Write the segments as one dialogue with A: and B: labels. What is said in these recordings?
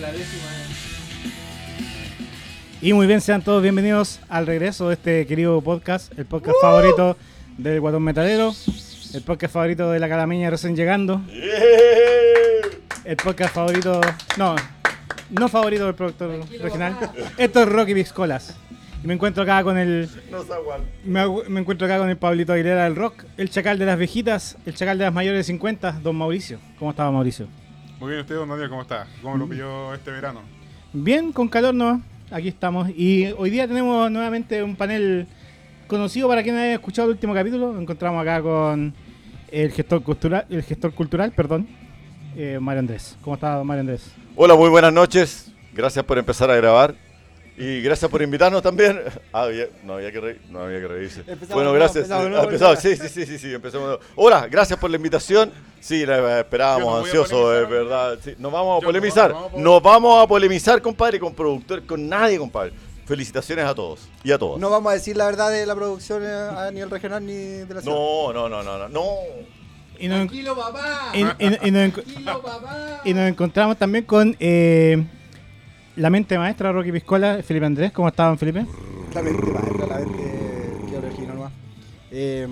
A: la décima.
B: Y muy bien, sean todos bienvenidos al regreso de este querido podcast, el podcast favorito del Guatón Metalero, el podcast favorito de la Calameña recién llegando, el podcast favorito, no, no favorito del productor regional. Esto es Rocky Piscolas. Y me encuentro acá con el
C: No se aguanta.
B: me, agu- me encuentro acá con el Pablito Aguilera del Rock, el chacal de las viejitas, el chacal de las mayores de 50, don Mauricio. ¿Cómo estaba Mauricio?
D: Muy bien, usted, don Daniel, ¿cómo está? ¿Cómo lo pilló este verano?
B: Bien, con calor no, aquí estamos. Y hoy día tenemos nuevamente un panel conocido para quien haya escuchado el último capítulo. Nos encontramos acá con el gestor cultural, el gestor cultural, perdón, eh, Mario Andrés. ¿Cómo está Mario Andrés?
C: Hola, muy buenas noches. Gracias por empezar a grabar. Y gracias por invitarnos también. Ah, bien, no había que, re- no había que reírse.
A: Empezamos
C: bueno,
A: de nuevo,
C: gracias.
A: empezamos de
C: Ah,
A: nuevo,
C: empezamos. Sí, sí, sí, sí, sí, empezamos de nuevo. Hola, gracias por la invitación. Sí, la
D: Yo no
C: esperábamos
D: voy a
C: ansiosos, es
D: polemizar.
C: verdad. Sí, nos vamos a
D: Yo no,
C: polemizar.
D: no vamos a polemizar.
C: Nos vamos a polemizar, compadre, con productor, con nadie, compadre. Felicitaciones a todos y a todas.
E: No vamos a decir la verdad de la producción eh, a nivel regional ni de la ciudad.
C: no, no, no, no, no. no.
B: Y nos, en-
A: Tranquilo, papá.
B: y- y- y nos enco-
A: Tranquilo, papá.
B: y nos encontramos también con eh, la mente maestra Rocky Piscola, Felipe Andrés. ¿Cómo estaban, Felipe?
E: La mente maestra, la mente que originó nomás. Eh,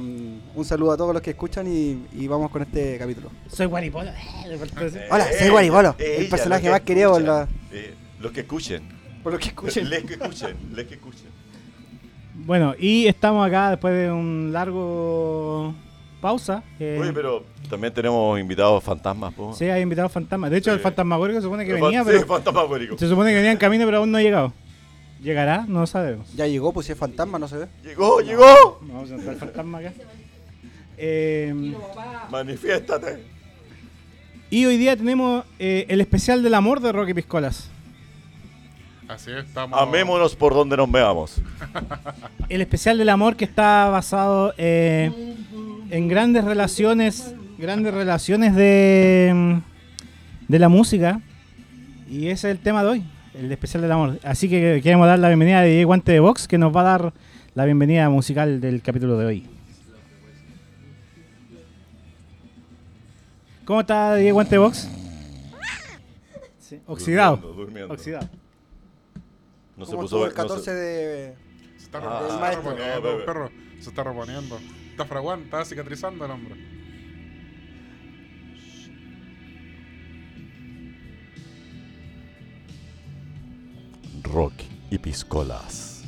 E: un saludo a todos los que escuchan y, y vamos con este capítulo.
B: Soy Guaripola.
E: Hola, soy
C: Eh,
E: Guaribolo,
C: eh,
E: el
C: ya,
E: personaje
C: los que
E: más querido por
C: escuchan.
E: la-
C: Eh, los que escuchen.
E: Por los que escuchen.
C: Les que escuchen, les que escuchen.
B: Bueno, y estamos acá después de un largo pausa. eh,
C: Oye, pero también tenemos invitados fantasmas, po.
B: Sí, hay invitados fantasmas. De hecho,
C: Sí.
B: el fantasmagórico se supone que
C: Eh,
B: venía,
C: fan- sí,
B: pero
C: fantasmagórico.
B: se supone que venía en camino, pero aún no ha llegado. ¿Llegará? No lo sabemos.
E: Ya llegó, pues si es fantasma, no se ve.
C: Llegó, llegó.
B: Vamos a entrar al fantasma acá. Eh,
C: Manifiéstate.
B: y hoy día tenemos eh, el especial del amor de Rocky Piscolas.
D: Así es, estamos.
C: Amémonos por donde nos veamos.
B: El especial del amor que está basado eh, en grandes relaciones, grandes relaciones de, mm, de la música. Y ese es el tema de hoy, el especial del amor. Así que queremos dar la bienvenida a DJ Guante de Box, que nos va a dar la bienvenida musical del capítulo de hoy. ¿Cómo está DJ Guante de Box? Sí,
C: Durmiendo,
B: Oxidado.
C: durmiendo.
B: Oxidado.
C: No se
E: Como
C: puso
E: estuvo
C: ver-
E: el 14
C: no se-
E: de...
D: Se está,
C: Ah,
D: se está
E: maestro.
D: reponiendo,
C: No, bebé.
D: perro. Se está reponiendo. Está fraguando, está cicatrizando el hombre.
C: Rock y piscolas.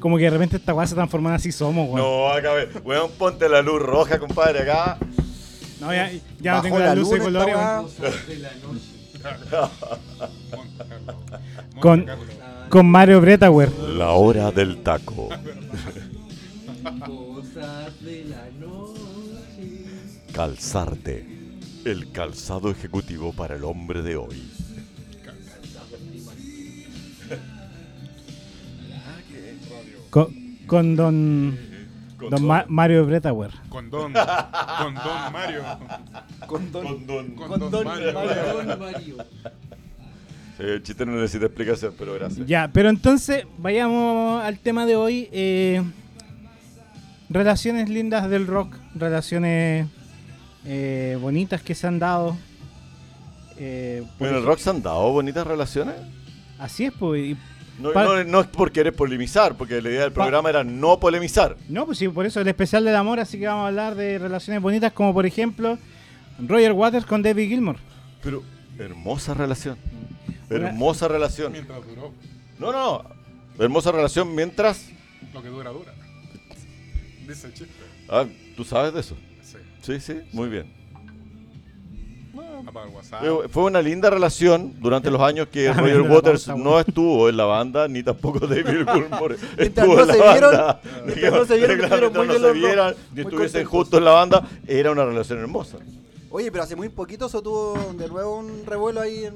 B: Como que de repente esta guay se transformó en así somos, weón.
C: No, acá ve. Weón, ponte la luz roja, compadre, acá.
B: No, ya, ya no
E: Bajo
B: tengo las
E: la
B: luces pues. de
E: luna
A: Cosas
B: colores. weón.
E: esta weá.
A: de la noche.
D: Monte Carlo. Monte
B: Con-
D: Carlo.
B: Con Mario Bretauer.
C: La hora del taco.
A: Cosas de la noche.
C: Calzarte. El calzado ejecutivo para el hombre de hoy.
B: Con, con don,
C: Con
B: don
C: don-
B: Ma- Mario Bretauer.
D: Con Don. Con Don Mario.
E: Con don-
C: Con don.
D: Con,
E: Con
D: Don,
E: Don
D: Mario.
E: Mario.
A: Don Mario.
C: Sí, el chiste no necesita explicación, pero gracias.
B: Ya, pero entonces vayamos al tema de hoy. eh, relaciones lindas del rock, relaciones eh, bonitas que se han dado. eh, por-
C: Bueno, el rock se han dado bonitas relaciones.
B: Así es, pues. y-
C: No,
B: Pa-
C: no, no es por querer polemizar, porque la idea del programa era no polemizar.
B: No, pues sí, por eso el especial del amor, así que vamos a hablar de relaciones bonitas como por ejemplo Roger Waters con David Gilmour.
C: Pero hermosa relación.
B: Una-
C: Hermosa relación.
D: Mientras duró.
C: No, no. Hermosa relación mientras.
D: Lo que dura, dura. Dice el chiste.
C: Ah, tú sabes de eso.
D: Sí.
C: Sí, sí, muy bien.
D: Apaga el WhatsApp.
C: Fue- Fue una linda relación durante los años que Roger
B: mira,
C: Waters
B: la pausa,
C: no estuvo en la banda, ni tampoco David Gilmour
E: Mientras
C: estuvo
E: no
C: en la
E: se
C: banda.
E: vieron, mientras no se
C: Claro, mientras
E: vieron, estuvieron muy bien
C: no se
E: los dos,
C: vieran, ni
E: muy
C: estuviesen
E: contentos.
C: juntos en la banda, era una relación hermosa.
E: Oye, pero hace muy poquito se tuvo de nuevo un revuelo ahí en,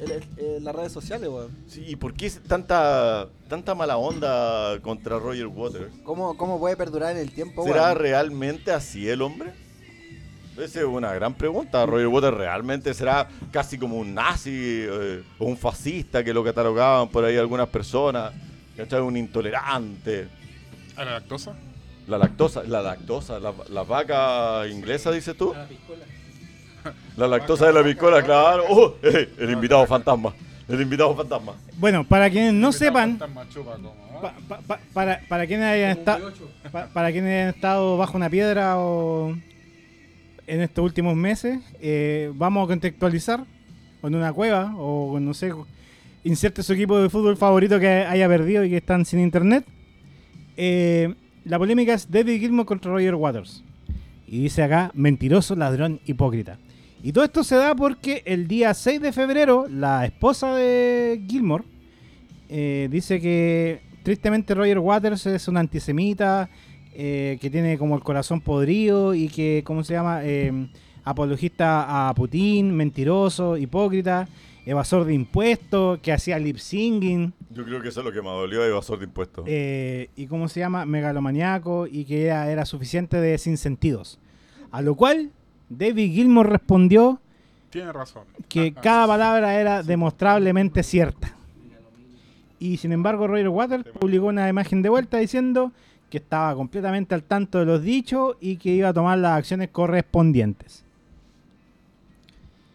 E: en- en las redes sociales, weón.
C: Sí, ¿y por qué es tanta, tanta mala onda contra Roger Waters?
E: ¿Cómo, ¿Cómo puede perdurar en el tiempo,
C: ¿Será
E: weón?
C: realmente así el hombre? Esa es una gran pregunta. Roger Waters realmente será casi como un nazi eh, o un fascista que lo catalogaban por ahí algunas personas. ¿Cachai? Un intolerante.
D: ¿A la lactosa?
C: La lactosa, la lactosa, la, la vaca inglesa, dices tú.
A: A la piscola.
C: La lactosa de la piscola, claro. Oh, eh, el invitado fantasma. El invitado fantasma.
B: Bueno, para quienes no
D: Invitado
B: sepan,
D: fantasma, chupa como, ¿ah?
B: pa- eh, pa- pa- para, para quienes hayan estado... Pa- para quienes han estado bajo una piedra o en estos últimos meses, eh, vamos a contextualizar o en una cueva o no sé, inserte su equipo de fútbol favorito que haya perdido y que están sin internet. Eh, la polémica es David Gilmour contra Roger Waters. Y dice acá, mentiroso, ladrón, hipócrita. Y todo esto se da porque el día 6 de febrero, la esposa de Gilmore eh, dice que tristemente Roger Waters es un antisemita eh, que tiene como el corazón podrido y que, ¿cómo se llama? Eh, apologista a Putin, mentiroso, hipócrita, evasor de impuestos, que hacía lip singing
C: Yo creo que eso es lo que me dolió de evasor de impuestos.
B: eh, y cómo se llama, megalomaniaco, y que era, era suficiente de sinsentidos. A lo cual David Gilmour respondió
D: Tiene razón. Ah,
B: que cada palabra era demostrablemente cierta. Y sin embargo, Roger Waters publicó una imagen de vuelta diciendo que estaba completamente al tanto de los dichos y que iba a tomar las acciones correspondientes.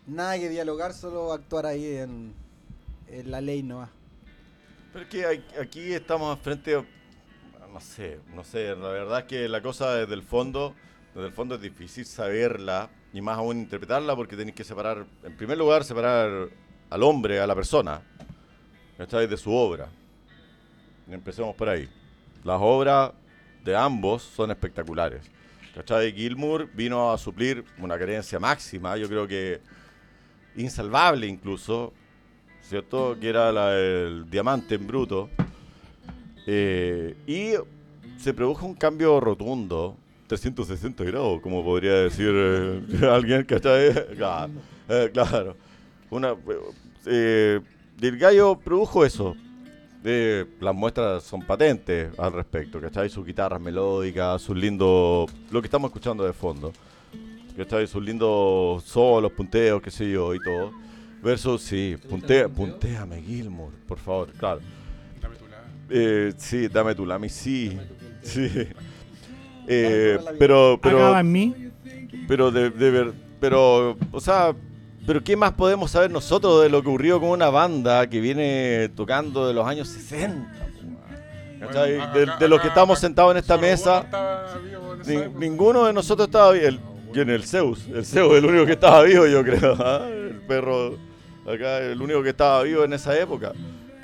E: Nada que dialogar, solo actuar ahí en, en la ley no va.
C: Pero es que a- aquí estamos frente a... No sé, no sé. La verdad es que la cosa desde el fondo, desde el fondo es difícil saberla y más aún interpretarla porque tenéis que separar, en primer lugar, separar al hombre, a la persona, ¿cachai? De su obra. Y Empecemos por ahí. Las obras de ambos son espectaculares. ¿Cachai? Gilmour vino a suplir una carencia máxima, yo creo que insalvable incluso, ¿cierto? Que era la del diamante en bruto. Eh, y se produjo un cambio rotundo, 360 grados, como podría decir eh, alguien, ¿cachai? Claro, eh, claro. Una, eh, el gallo produjo eso. Eh, las muestras son patentes al respecto, ¿cachai? Sus guitarras melódicas, sus lindos... Lo que estamos escuchando de fondo. ¿Cachai? Sus lindos solos, punteos, qué sé yo, y todo. Versus, sí, puntea, punteame, Gilmour, por favor, claro.
D: Dame tu lado.
C: Eh, sí, dame tu lami, sí. Sí.
E: Dame
C: Eh,
E: tu lami.
C: pero,
B: Acaba
C: pero,
B: en mí.
C: pero, de, de ver, pero, o sea, pero ¿qué más podemos saber nosotros de lo que ocurrió con una banda que viene tocando de los años 60? po, weón? ¿Cachai?
D: Bueno,
C: de,
D: acá-
C: de los que
D: acá-
C: estamos sentados en esta
D: solo uno
C: mesa,
D: estaba vivo en esa
C: ni-
D: época.
C: ninguno de nosotros estaba vivo. El, ¿Quién? El Zeus. El Zeus, el único que estaba vivo, yo creo. ¿ah? El perro, acá, el único que estaba vivo en esa época.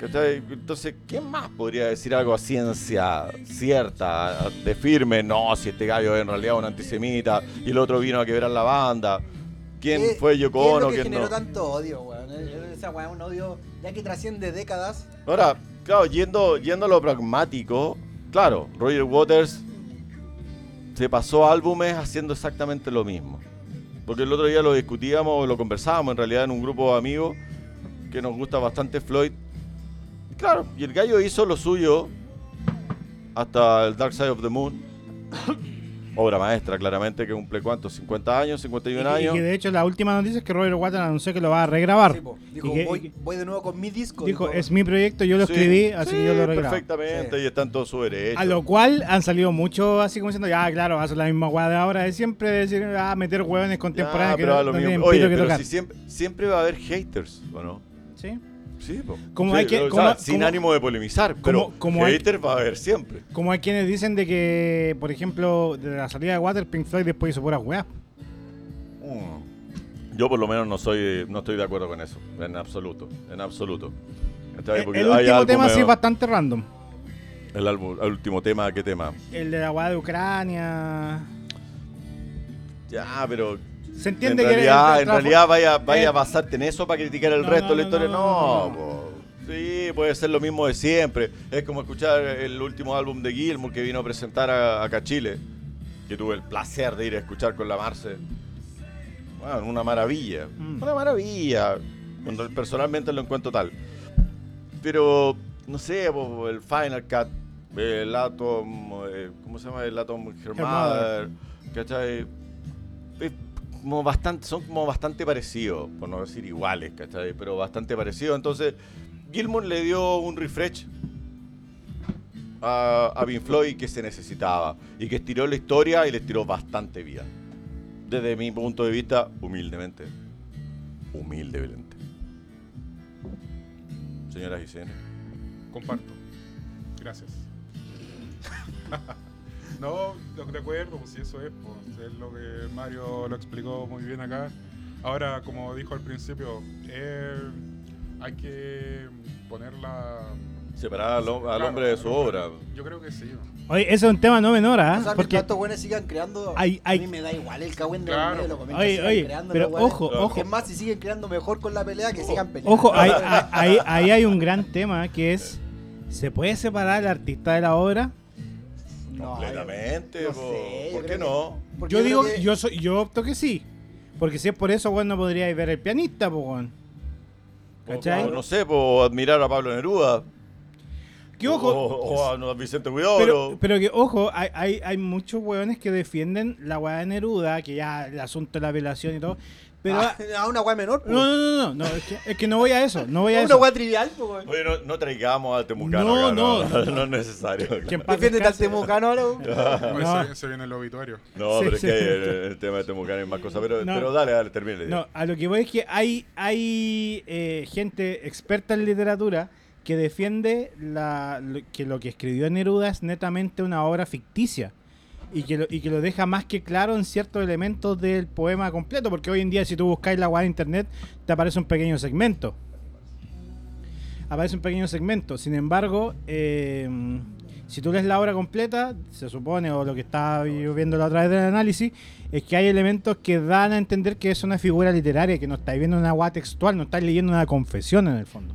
C: ¿Cachai? Entonces, ¿quién más podría decir algo a ciencia cierta, de firme? No, si este gallo es en realidad un antisemita y el otro vino a quebrar la banda. ¿Quién
F: ¿Qué-
C: fue Yoko
F: Eh, ¿Qué es lo
C: Ono?
F: que
C: ¿Quién
F: generó
C: no?
F: tanto odio, weón? Eh, Esa weón, un odio ya que trasciende décadas.
C: Ahora, claro, yendo, yendo a lo pragmático, claro, Roger Waters se pasó álbumes haciendo exactamente lo mismo. Porque el otro día lo discutíamos, lo conversábamos en realidad en un grupo de amigos que nos gusta bastante Floyd. Claro, y el gallo hizo lo suyo hasta el Dark Side of the Moon. Obra maestra, claramente, que cumple cuántos, 50 años,
B: Y,
C: 51
B: que- y
C: años.
B: que de hecho la última noticia es que Roger Waters anunció que lo va a regrabar.
F: Sí, po. Dijo,
B: Y que-
F: voy,
B: y que-
F: voy de nuevo con mi disco.
B: dijo,
F: dijo.
B: es mi proyecto, yo lo
C: Sí,
B: escribí, así
C: sí,
B: que yo lo regrabo.
C: Perfectamente, y está en todo su derecho.
B: A lo cual han salido muchos así como diciendo, ya claro, va a ser la misma guada de ahora de siempre, de decir, ah, meter hueones contemporáneos
C: Ya,
B: que
C: pero
B: no,
C: a lo
B: no
C: mismo.
B: tienen
C: Oye,
B: pito que
C: pero
B: tocar.
C: si siempre, siempre va a haber haters, ¿o no?
B: ¿Sí?
C: Sí, po.
B: Como
C: Sí,
B: hay que-
C: o sea,
B: como-
C: sin
B: como-
C: ánimo de polemizar, pero
B: como- como hay-
C: haters va a haber siempre.
B: Como hay quienes dicen de que, por ejemplo, de la salida de Water, Pink Floyd después hizo puras weas.
C: Mm. Yo por lo menos no soy no estoy de acuerdo con eso, en absoluto, en absoluto. ¿Cachai?
B: El,
C: Porque
B: Eh, el
C: hay
B: último
C: álbumes-
B: tema sí es bastante random.
C: el, álbum- el último tema, ¿qué tema?
B: El de la guada de Ucrania.
C: Ya, pero
B: Se
C: en
B: entiende que
C: realidad, en
B: trafo-
C: realidad vaya, vaya
B: eh,
C: a basarte en eso para criticar el
B: no,
C: resto
B: no,
C: de la
B: no,
C: historia.
B: no,
C: No,
B: no, no.
C: po. sí, puede ser lo mismo de siempre. Es como escuchar el último álbum de Gilmour que vino a presentar a- acá a Chile, que tuve el placer de ir a escuchar con la Marce. Bueno, Ah, una maravilla.
B: Mm.
C: Una maravilla. Cuando personalmente lo encuentro tal. Pero, no sé, po, el Final Cut, el Atom, eh, ¿cómo se llama? El Atom Hermother,
B: Mother.
C: ¿cachai? Es como bastante, son como bastante parecidos, por no decir iguales, ¿cachai? Pero bastante parecidos. Entonces, Gilmour le dio un refresh a, a Pink Floyd que se necesitaba y que estiró la historia y le estiró bastante vida. desde mi punto de vista, humildemente. Humildemente. Señoras y señores.
D: Comparto. Gracias. no, no, de acuerdo, pues si eso es, pues es lo que Mario lo explicó muy bien acá. Ahora, como dijo al principio, eh, hay que ponerla...
C: Separar al, hom- al hombre de su obra.
D: Yo creo que sí. ¿no?
B: Oye, ese es un tema no menor, ¿ah?
F: O sea, porque
B: Porque
F: tantos buenos sigan creando,
B: Hay- hay-
F: a mí me da igual el cagüen de
D: Claro.
F: los medios, lo comento,
B: Oye,
F: sigan
B: oye,
F: creando
B: pero
F: los hueones.
B: ojo,
F: Porque
B: ojo.
F: Es más, si siguen creando mejor con la pelea, que sigan peleando.
B: Ojo, ahí, ahí- ahí hay un gran tema que es, ¿se puede separar al artista de la obra?
F: No,
C: Completamente.
F: no
C: po.
F: sé, yo
C: ¿Por qué
F: creo que-
C: no?
F: porque
B: Yo
F: creo
B: digo,
F: que-
B: yo soy, yo opto que sí. Porque si es por eso, bueno, no podríais ver el pianista, pues, weón.
C: O,
B: ¿Cachai?
C: no sé, por admirar a Pablo Neruda.
B: Que
C: O,
B: ojo,
C: o a no, a Vicente
B: pero,
C: Huidobro.
B: pero que ojo, hay, hay, hay muchos weones que defienden la weá de Neruda, que ya el asunto de la violación y todo. Pero.
F: Ah, a una weá menor, po.
B: No, no, no, no, no, es, que, es que no voy a eso, no voy a
F: A una
B: eso.
F: weá trivial, po, weón.
C: Oye, no, no traigamos al Temucano.
B: No,
C: acá, no,
B: no,
C: no, es necesario.
B: Que en paz
F: Defiéndete al
B: descanse.
F: temucano ahora, weón.
D: Oye,
B: No.
D: Se, se viene el obituario.
C: No,
B: Sí,
C: pero
B: sí.
C: es que el, el tema de Temucano es más cosas. Pero,
B: No.
C: pero dale, dale, termine.
B: No, a lo que voy es que hay, hay eh, gente experta en literatura que defiende la, lo- que lo que escribió Neruda es netamente una obra ficticia y que, lo, y que lo deja más que claro en ciertos elementos del poema completo, porque hoy en día si tú buscáis la web en internet te aparece un pequeño segmento. Aparece un pequeño segmento, sin embargo, eh, si tú lees la obra completa, se supone, o lo que estaba yo viendo la otra vez del análisis, es que hay elementos que dan a entender que es una figura literaria, que no estáis viendo una guá textual, no estáis leyendo una confesión en el fondo.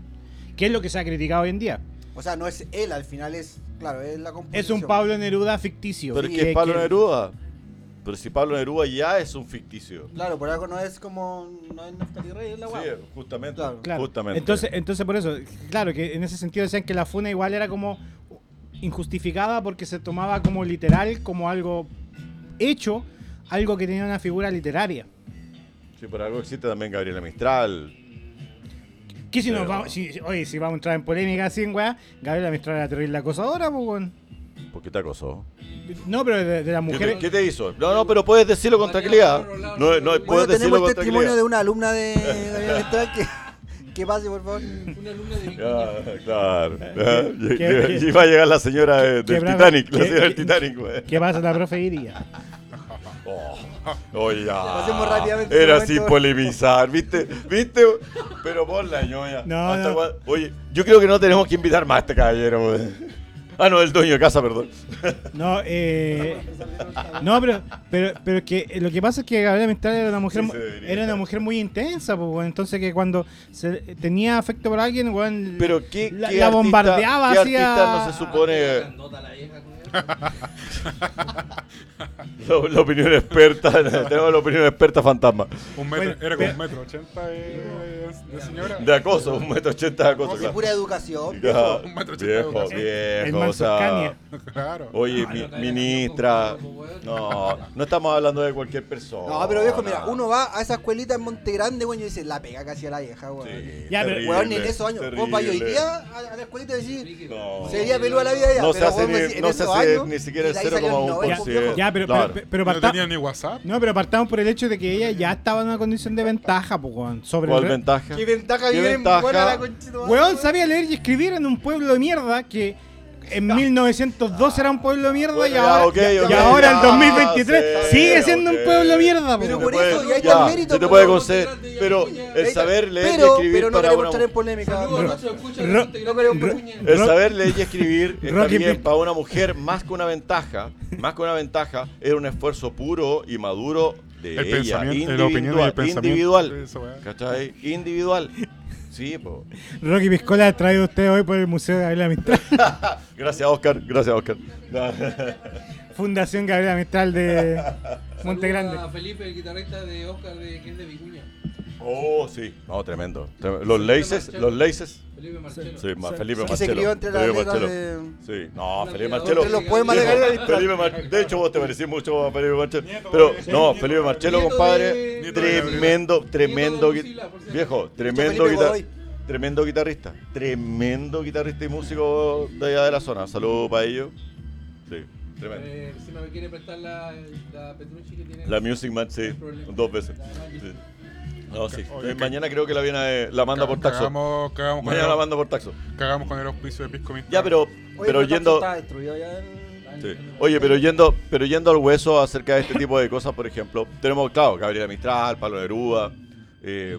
B: Que es lo que se ha criticado hoy en día.
F: O sea, no es él, al final es, claro, es la composición.
B: Es un Pablo Neruda ficticio.
C: Pero es
B: Que-
C: que es Pablo
B: que-
C: Neruda. Pero si Pablo Neruda ya es un ficticio.
F: Claro, por algo no es como, no es Naftali Rey, es la
C: Sí, eh.
F: weá.
C: justamente.
F: Claro.
B: Claro.
C: Justamente.
B: Entonces, entonces por eso, claro, que en ese sentido decían que la funa igual era como injustificada porque se tomaba como literal, como algo hecho, algo que tenía una figura literaria.
C: Sí, por algo existe también Gabriela Mistral.
B: Que si nos
C: Pero-
B: vamos, si- si- oye, si vamos a entrar en polémica así en weá, Gabriela Mistral era terrible acosadora, pues weón.
C: ¿Por qué te acosó?
B: No, pero de, de las
C: ¿Qué te,
B: mujeres.
C: qué te hizo? No, no, pero puedes decirlo con tranquilidad. No, no,
F: Bueno,
C: puedes decirlo
F: tenemos
C: con
F: el testimonio
C: tranquilidad.
F: de una alumna de Daniel Mistral que, que pase, por favor.
A: Una alumna de Vicuña.
C: Ah, Claro.
B: Eh,
C: Y-
B: qué-
C: y- y va a llegar la señora eh, del
B: qué-
C: Titanic.
B: qué-
C: La señora del
B: qué-
C: Titanic, güey.
B: ¿Qué pasa la profe Iria?
C: Oh, oh, ya.
F: Pasemos rápidamente
C: Era
F: ese
C: así
F: momento.
C: polemizar, ¿viste? ¿Viste? Pero por la ñoña.
B: No,
C: Hasta
B: no.
C: cua- Oye, yo creo que no tenemos que invitar más a este caballero, güey. Ah, no, el dueño de casa, perdón.
B: No, eh, no, pero, pero, pero que eh, lo que pasa es que Gabriela Mistral era una mujer,
C: Sí,
B: mu-
C: se debería.
B: era una mujer muy intensa, pues, weón. entonces que cuando se, tenía afecto por alguien, weón,
C: Pero qué,
B: la,
C: qué
B: la
C: artista-
B: bombardeaba
C: qué
B: así a-
C: artista no se
A: Ah,
C: supone
A: grandota la vieja, culiao.
C: la, la opinión experta. tenemos la opinión experta fantasma.
D: Un metro,
B: Bueno,
D: era como un metro ochenta de, de señora.
C: De acoso, un metro ochenta de acoso.
F: De
C: claro.
F: pura educación.
C: Ya,
D: Un metro ochenta de
C: viejo,
D: educación.
B: Eh, El
C: viejo, o
B: Manso
C: sea,
B: Escania.
D: Claro.
C: oye,
A: No,
C: mi-
A: no, no,
C: ministra,
A: no, no, no,
C: no, no estamos hablando de cualquier persona.
F: No, pero viejo, mira, uno va a esa escuelita en Monte Grande, weón, y dice, la pega que hacía la vieja, weón.
C: Sí,
B: Ya, pero-
C: terrible,
F: Weón, en esos años, vos vayas hoy
C: terrible.
F: día a, a la escuelita y decís,
C: No.
F: sería peluda la vida ya.
C: No se
F: pero
C: hace
F: weón,
C: ni-
F: en
C: no se
F: esos
C: hace
F: años,
C: ni siquiera el
F: de ahí salió
C: 0,1%.
F: 90%.
B: ya, pero,
C: Claro.
B: pero, pero
D: no
B: parta-
D: tenía ni WhatsApp.
B: no, pero partamos por el hecho de que ella ya estaba en una condición de ventaja, pues, weón, sobre
C: ¿Cuál
B: el re-
C: ventaja?
F: Qué ventaja
C: Qué
F: vivir en
C: ventaja.
F: Buena la conchita.
B: Weón sabía leer y escribir en un pueblo de mierda que en 1902 era un pueblo de mierda y
C: Bueno, ya,
B: ahora,
C: ok,
B: y
C: ok,
B: ahora
C: ya,
B: el 2023
C: sí,
B: sigue siendo
C: ok.
B: un pueblo de mierda,
F: Pero
B: po,
F: por
B: weón.
F: eso, y ahí
C: ya,
F: está el mérito,
C: Se te
F: pero-
C: puede conceder,
A: Grande, ya,
C: pero
A: ya.
C: el saber leer
F: pero,
C: y escribir
F: pero no
C: para
F: queremos
C: una
F: entrar en polémica.
A: Saludos a
F: weón.
A: nuestro escucha,
B: Ro-
A: gente grande de
F: Ro-
A: Vicuña.
C: El
B: Ro-
C: saber leer y escribir está
B: Rocky
C: bien
B: Pi-
C: para una mujer más que una ventaja, más que una ventaja, es un esfuerzo puro y maduro de
D: El
C: ella,
D: pensamiento, la opinión y
C: individual,
D: el pensamiento.
C: individual, eh.
D: Eso, weón.
C: ¿cachai? Individual. Sí, po.
B: Rocky Piscola ha traído usted hoy por el Museo de Gabriela Mistral.
C: Gracias, Oscar. Gracias, Oscar.
B: Fundación Gabriela Mistral de Monte
A: Saludos
B: Grande.
A: A Felipe, el guitarrista de Oscar, de, que es de Vicuña.
C: Oh, sí. No, tremendo. Trem- Los laces, los laces.
A: Felipe Marchelo.
C: Sí, más Felipe
F: Que se
C: Marcelo.
F: crió entre las
C: Felipe
F: letras
C: Marcelo.
F: de...
C: Sí, no,
A: Una
C: Felipe
A: vida-
C: Marcelo.
F: entre los poemas de Gabriel Mistral.
C: Felipe Mar- de hecho, vos te parecís mucho a Felipe Marcelo. Pero no, Felipe Marcelo,
A: Nieto de-
C: compadre,
D: Nieto de Gabriela.
C: tremendo,
A: Nieto
C: tremendo,
A: de
C: gui-
A: Lucila, por cierto.
C: viejo, tremendo
F: Felipe
C: guitar-
F: Godoy.
C: Tremendo guitarrista, tremendo guitarrista y músico de allá de la zona. Saludos para ellos. Sí. Tremendo.
A: Eh, si me quiere prestar la, la Petrucci que tiene.
C: La Music Man, sí, dos veces. Sí. No, sí.
D: Oye,
C: Eh,
D: que-
C: mañana creo que la viene, eh, la manda por taxo.
D: Cagamos, cagamos, con
C: Mañana la
D: el,
C: manda por taxo.
D: cagamos con el auspicio de Pisco Mixta.
C: Ya, pero, pero yendo.
F: Está destruido ya el-
C: Sí. Oye, pero yendo, pero yendo al hueso acerca de este tipo de cosas, por ejemplo, tenemos, claro, Gabriela Mistral, Pablo Neruda, eh,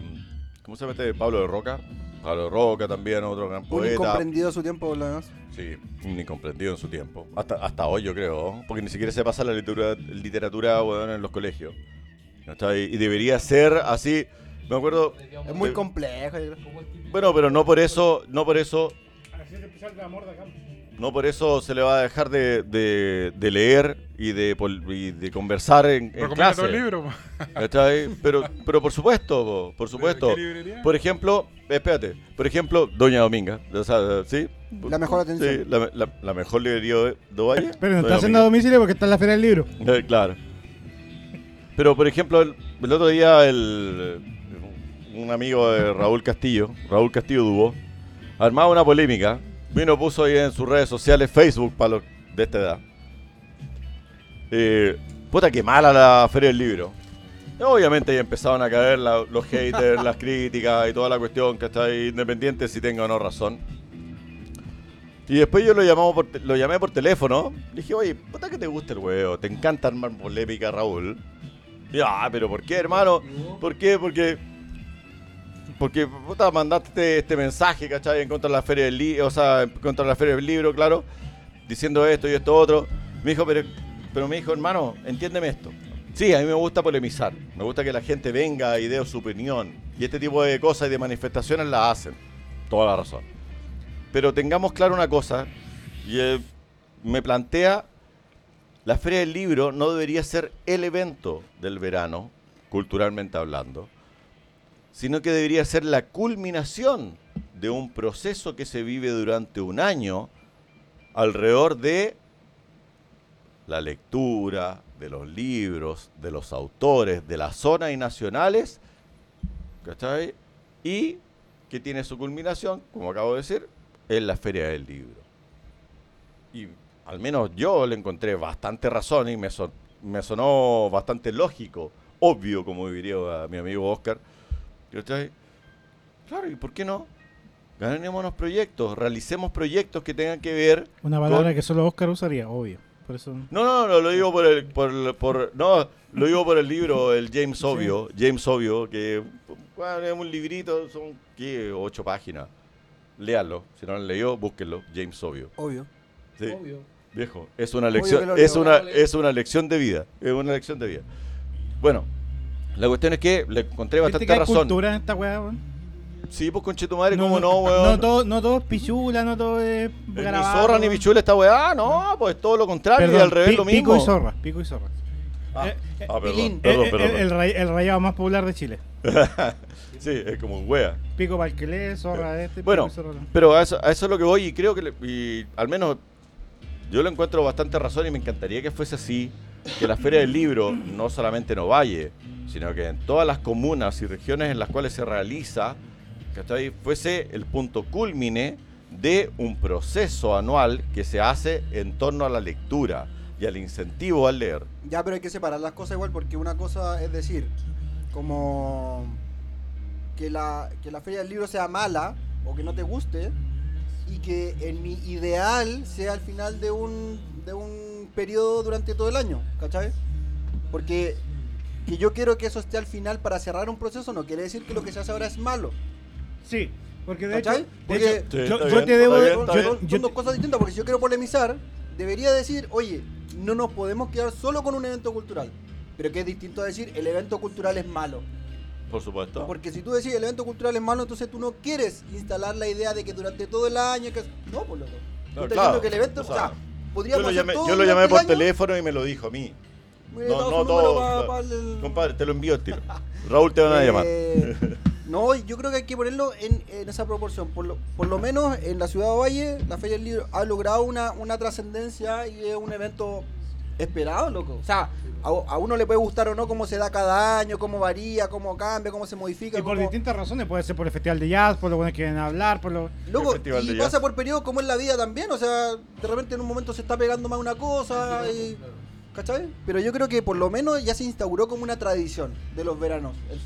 C: ¿cómo se llama este? Pablo de Roca. Pablo de Roca también, otro gran
E: Un
C: poeta.
E: incomprendido a su tiempo, por lo demás.
C: Sí, un incomprendido en su tiempo. Hasta, hasta hoy, yo creo, porque ni siquiera se pasa la literatura, literatura weón, en los colegios. ¿Cachai? Y debería ser así. Me acuerdo.
F: Es muy
C: de-
F: complejo. yo creo.
C: Bueno, pero no por eso, no por eso
B: Así es especial de amor de acá.
C: No por eso se le va a dejar de, de- de leer y de, pol- y de conversar en, en
D: Recomienda
C: clase.
D: todo el libro. po.
C: ¿Cachai? Pero, pero por supuesto, po, por supuesto.
D: ¿Qué librería?
C: Por ejemplo, espérate, por ejemplo, Doña Dominga, o sea, ¿sí?
E: La mejor atención.
C: Sí, la, la- la mejor librería de, de Valle.
B: Pero no
C: Doña
B: está haciendo a
C: Dominga.
B: domicilio porque está en la feria del libro.
C: Eh, claro. Pero, por ejemplo, el, el otro día el, un amigo de Raúl Castillo, Raúl Castillo Dubó, armaba una polémica. Vino, puso ahí en sus redes sociales Facebook para los de esta edad. Eh, puta que mala la Feria del Libro. Obviamente ahí empezaron a caer la- los haters, las críticas y toda la cuestión que está independiente si tenga o no razón. Y después yo lo, llamamos por te- lo llamé por teléfono. Le dije, oye, puta que te gusta el huevo, te encanta armar polémica, Raúl. Y, ah, pero ¿por qué, hermano? ¿Por qué? Porque. Porque puta, mandaste este, este mensaje, ¿cachai? En contra de la feria del libro, o sea, en contra de la feria del libro, claro. Diciendo esto y esto otro. Me dijo, pero, pero me dijo, hermano, entiéndeme esto. Sí, a mí me gusta polemizar. Me gusta que la gente venga y dé su opinión. Y este tipo de cosas y de manifestaciones las hacen. Toda la razón. Pero tengamos claro una cosa, y eh, me plantea, la Feria del Libro no debería ser el evento del verano, culturalmente hablando, sino que debería ser la culminación de un proceso que se vive durante un año alrededor de la lectura, de los libros, de los autores, de la zona y nacionales, ¿cachai? Y que tiene su culminación, como acabo de decir, en la Feria del Libro. Y al menos yo le encontré bastante razón y me, son- me sonó bastante lógico, obvio, como diría mi amigo Oscar. ¿Cachai? Claro, ¿y por qué no? Ganémonos proyectos, realicemos proyectos que tengan que ver
B: Una palabra
C: con-
B: que solo Oscar usaría, obvio. Por eso.
C: no, no, no, lo digo por el, por, el- por- no, lo digo por el libro, el James Obvio, James Obvio, que bueno, es un librito, son ¿qué? ocho páginas. Léalo, si no lo han leído, búsquenlo, James Obvio.
E: Obvio.
C: Sí,
A: Obvio.
C: viejo, es una
E: Obvio
C: lección,
E: que lo
C: es
E: leo.
C: una, es una lección de vida, es una lección de vida. Bueno, la cuestión es que le encontré
B: ¿Viste que
C: bastante
B: hay
C: razón.
B: cultura en esta weá, weón?
C: Sí, pues conche tu madre, cómo no, weón.
B: No todo, no todo es pichula, no todo es.
C: ni
B: garabato.
C: zorra ni bichula esta weá, no, pues todo lo
E: Ah,
C: contrario,
B: Perdón,
C: y al revés
B: pi-
C: lo mismo.
B: Pico y zorra, pico y zorra.
C: Ah,
B: Eh, eh,
C: ah, perdón,
F: pilín.
C: perdón,
B: Eh, eh,
C: perdón,
B: El, ray- el rayado más popular de Chile.
C: Sí, es como wea.
B: Pico para el que lee, zorra este. pico
C: Eh, Bueno,
B: y zorra no.
C: pero a eso, a eso es lo que voy y creo que, le- y al menos yo lo encuentro bastante razón y me encantaría que fuese así, que la Feria del Libro no solamente en Ovalle, sino que en todas las comunas y regiones en las cuales se realiza, ¿cachai? fuese el punto culmine de un proceso anual que se hace en torno a la lectura y al incentivo al leer.
E: Ya, pero hay que separar las cosas igual, porque una cosa es decir, como que la, que la feria del libro sea mala o que no te guste, y que en mi ideal sea al final de un, de un periodo durante todo el año, ¿cachai? Porque que yo quiero que eso esté al final para cerrar un proceso no quiere decir que lo que se hace ahora es malo.
B: Sí, porque de
E: ¿Cachai?
B: hecho.
E: Porque-
B: de hecho,
C: Sí,
B: yo, yo
C: está bien,
B: te
C: está
B: debo.
C: bien, está
B: yo-
C: bien.
E: Son
B: yo-
E: dos cosas distintas, porque si yo quiero polemizar, debería decir, oye, no nos podemos quedar solo con un evento cultural. Pero que es distinto a decir, el evento cultural es malo.
C: Por supuesto.
E: Porque si tú decís, el evento cultural es malo, entonces tú no quieres instalar la idea de que durante todo el año... Que... No, por loco. Tú
C: No,
E: estás
C: claro,
E: diciendo que el evento...
C: o
E: O
C: sea,
E: sea,
C: Yo
E: podríamos
C: lo
E: hacer
C: llamé,
E: todo
C: yo lo
E: durante
C: llamé
E: el
C: por
E: año.
C: teléfono y me lo dijo a mí.
E: Mira,
C: No,
E: daba su
C: no,
E: número
C: todo.
E: pa-
C: no.
E: pa el-
C: Compadre, te lo envío al tiro. Raúl te van a
E: Eh,
C: llamar.
E: No, yo creo que hay que ponerlo en, en esa proporción. Por lo, por lo menos en la ciudad de Valle, la Feria del Libro ha logrado una, una trascendencia y es un evento esperado, loco. O sea, a, a uno le puede gustar o no cómo se da cada año, cómo varía, cómo cambia, cómo se modifica.
B: Y por
E: cómo-
B: distintas razones, puede ser por el festival de jazz, por lo bueno que quieren hablar, por lo...
E: Loco,
C: El festival de
E: y
C: jazz.
E: pasa por periodos como en la vida también, o sea, de repente en un momento se está pegando más una cosa, y, ¿cachai? Pero yo creo que por lo menos ya se instauró como una tradición de los veranos. el-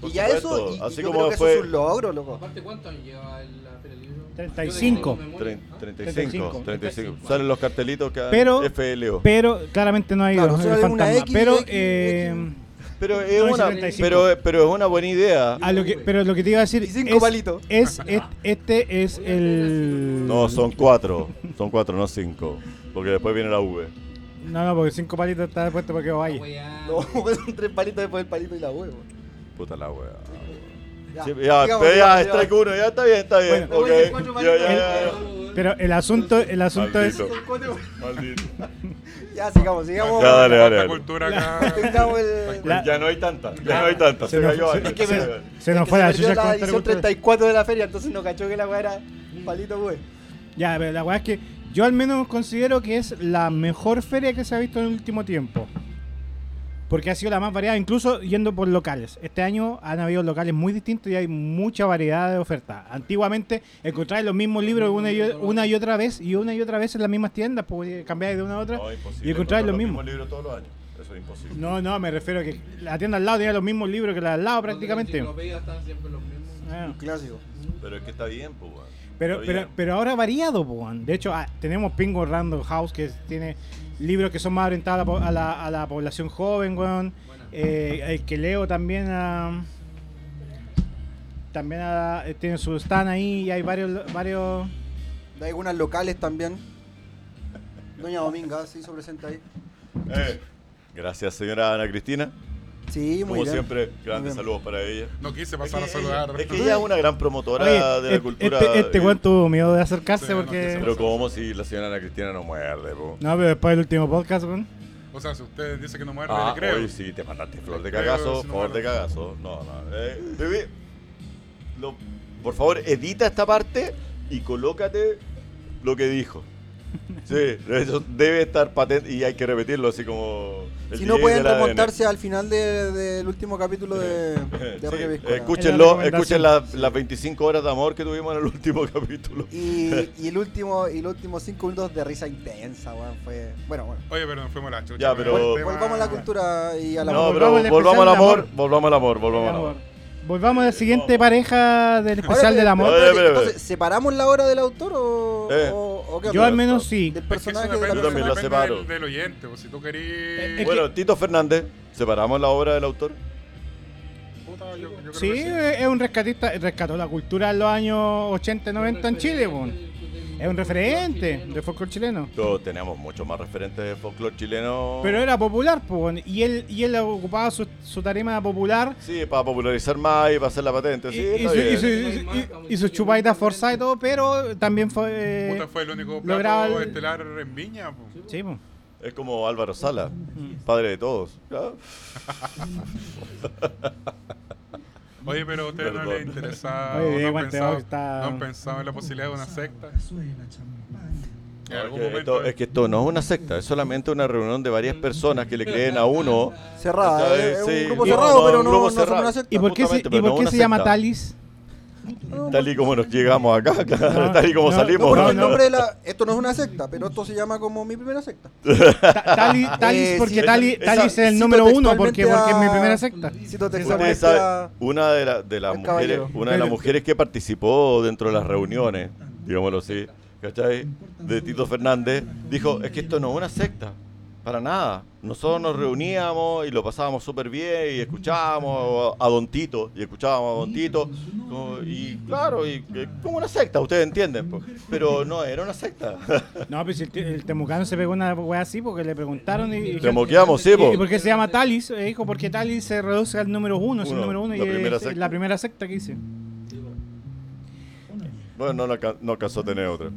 C: Por
E: y ya
C: supuesto,
E: eso, y, y
C: así
E: yo
C: como
E: creo que
C: fue-
E: eso es un logro, loco.
A: Aparte, ¿cuántos años lleva el- la Feria del Libro?
B: 35.
A: Yo de- de memoria,
C: Tre-
A: ¿ah?
C: 35,
B: 35.
C: 35. Salen los cartelitos que
B: Pero-
C: FLO.
B: Pero claramente no hay
E: Claro,
B: el
E: solo hay una
B: fantasma.
E: X,
B: pero,
E: X,
B: eh,
E: X.
C: Pero es,
B: No, es
C: una,
B: 75.
C: pero, pero es una buena idea.
B: a lo que, pero lo que te iba a decir
E: Y cinco
B: es,
E: palitos.
B: es- es- este es el...
C: No, son cuatro. Son cuatro, no cinco. Porque después viene la V.
B: No, no, porque cinco palitos está puesto para que vaya.
A: Ah, Weá,
E: No, son tres palitos después del palito y la huevo.
C: Puta la wea.
E: Ya,
C: Sí, ya,
E: digamos,
C: pero ya,
E: digamos,
C: strike uno, ya está bien, está bien.
B: Bueno.
C: ok.
E: Le voy a decir cuatro
C: Ya, ya,
E: palitos.
C: ya, ya.
B: Pero el asunto, el asunto es...
C: Maldito.
E: digamos.
C: Maldito.
E: Ya, sigamos, sigamos.
C: Ya, dale, dale.
D: La
C: dale.
D: cultura acá.
E: Tengamos el-
B: La-
C: Ya no hay tanta, ya no hay tanta.
B: Se
C: Se
B: nos-
C: cayó
B: se-
C: antes,
B: es que
C: se
B: me-
C: cayó antes.
B: Se nos
E: que
B: fue
E: este se
B: la chucha
E: perdió la
B: con
E: edición
B: Tarantula.
E: 34 de la feria, entonces no cachó que la weá era palito pues. güey.
B: Ya, pero la weá es que yo al menos considero que es la mejor feria que se ha visto en el último tiempo. Porque ha sido la más variada, incluso yendo por locales. Este año han habido locales muy distintos y hay mucha variedad de ofertas. Antiguamente encontráis los mismos libros una y, una y otra vez y una y otra vez en las mismas tiendas, porque cambiáis de una a otra
C: No, imposible.
B: y encontráis los mismos.
C: libros todos los años. Eso es imposible.
B: No, no, me refiero a que la tienda al lado tenía los mismos libros que la al lado
A: Los de
B: prácticamente.
A: Las enciclopedias están siempre los mismos.
B: Ah.
E: Clásico.
C: Pero es que está bien, pues. weón.
B: Pero,
C: Está
B: pero,
C: bien.
B: pero ahora ha variado, po, weón. De hecho, ah, tenemos Pingo Random House, que tiene libros que son más orientados a la, po- a la, a la población joven, weón.
A: Buena.
B: Eh, el que leo también ah, También ah, eh, tiene su stand ahí y hay varios... varios
E: De algunas locales también. Doña Dominga se hizo presente ahí.
C: Eh, Gracias, señora Ana Cristina.
E: Sí, muy
C: Como
E: bien.
C: siempre,
E: bien.
C: grandes saludos para ella.
D: No quise
C: Es
D: pasar
C: que,
D: a saludar.
C: es que ella es una gran promotora
B: Oye,
C: de
B: este-
C: la cultura.
B: este este
C: eh,
B: weón tuvo miedo de acercarse
D: Sí, no, que
B: porque...
D: se
B: No,
C: Pero como si la señora Ana Cristina no muerde, po.
B: pero después del último podcast, weón.
D: O sea, si usted dice que no muerde,
C: Ah,
D: le creo.
C: hoy sí, te mandaste flor de
D: Creo,
C: cagazo,
D: si no
C: flor
D: muerde.
C: de cagazo. No, no. eh, bebé, lo- por favor, edita esta parte y colócate lo que dijo. Sí, eso debe estar patente y hay que repetirlo así como... el
E: Si
C: DJ
E: no pueden
C: del ADN.
E: remontarse al final de- del último capítulo de, de
C: Sí,
E: Roque Piscola.
C: escúchenlo,
B: Es la
C: escuchen las, las 25 horas de amor que tuvimos en el último capítulo.
E: Y, y el último, y los últimos cinco minutos de risa intensa, weón, fue. Bueno, bueno.
D: Oye, pero nos fuimos a la chucha.
C: Ya, pero-
D: Tema-
E: Volvamos a la cultura y a la
C: no,
B: volvamos al
C: pero volvamos
B: especial
C: al
B: del
C: amor,
B: amor.
C: volvamos al amor, volvamos al amor.
B: Volvamos a la siguiente pareja del especial del amor.
C: Oye, pero-
E: Entonces, ¿separamos la hora del autor o,
C: Eh.
E: o- o qué
B: Yo
E: onda?
B: al menos sí.
E: Del
D: Es que eso
E: personaje de
D: depende,
E: la
C: Yo también
E: persona.
C: lo
D: depende
C: separo.
D: Del, del oyente, pues si tú
B: Eh,
D: querís.
B: Es
C: Bueno, Tito Fernández, separamos la obra de la autor.
D: puta, yo- yo creo que
B: Sí, eh, es un rescatista, rescató la cultura en los años 80, 90 en Chile, weón. Es un referente de folclore chileno.
C: Todos teníamos muchos más referentes de folclore chileno.
B: Pero era popular, po, weón, y él, y él ocupaba su, su tarima popular
C: Sí, para popularizar más y para hacer la patente.
B: y,
C: Sí,
B: y
C: está
B: su, y
C: bien.
B: su- y- y- y sus chupaitas forzadas y todo, pero también fue. eh,
D: Puta fue el único plato
B: lograba el-
D: estelar en Viña. pues. po.
B: sí, po.
C: Es como Álvaro Sala, padre de todos. ¿ya?
D: Oye, pero a ustedes no
C: Perdón.
D: les interesa.
B: Oye, Diego
D: no, han
B: Anteojo
D: pensado,
B: está-
D: no han pensado en la posibilidad de una secta. En
C: No, es,
D: algún
C: que
D: momento.
C: esto, es que esto no es una secta, es solamente una reunión de varias personas que le creen a uno.
E: Cerrada, eh,
C: ¿Sabes?
E: es es
C: Sí.
E: un grupo
C: No,
E: cerrado,
C: no,
E: pero
C: un
E: no,
C: grupo
E: no somos
C: cerrado.
E: una secta.
B: ¿Y por qué, se,
C: Justamente,
B: y
C: pero
B: por
C: no
B: qué
C: una
B: se llama
C: secta.
B: Talis?
C: Tal y como nos llegamos acá, claro,
B: No,
C: tal y como
B: no,
E: No,
C: salimos.
E: porque
B: no,
E: el nombre de la- Esto no es una secta, pero esto se llama como mi primera secta.
B: Ta- Talis, Talis,
E: Eh,
B: porque
E: sí,
B: Talis,
C: esa-
B: Talis es el
E: cito
B: número uno, porque,
E: textualmente
B: porque es mi
E: a-
B: primera secta.
E: Cito
C: Ustedes
E: textualmente
C: saben,
E: a-
C: una de, la- de las
E: al
C: mujeres,
E: caballero.
C: una de las
B: Pero-
C: mujeres que participó dentro de las reuniones, digámoslo así, ¿cachai? De Tito Fernández, dijo, es que esto no es una secta, para nada. Nosotros nos reuníamos y lo pasábamos súper bien y escuchábamos a Don Tito, y escuchábamos a Don Tito, como- y claro, y, eh, como una secta, ustedes entienden, po. pero no, era una secta.
B: No, pues el, el temucano se pegó una weá así porque le preguntaron y. y-
C: Te moqueamos, sí, po.
B: ¿Y por qué se llama Talis? Eh, dijo, porque Talis se reduce al número uno, es el
C: Uno,
B: número uno y
C: la primera
B: es eh,
C: secta.
B: la primera secta que hice.
C: Bueno, no, la alca- no alcanzó a tener otra.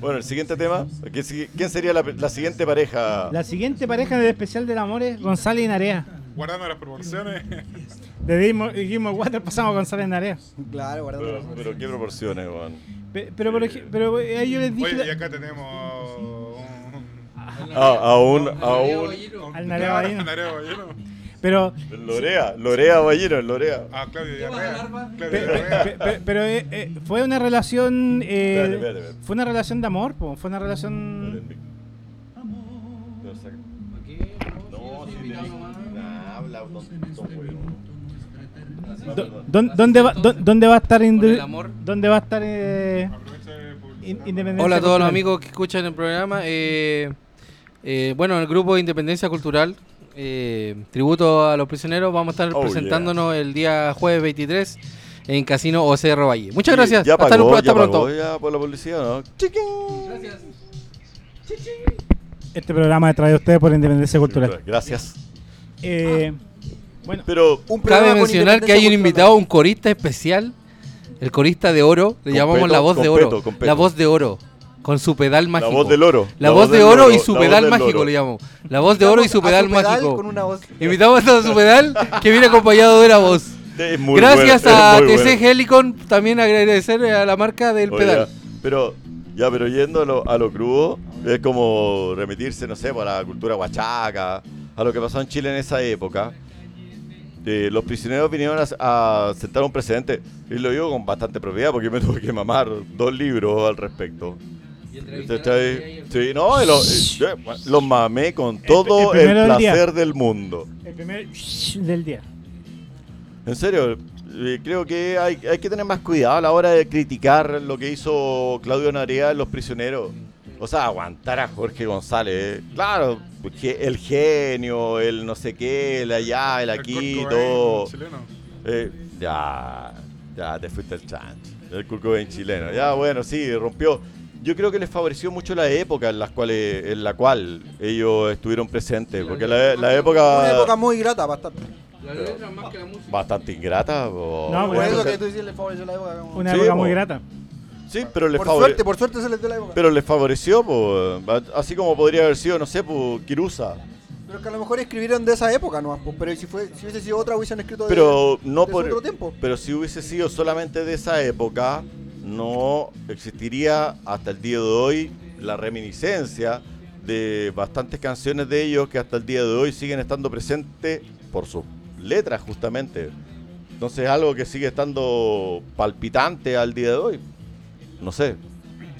C: Bueno, el siguiente tema, ¿quién sigue- ¿quién sería la, la siguiente pareja?
B: La siguiente pareja del especial del amor es González y Narea.
D: Guardando las proporciones.
B: De Dimo- y Gilmore Water pasamos a González y Narea.
E: Claro, guardando
C: Pero,
E: las
C: pero qué proporciones, weón.
B: Pe- Pero, por ej- pero eh, ahí yo les dije.
D: Oye, y
B: la-
D: acá tenemos. un-
C: a un- a un-
B: Ah. Al Narea Ballino.
D: Al Narea Ballino.
B: Pero,
C: Lorea, Lorea Ballino, Lorea.
D: A Claudio
A: ¿Qué vas a
D: Villarreal.
A: hablar, va?
D: Claudio
B: pe-
D: Villarreal.
B: pe- pe- pero eh, eh, fue una relación. eh,
C: Espérate, espérate, espérate.
B: Fue una relación de amor, po, fue una relación.
C: No, si te digo, nah, habla tonto, weón.
B: Do- don- ¿Dónde va, don- dónde va a estar
A: Con
B: inde-
A: el amor.
B: ¿Dónde va a estar eh,
D: Aprovecha de publicitar.
B: in- Independencia?
A: Hola a todos los
B: Cultural?
A: amigos que escuchan el programa. eh, eh, bueno, en el grupo de Independencia Cultural, eh, tributo a los prisioneros, vamos a estar
C: Oh,
A: presentándonos el día jueves 23 en Casino OC Valle. Muchas
C: Y
A: gracias.
C: Ya
A: hasta
C: pagó,
A: lu- hasta
C: ya
A: pronto.
C: pagó eh. ya por la publicidad, ¿no? Chiquín.
A: Gracias.
B: Este programa es traído a ustedes por Independencia Cultural.
C: Gracias.
B: Eh, bueno,
C: Pero
E: Un
A: Cabe
E: programa con
A: mencionar que hay un
E: independencia
A: invitado, un corista especial, el corista de oro, le
C: Con
A: llamamos
C: peto,
A: la voz
C: con
A: de oro,
C: peto, con peto.
A: la voz de oro, con su pedal mágico.
C: la voz del oro.
A: La voz de
C: del
A: oro y su
C: la voz
A: pedal
C: del
A: mágico
C: oro.
A: le llamamos. La voz de
E: cultural.
A: oro y su
E: A
A: pedal
E: Con
A: mágico.
E: una voz.
A: Invitamos a su pedal que viene acompañado de la voz.
C: Es muy
A: Gracias
C: bueno,
A: a
C: es muy
A: TC
C: bueno.
A: Helicon, también agradecer a la marca del
C: Oye,
A: pedal.
C: ya, Pero, ya, pero yendo a lo, a lo crudo, es como remitirse, no sé, para la cultura huachaca, a lo que pasó en Chile en esa época. Eh, los prisioneros vinieron a, a sentar un precedente, y lo digo con bastante propiedad porque me tuve que mamar dos libros al respecto. ¿Cachai? Sí, no, y lo- y yo los mamé con todo
B: el
C: el,
B: primero del día.
C: placer del mundo.
B: el primer shh del día.
C: En serio, eh, creo que hay, hay que tener más cuidado a la hora de criticar lo que hizo Claudio Narea en Los Prisioneros. O sea, aguantar a Jorge González. eh. Claro, porque el genio, el no sé qué, el allá, el aquí,
D: Kurt Cobain,
C: todo.
D: chileno.
C: Eh, ya, ya te fuiste el chancho. El Kurt Cobain chileno. Ya, bueno, sí, rompió. Yo creo que les favoreció mucho la época en, las cuales, en la cual ellos estuvieron presentes. Porque la, la
E: Una época muy grata, bastante.
A: La letra más que la música.
C: Bastante ingrata. po.
B: No,
E: Por
B: bueno,
E: eso
B: o sea-
E: que tú dices, le favoreció la época. como-
B: Una
C: Sí,
B: época
C: po.
B: muy grata.
C: Sí, pero les
E: Por
C: favore-
E: suerte, por suerte se les dio la época. Pero,
C: Pero les favoreció, po. así como podría haber sido, no sé, po, Kirusa.
E: que a lo mejor escribieron de esa época nomás. pues, Pero si, fue, si hubiese sido otra, hubiesen escrito de-
C: Pero
E: de
C: no
E: su
C: por.
E: otro tiempo.
C: Pero si hubiese sido solamente de esa época, no existiría hasta el día de hoy la reminiscencia de bastantes canciones de ellos que hasta el día de hoy siguen estando presentes por sus letras, justamente. Entonces, algo que sigue estando palpitante al día de hoy. No sé.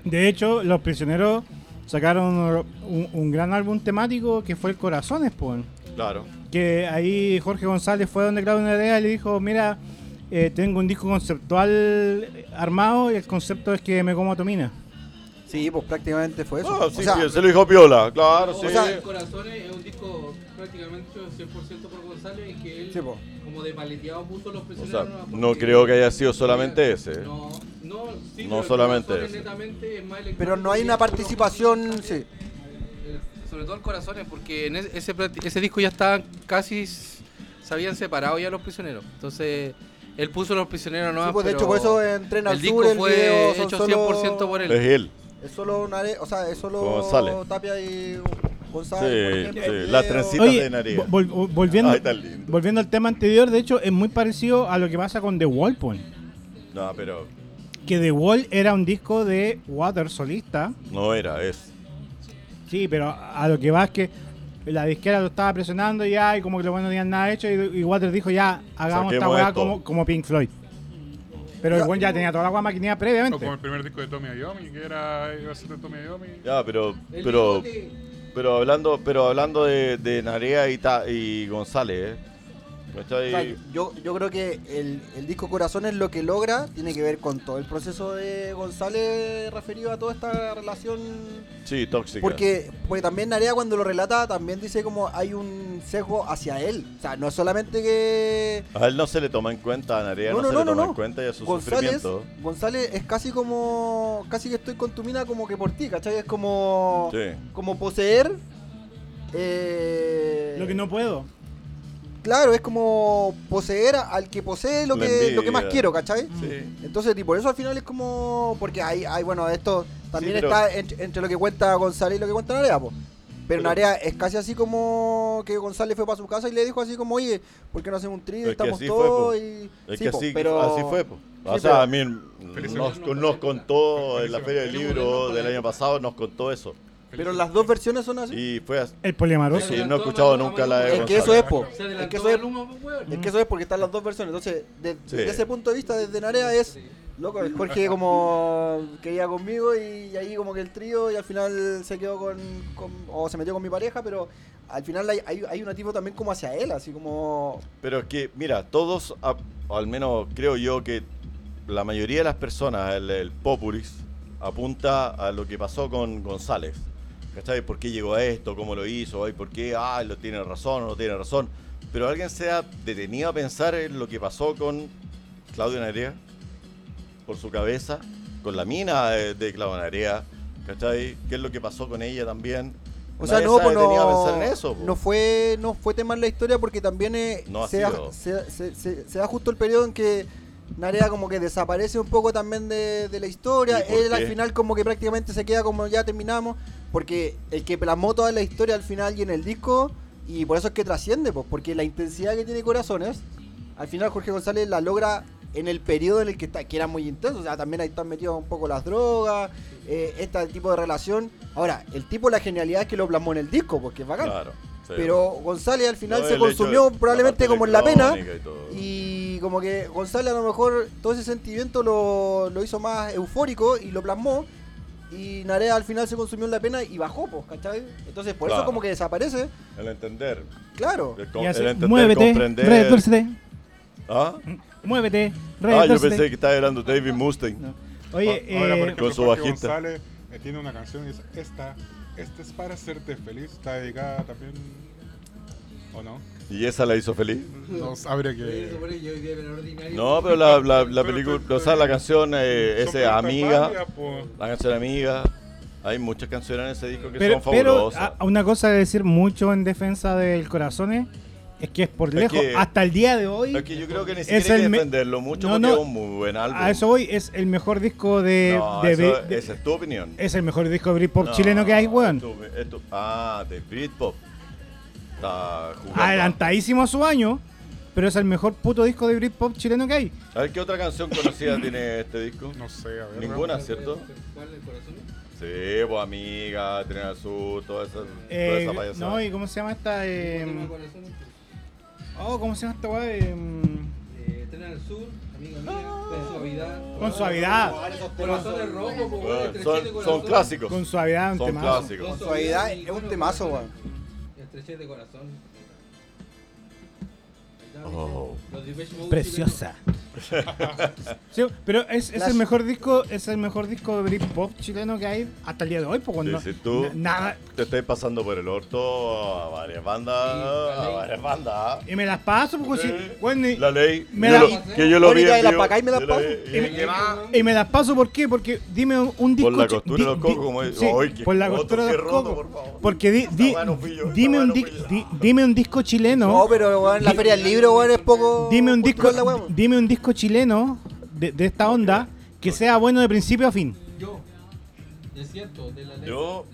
B: De hecho, los prisioneros sacaron un, un gran álbum temático que fue el Corazones, pues.
C: Claro.
B: que ahí Jorge González fue donde Claudio Narea y le dijo, mira, eh, tengo un disco conceptual armado y el concepto es que me como atomina.
E: Sí, pues prácticamente fue eso.
C: Ah, sí,
E: o sea,
C: se lo dijo Piola, claro, sí.
A: O sea, el Corazones es un disco prácticamente 100% por González en que él
E: Sí, po.
A: como de paleteado puso los
C: O
A: prisioneros.
C: sea, no creo que haya sido solamente ese. ¿eh?
A: No, no, sí, pero
C: No
A: el
C: solamente
A: Corazones
C: ese.
A: netamente es más
E: pero no hay
A: electrónico,
E: una
A: puro
E: participación.
A: Jorge
E: Sí.
A: Eh, sobre todo el Corazones, porque en ese, ese plati- ese disco ya estaban casi, s- se habían separado ya los prisioneros. Entonces, él puso los prisioneros
E: Sí,
A: nuevos.
E: pues, de hecho, por eso en Tren al
A: el disco
E: Sur el
A: fue
E: video son
A: hecho
E: solo-
A: 100% por
C: Es
A: él.
C: él.
E: Es solo una are- o sea, es solo
C: González.
E: Tapia y
C: Sí,
E: González. por ejemplo,
C: sí,
E: el
C: la
E: video.
C: trencita. Citas de
B: Oye,
C: Narea.
B: vol- vol- volviendo,
C: Ay, tan lindo.
B: volviendo al tema anterior, de hecho es muy parecido a lo que pasa con The Wall, pues,
C: No, pero
B: que The Wall era un disco de Water solista,
C: no era, es.
B: sí, pero a lo que va es que la disquera lo estaba presionando ya y como que los buenos no tenían nada hecho y, y Water dijo ya, hagamos esta
C: Saquemos
B: weá
C: esto.
B: como, como Pink Floyd. Pero el buen ya tenía toda la weá maquinada
D: O
B: previamente.
D: como el primer disco de Tommy Ayomi, que era iba a ser de Tommy Ayomi.
C: Ya, pero
A: El
C: pero
A: bigote.
C: pero hablando, pero hablando de, de Narea y, Ta- y González, ¿eh? ¿Cachai?
E: O sea, yo, yo creo que el, el disco Corazones lo que logra tiene que ver con todo el proceso de González referido a toda esta relación
C: Sí, tóxica.
E: Porque, porque también Narea cuando lo relata también dice como hay un sesgo hacia él. O sea, no es solamente que...
C: a él no se le toma en cuenta, a Narea no,
E: No, no,
C: se
E: no,
C: le
E: no,
C: toma
E: no.
C: en cuenta y a su
E: González,
C: sufrimiento.
E: González es casi como... Casi que estoy con tu mina como que por ti, ¿cachai? Es como...
C: Sí.
E: Como poseer... eh,
B: Lo que no puedo.
E: Claro, es como poseer a- al que posee lo
C: La
E: que, lo que más
C: envidia.
E: quiero, ¿cachai?
A: Mm.
C: Sí.
E: Entonces, tipo, eso al final es como. Porque hay, hay bueno, esto también
C: Sí, pero-
E: está ent- entre, lo que cuenta González y lo que cuenta Narea, po.
C: Pero-
E: Pero, Narea es casi así como que González fue para su casa y le dijo así como, oye, ¿por qué no hacemos un trío?
C: Es que
E: Estamos
C: así fue, po.
E: todos y.
C: Es
E: Sí,
C: que
E: po,
C: así,
E: pero-
C: así fue. po. O
E: Sí,
C: sea,
E: pero-
C: a mí nos,
D: Felicidades.
C: nos contó en la Feria del
A: Felicidades.
C: Libro del año pasado, nos contó eso.
E: Pero las dos versiones son así.
C: Y fue así.
B: El poliamoroso.
C: Sí, no he escuchado nunca la de
E: Es que eso
C: González.
E: es, po.
A: Se
E: Es que
A: adelantó
E: eso es,
A: el humo, pues, weón.
C: Eh,
E: es que eso es porque están las dos versiones. Entonces, de-
C: Sí.
E: desde ese punto de vista, desde Narea es. Loco, el Jorge como quería conmigo y, ahí como que el trío y al final se quedó con, con- o se metió con mi pareja, pero al final hay, hay, hay un atisbo también como hacia él, así como...
C: Pero es que, mira, todos, a- al menos creo yo que la mayoría de las personas, el, el populis, apunta a lo que pasó con González. ¿Cachai? ¿Por qué llegó a esto? ¿Cómo lo hizo? ¿Ay, ¿Por qué? Ah, lo tiene razón o no tiene razón. Pero alguien se ha detenido a pensar en lo que pasó con Claudio Narea, por su cabeza, con la mina de, de Claudio Narea, ¿cachai? ¿Qué es lo que pasó con ella también?
E: O sea,
C: Nadie
E: no,
C: se ha
E: pues,
C: detenido
E: no,
C: a pensar en eso. pues. po.
E: no fue no fue tema en la historia porque también eh,
C: No ha
E: se, da,
C: sido.
E: se- se- se- se da justo el periodo en que Narea como que desaparece un poco también de, de la historia.
C: ¿Y por
E: Él al
C: qué?
E: final como que prácticamente se queda como ya terminamos porque el que plasmó toda la historia al final y en el disco y por eso es que trasciende, pues porque la intensidad que tiene Corazones al final Jorge González la logra en el periodo en el que está, que era muy intenso. O sea, también ahí están metidos un poco las drogas, eh, este tipo de relación. Ahora, el tipo, la genialidad es que lo plasmó en el disco, porque es bacán.
C: Claro. sí.
E: Pero González al final
C: No,
E: se
C: el hecho
E: consumió
C: de la
E: probablemente
C: parte
E: como en la pena.
C: electrónica y todo.
E: Y como que González a lo mejor todo ese sentimiento lo, lo hizo más eufórico y lo plasmó. Y Narea al final se consumió en la pena y bajó, pues, ¿cachai? Entonces por eso
C: Claro.
E: como que desaparece.
C: El entender.
E: Claro.
C: El, com-
B: Y hace,
C: el entender,
B: muévete,
C: comprender.
B: redúrcete,
C: ¿Ah?
B: muévete,
C: Ah, yo
B: redúrcete.
C: pensé que Ah, estaba hablando David Mustaine.
B: No. Oye,
D: A- ahora,
B: eh,
D: por ejemplo,
C: Con su
D: Jorge
C: bajista.
D: González eh, tiene una canción y es esta. Esta es para hacerte feliz. Está dedicada también. ¿O no?
C: ¿Y esa la hizo feliz?
D: No sabré
A: Sí,
D: que.
A: supone que yo hoy día en el ordinario-
C: No, pero la, la, la
D: Pero
C: película,
D: tú-
C: o sea, la canción eh,
D: Son
C: ese,
D: preguntas
C: Amiga,
D: válidas, po.
C: la canción Amiga. Hay muchas canciones en ese disco que
B: pero,
C: son
B: pero ah,
C: fabulosas.
B: a- una cosa de decir mucho en defensa del corazón es que es por
C: Es
B: lejos,
C: que-
B: hasta el día de hoy,
C: es que yo creo que ni
B: Es
C: siquiera hay
B: el
C: que
B: me-
C: defenderlo mucho
B: No,
C: porque
B: no.
C: es un muy buen álbum.
B: a eso voy, es el mejor disco de...
C: no,
B: de-
C: eso-
B: de-
C: esa es tu opinión.
B: es el mejor disco de Britpop
C: No,
B: chileno que hay,
C: es
B: weón.
C: tu- es tu- ah, de Britpop. Está jugando.
B: Adelantadísimo a su año, pero es el mejor puto disco de Britpop chileno que hay.
C: A ver, ¿qué otra canción conocida tiene este disco?
D: No sé, a ver.
C: Ninguna.
D: vamos.
C: ¿cierto?
A: ¿Cuál el corazón?
C: Sí, pues amiga, Tren Azul, toda esa, toda
B: Eh,
C: esa payasada.
B: no, ¿y cómo se llama esta? Eh,
A: ¿Cuál tema corazón?
B: oh, ¿cómo se llama esta weá? Em,
A: Eh, Tren al sur, amigo mío, con suavidad.
B: con suavidad.
A: Corazones rojos, po,
C: Bueno,
A: weón, estreché de
C: son, son
A: corazón.
C: clásicos.
B: Con suavidad, un
C: son
B: temazo.
C: clásicos.
A: Con
E: Suavidad es un temazo, weón.
A: Estrechez de corazón.
C: Oh.
A: Los Depeche Mode
B: Preciosa. Sí, pero es, es
E: Flash.
B: el mejor disco, es el mejor disco de Britpop chileno que hay hasta el día de hoy, porque no-
C: Dices tú.
B: na- nada
C: Te estoy pasando por el orto a varias bandas. A varias bandas.
B: y me las paso, porque
C: Sí.
B: si- Eh, pues bueno, y,
C: La ley.
B: Me
C: yo
B: la-
C: lo- que yo lo
E: Mónica,
C: vi. en
E: de la
C: vivo,
E: Pacay me la
C: yo
E: paso.
C: vi-
B: Y me- y me las paso ¿por qué? Porque dime un, un disco
C: Por la
B: chi-
C: costura de
B: di-
C: los cocos,
B: di-
C: como es-
B: sí,
C: Ay, qué
B: por la
C: roto,
B: costura de
C: qué
B: los
C: roto,
B: cocos.
C: por favor.
B: Porque di- di-
C: mano fui yo, esta
B: dime un
C: mano
B: di-
C: fui yo.
B: di- dime un disco chileno.
E: No, pero weón, la feria del libro, weón, es poco.
B: Dime un disco,
E: cultural la weá, weón.
B: dime un disco chileno de, de esta onda que sea bueno de principio a fin.
A: Yo. Desierto, de la ley.
C: Yo.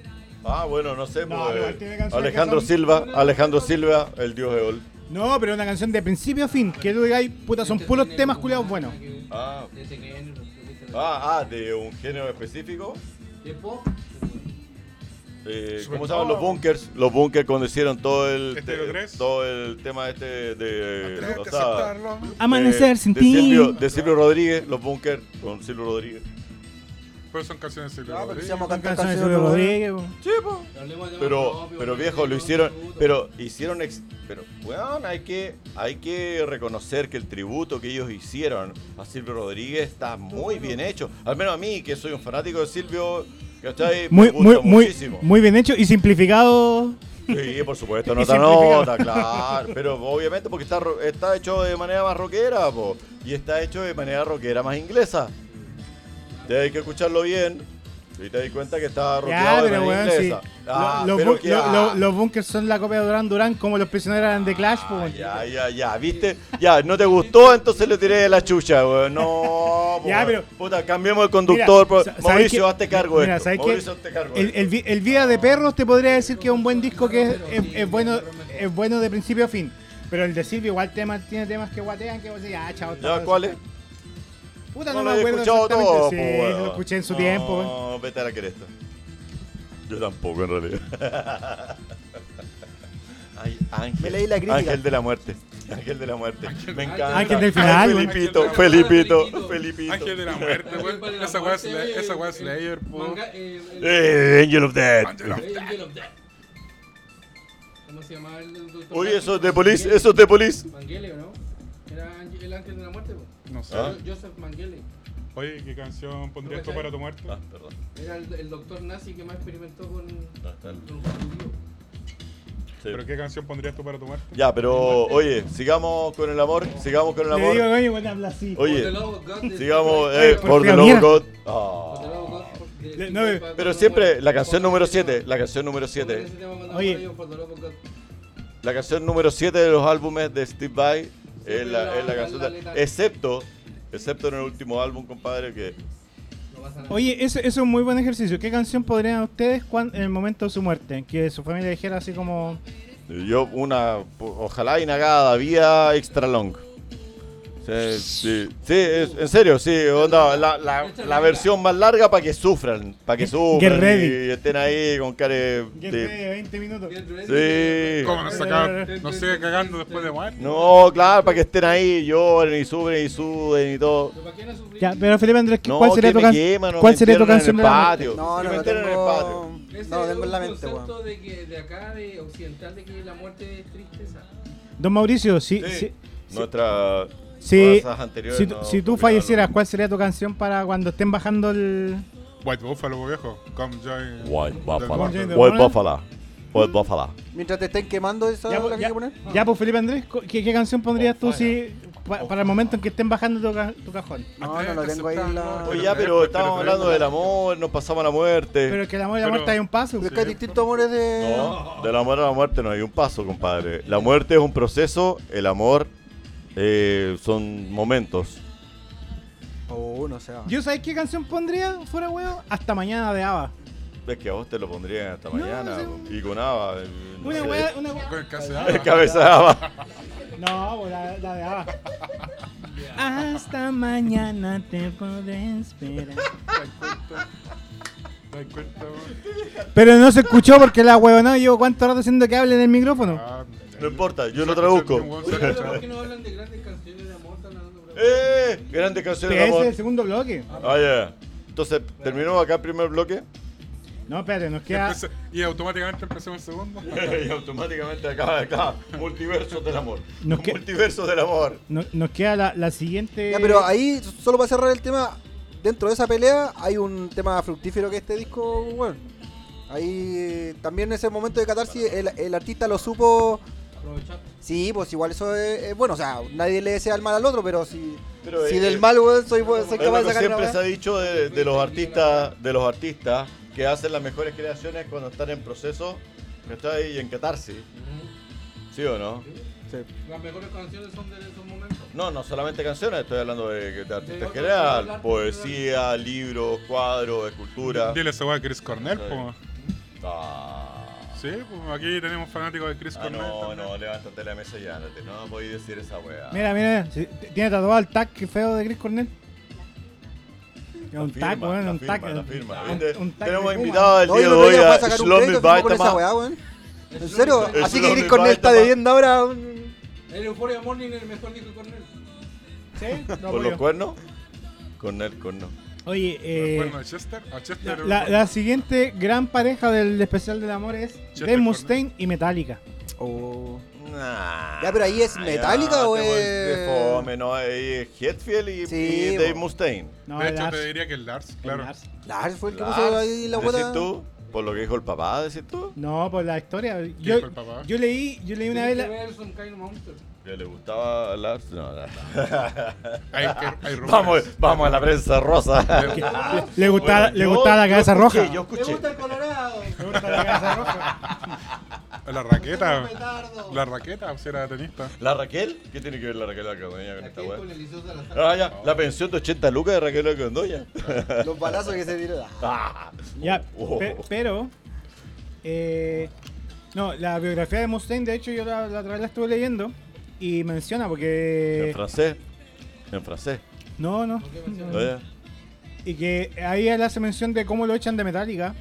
C: Ah, bueno, no sé.
B: No,
C: pues,
B: pero igual tiene canciones
C: Alejandro
B: que son-
C: Silva. Alejandro Silva, el dios Eol.
B: No, pero una canción de principio a fin, que tú digáis, puta, son
A: Este
B: puros
A: tiene
B: temas
A: como
B: culiados
A: una
B: buenos.
A: que-
C: Ah,
A: de ese género, de ese-
C: ah, ah, de un género específico.
A: de pop.
C: Eh,
D: Sobre
C: ¿Cómo se llaman
D: todo-
C: los bunkers? Los bunkers cuando hicieron todo el,
D: Estéreo
C: te-
D: tres.
C: todo el tema este de...
D: Tenemos
C: o
D: que
C: sea,
D: aceptarlo.
B: Amanecer
C: de-
B: sin
C: Eh, de
B: ti.
C: Silvio- De Silvio Rodríguez, los bunkers con Silvio Rodríguez.
D: Pero Pues son canciones de Silvio
E: Ah, pero si vamos a
D: Rodríguez.
E: cantar
B: Canciones de
E: canciones,
B: Silvio
E: weón.
B: Rodríguez. weón.
A: Hablemos de
C: Pero,
A: propio,
C: pero
A: porque
C: viejo, lo
A: no,
C: hicieron...
A: tributo.
C: Pero hicieron... ex- pero, weón, hay que, hay que reconocer que el tributo que ellos hicieron a Silvio Rodríguez está muy bien hecho. Al menos a mí, que soy un fanático de Silvio, ¿cachai?
B: Muy,
C: Me
B: muy,
C: gusta
B: muy,
C: muchísimo.
B: muy bien hecho y simplificado.
C: Sí, por supuesto,
B: Y
C: nota
B: simplificado.
C: nota, claro. Pero obviamente porque está, ro- está hecho de manera más rockera, po, y está hecho de manera rockera más inglesa. Te hay que escucharlo bien y te das cuenta que está
B: Ya,
C: rockeado de
B: pero
C: manera
B: weón, sí.
C: inglesa. Ah,
B: Lo- los,
C: pero
B: bu-
C: que-
B: lo-
C: ah,
B: lo- los bunkers son la copia de Duran Duran como los prisioneros eran de Clash. po,
C: ah,
B: weón.
C: ya, ya, ya, viste, ya, no te gustó, entonces le tiré de la chucha, weón. No, po,
B: Ya,
C: weón.
B: pero-
C: puta, cambiemos de conductor, po.
B: sa- ¿sabes
C: Mauricio,
B: qué?
C: hazte cargo de
B: Mira,
C: esto.
B: ¿sabes qué?
C: Mauricio, hazte cargo de
B: El,
C: esto.
B: el, vi- el Vida de Perros te podría decir que es un buen disco que es, es- es bueno, es bueno de principio a fin. Pero el de Silvio igual tema, tiene temas que guatean que vos decís, ah, chao.
C: ¿Ya
B: todo
C: cuál
B: eso".
C: es?
B: Puta, no,
C: No lo
B: me
C: he
B: acuerdo
C: escuchado
B: exactamente.
C: todo,
B: Sí,
C: po, weón.
B: lo escuché en su
C: No,
B: tiempo. weón.
C: vete a la cresta. Yo tampoco, en realidad. Ay, Ángel.
E: Me leí la crítica.
C: Ángel de la muerte. Ángel de la muerte. Me encanta.
B: Ángel del final, güey.
C: Felipito,
D: Ángel de la-
C: Felipito, Felipito.
D: Ángel de la muerte, weón. Esa weá es Slayer, esa weá es Slayer, pues. po.
C: Eh, Angel of Death.
D: Ángel de la-
A: ¿Cómo se llamaba el del doctor?
C: Oye, eso es de police, eso es de police.
A: Mangele, ¿no? Era Ángel- el ángel de la muerte, po.
D: No sé.
C: ¿Ah?
A: Joseph Mangele.
D: Oye, ¿qué canción pondrías tú para tu muerte?
C: Ah, perdón.
A: Era el, el doctor nazi que más experimentó con.
C: Ah, está el-
A: con los judíos.
C: sí.
D: ¿Pero qué canción pondrías tú para tu muerte?
C: Ya, pero oye, sigamos con el amor, sigamos con el
B: Le digo,
C: amor.
B: oye, bueno, habla así.
A: For the
C: Oye,
A: love of God, de-
C: sigamos
A: de-
C: eh,
B: por
C: por
B: la
C: the love of
B: mierda.
C: God.
A: For the
C: Ah.
A: love of God, por- de-
B: Le-
A: de-
B: no,
A: de-
B: eh,
A: para-
C: Pero
A: para-
C: siempre
A: para-
C: la
A: para-
C: canción
A: para-
C: número
A: para-
C: 7, la canción número
A: para-
C: 7,
A: ese tema mandamos
B: Oye.
A: a ellos, For the love of God.
C: la canción número 7 de los álbumes de Steve Vai es la, es la canción, de- excepto, excepto en el último álbum, compadre, que
A: No pasa nada.
B: Oye, eso, eso es un muy buen ejercicio. ¿Qué canción podrían ustedes cuan- en el momento de su muerte? Que su familia dijera así como...
C: yo una, ojalá y nagada, vía extra long. Sí, sí, sí, es- en serio, sí, onda, la, la- la versión más larga para que sufran, para que sufran
B: ready.
C: y estén ahí con cara de- de...
B: 20 minutos.
A: Get ready.
C: Sí.
D: ¿Cómo nos saca? Nos sigue cagando después de muerte.
C: No, claro, para que estén ahí, lloren y sufren y suden y todo.
A: Pero ¿para qué no sufrir?
B: Ya, pero Felipe Andrés, ¿qué-
C: No,
B: ¿cuál sería
C: que
B: tu,
C: me
B: can-
C: quema, no
B: cuál
C: me
B: sería tu
C: entierran
B: canción?
C: en
B: de
C: el
B: la-
C: patio.
E: No,
C: Que
E: no
C: me
E: lo
C: entierren en el patio.
E: tengo.
A: Ese
E: No lo tengo
A: es
E: en la
A: un
E: mente, weón.
A: concepto de, que, de acá, de occidental, de que la muerte es tristeza.
B: Don Mauricio, si,
C: Sí.
B: si,
C: Nuestra
B: si,
C: cosas anteriores
B: si tú-
C: no
B: si tú
C: combinaban.
B: fallecieras, ¿cuál sería tu canción para cuando estén bajando el...
D: White Buffalo, po, viejo. Come join.
C: White Buffalo.
B: Join the
C: White
B: Buffalo.
C: Buffalo. White Buffalo.
E: Mientras te estén quemando, ¿esa
B: Ya,
E: es
B: pues,
E: la que
B: ya.
E: hay que poner?
B: Ya, pues Felipe Andrés, co- ¿qué, qué canción pondrías
C: Oh,
B: tú
C: fire.
B: si pa- para el momento en que estén bajando tu, ca- tu cajón?
E: No, no lo tengo ahí en la.
C: Oye, ya, pero estábamos hablando del amor, nos pasamos a la muerte.
B: Pero que el amor y la
D: Pero-
B: muerte hay un paso.
E: Pero es que hay distintos amores de.
C: No, del amor a la muerte no hay un paso, compadre. La muerte es un proceso, el amor eh, son momentos.
E: Oh, no sé. ah.
B: ¿Yo sabes qué canción pondría fuera huevo? Hasta mañana de Ava.
C: Es que a vos te lo pondrían hasta
B: No,
C: mañana.
B: sí.
C: po. Y con Ava. eh, no
B: Una
C: sé.
B: hueá, una hueá.
D: Con el caso de
B: Ah,
C: Cabeza de Ava.
B: No, pues, la, la de Ava. Hasta mañana te podré esperar.
D: ¿Te das cuenta, weón?
B: Pero no se escuchó porque la huevona llevo cuánto rato haciendo que hable en el micrófono.
D: Ah,
C: No importa, yo lo
D: se
C: traduzco.
D: escucha,
A: Oye,
D: weón, se
A: pero ¿por qué
D: escucha.
A: no hablan de grandes canciones de amor? Están hablando de-
C: ¡Eh! Grande canción
B: Pero
C: de
B: ese
C: amor.
B: es el segundo bloque.
C: Ah, ya. Entonces, ¿terminó acá el primer bloque?
B: No, espérate, nos queda.
D: Empecé- Y automáticamente empezó el segundo.
C: y automáticamente acaba acá. Multiversos del amor.
B: No, que-
C: Multiversos del amor.
B: no- nos queda la, la siguiente.
E: Ya,
C: ah.
E: pero ahí, solo para cerrar el tema, dentro de esa pelea hay un tema fructífero que este disco, bueno. Ahí eh, también en ese momento de catarsis el, el artista lo supo.
A: Aprovechar.
E: Sí, pues igual eso es, es bueno. O sea, nadie le desea el mal al otro, pero si,
C: Pero,
E: si
C: eh,
E: del mal, weón, soy, soy
C: Es
E: capaz
C: lo
E: de
C: que
E: sacar eh? una
C: siempre se ha
E: weá.
C: dicho de, de los artistas, de los artistas que hacen las mejores creaciones cuando están en proceso, ¿cachai? Y en catarsis,
A: Ujú.
C: ¿sí o no?
A: Mm. Las mejores canciones son de esos momentos.
C: No, no solamente canciones, estoy hablando de, de
A: De
C: artistas en
A: otro- del
C: general,
A: arte,
C: poesía, libros, cuadros, escultura.
D: Dile esa weá a Chris Cornell, po.
C: Ah.
D: Sí, pues aquí tenemos fanáticos de Chris
C: Ah,
D: Cornell.
C: no,
D: también.
C: no, levántate de la mesa y ándate. No podéis decir esa weá.
B: Mira, mira, si- t- tiene tatuado el tag que feo de Chris Cornell. Es un
C: firma,
B: tag,
E: eh,
B: weón,
C: la
B: un
C: firma,
B: tag.
C: la firma.
B: un-
C: ¿Viste?
B: un tag
C: Tenemos
B: de Puma.
C: invitado el
E: No,
C: día
E: yo
C: de
E: no voy
C: hoy ah,
E: a
C: a
E: sacar un
C: Slumber
E: crédito firmó
C: by
E: con esa
C: Tama.
E: weá, weón. En serio,
C: Es
E: así
C: lo
E: que
C: que
E: Chris Cornell
C: falta,
E: está
C: pa.
E: debiendo ahora un.
A: El Euphoria Morning es el mejor disco de Cornell.
B: Sí, lo
C: ¿Por los
B: apoyo.
C: cuernos? Con el corno.
B: Oye, eh,
D: Bueno, a Chester, a
B: la,
D: Chester.
B: la- la siguiente gran pareja del especial del amor es
D: Chester
B: Dave Mustaine y Metallica.
E: Oh.
C: Nah,
E: Ya, pero ahí es Metallica,
C: ya,
E: o
C: te
E: es-
C: vuelves fome, no, ahí es Hetfield y,
E: Sí,
C: y Dave
E: bo.
C: Mustaine.
B: No,
D: de hecho,
B: Lars,
D: te diría que el Lars, claro.
B: Lars.
E: Lars fue el que
C: Lars,
E: puso ahí la
C: ¿Decís
E: weá.
C: tú? Por lo que dijo el papá, ¿decís tú?
B: No, por la historia.
D: dijo
B: Yo,
D: el papá?
B: yo leí, yo leí una vez la-
A: Son Kind of Monster.
C: Que le gustaba a Lars. No, no, no.
D: Hay, que- hay rumores.
C: Vamos, vamos a la prensa rosa.
D: Le-
B: Ah, le gustaba,
C: Bueno,
B: le
C: yo-
B: gustaba la
C: yo
B: cabeza
C: escuché,
B: roja.
C: Yo
A: Me
C: escuché.
A: gusta el colorado.
B: Le gusta la cabeza roja.
D: La raqueta.
A: Petardo.
D: La raqueta, si era tenista.
C: ¿La Raquel? ¿Qué tiene que ver la Raquel Alcandoña con
A: Aquí
C: esta
A: es con
C: weá?
A: el Liceo Salazar.
C: Ah, ya, la pensión de 80 lucas de Raquel Alcandoña.
E: Los balazos que se tiró.
C: Ah,
E: Ah.
B: Ya,
C: Oh.
B: pe- pero. eh, no, la biografía de Mustaine, de hecho, yo la, la otra vez la estuve leyendo. Y menciona,
C: en
B: porque.
C: francés. En francés.
B: No, no.
C: ¿no? Ya.
B: Y que ahí él hace mención de cómo lo echan de Metallica.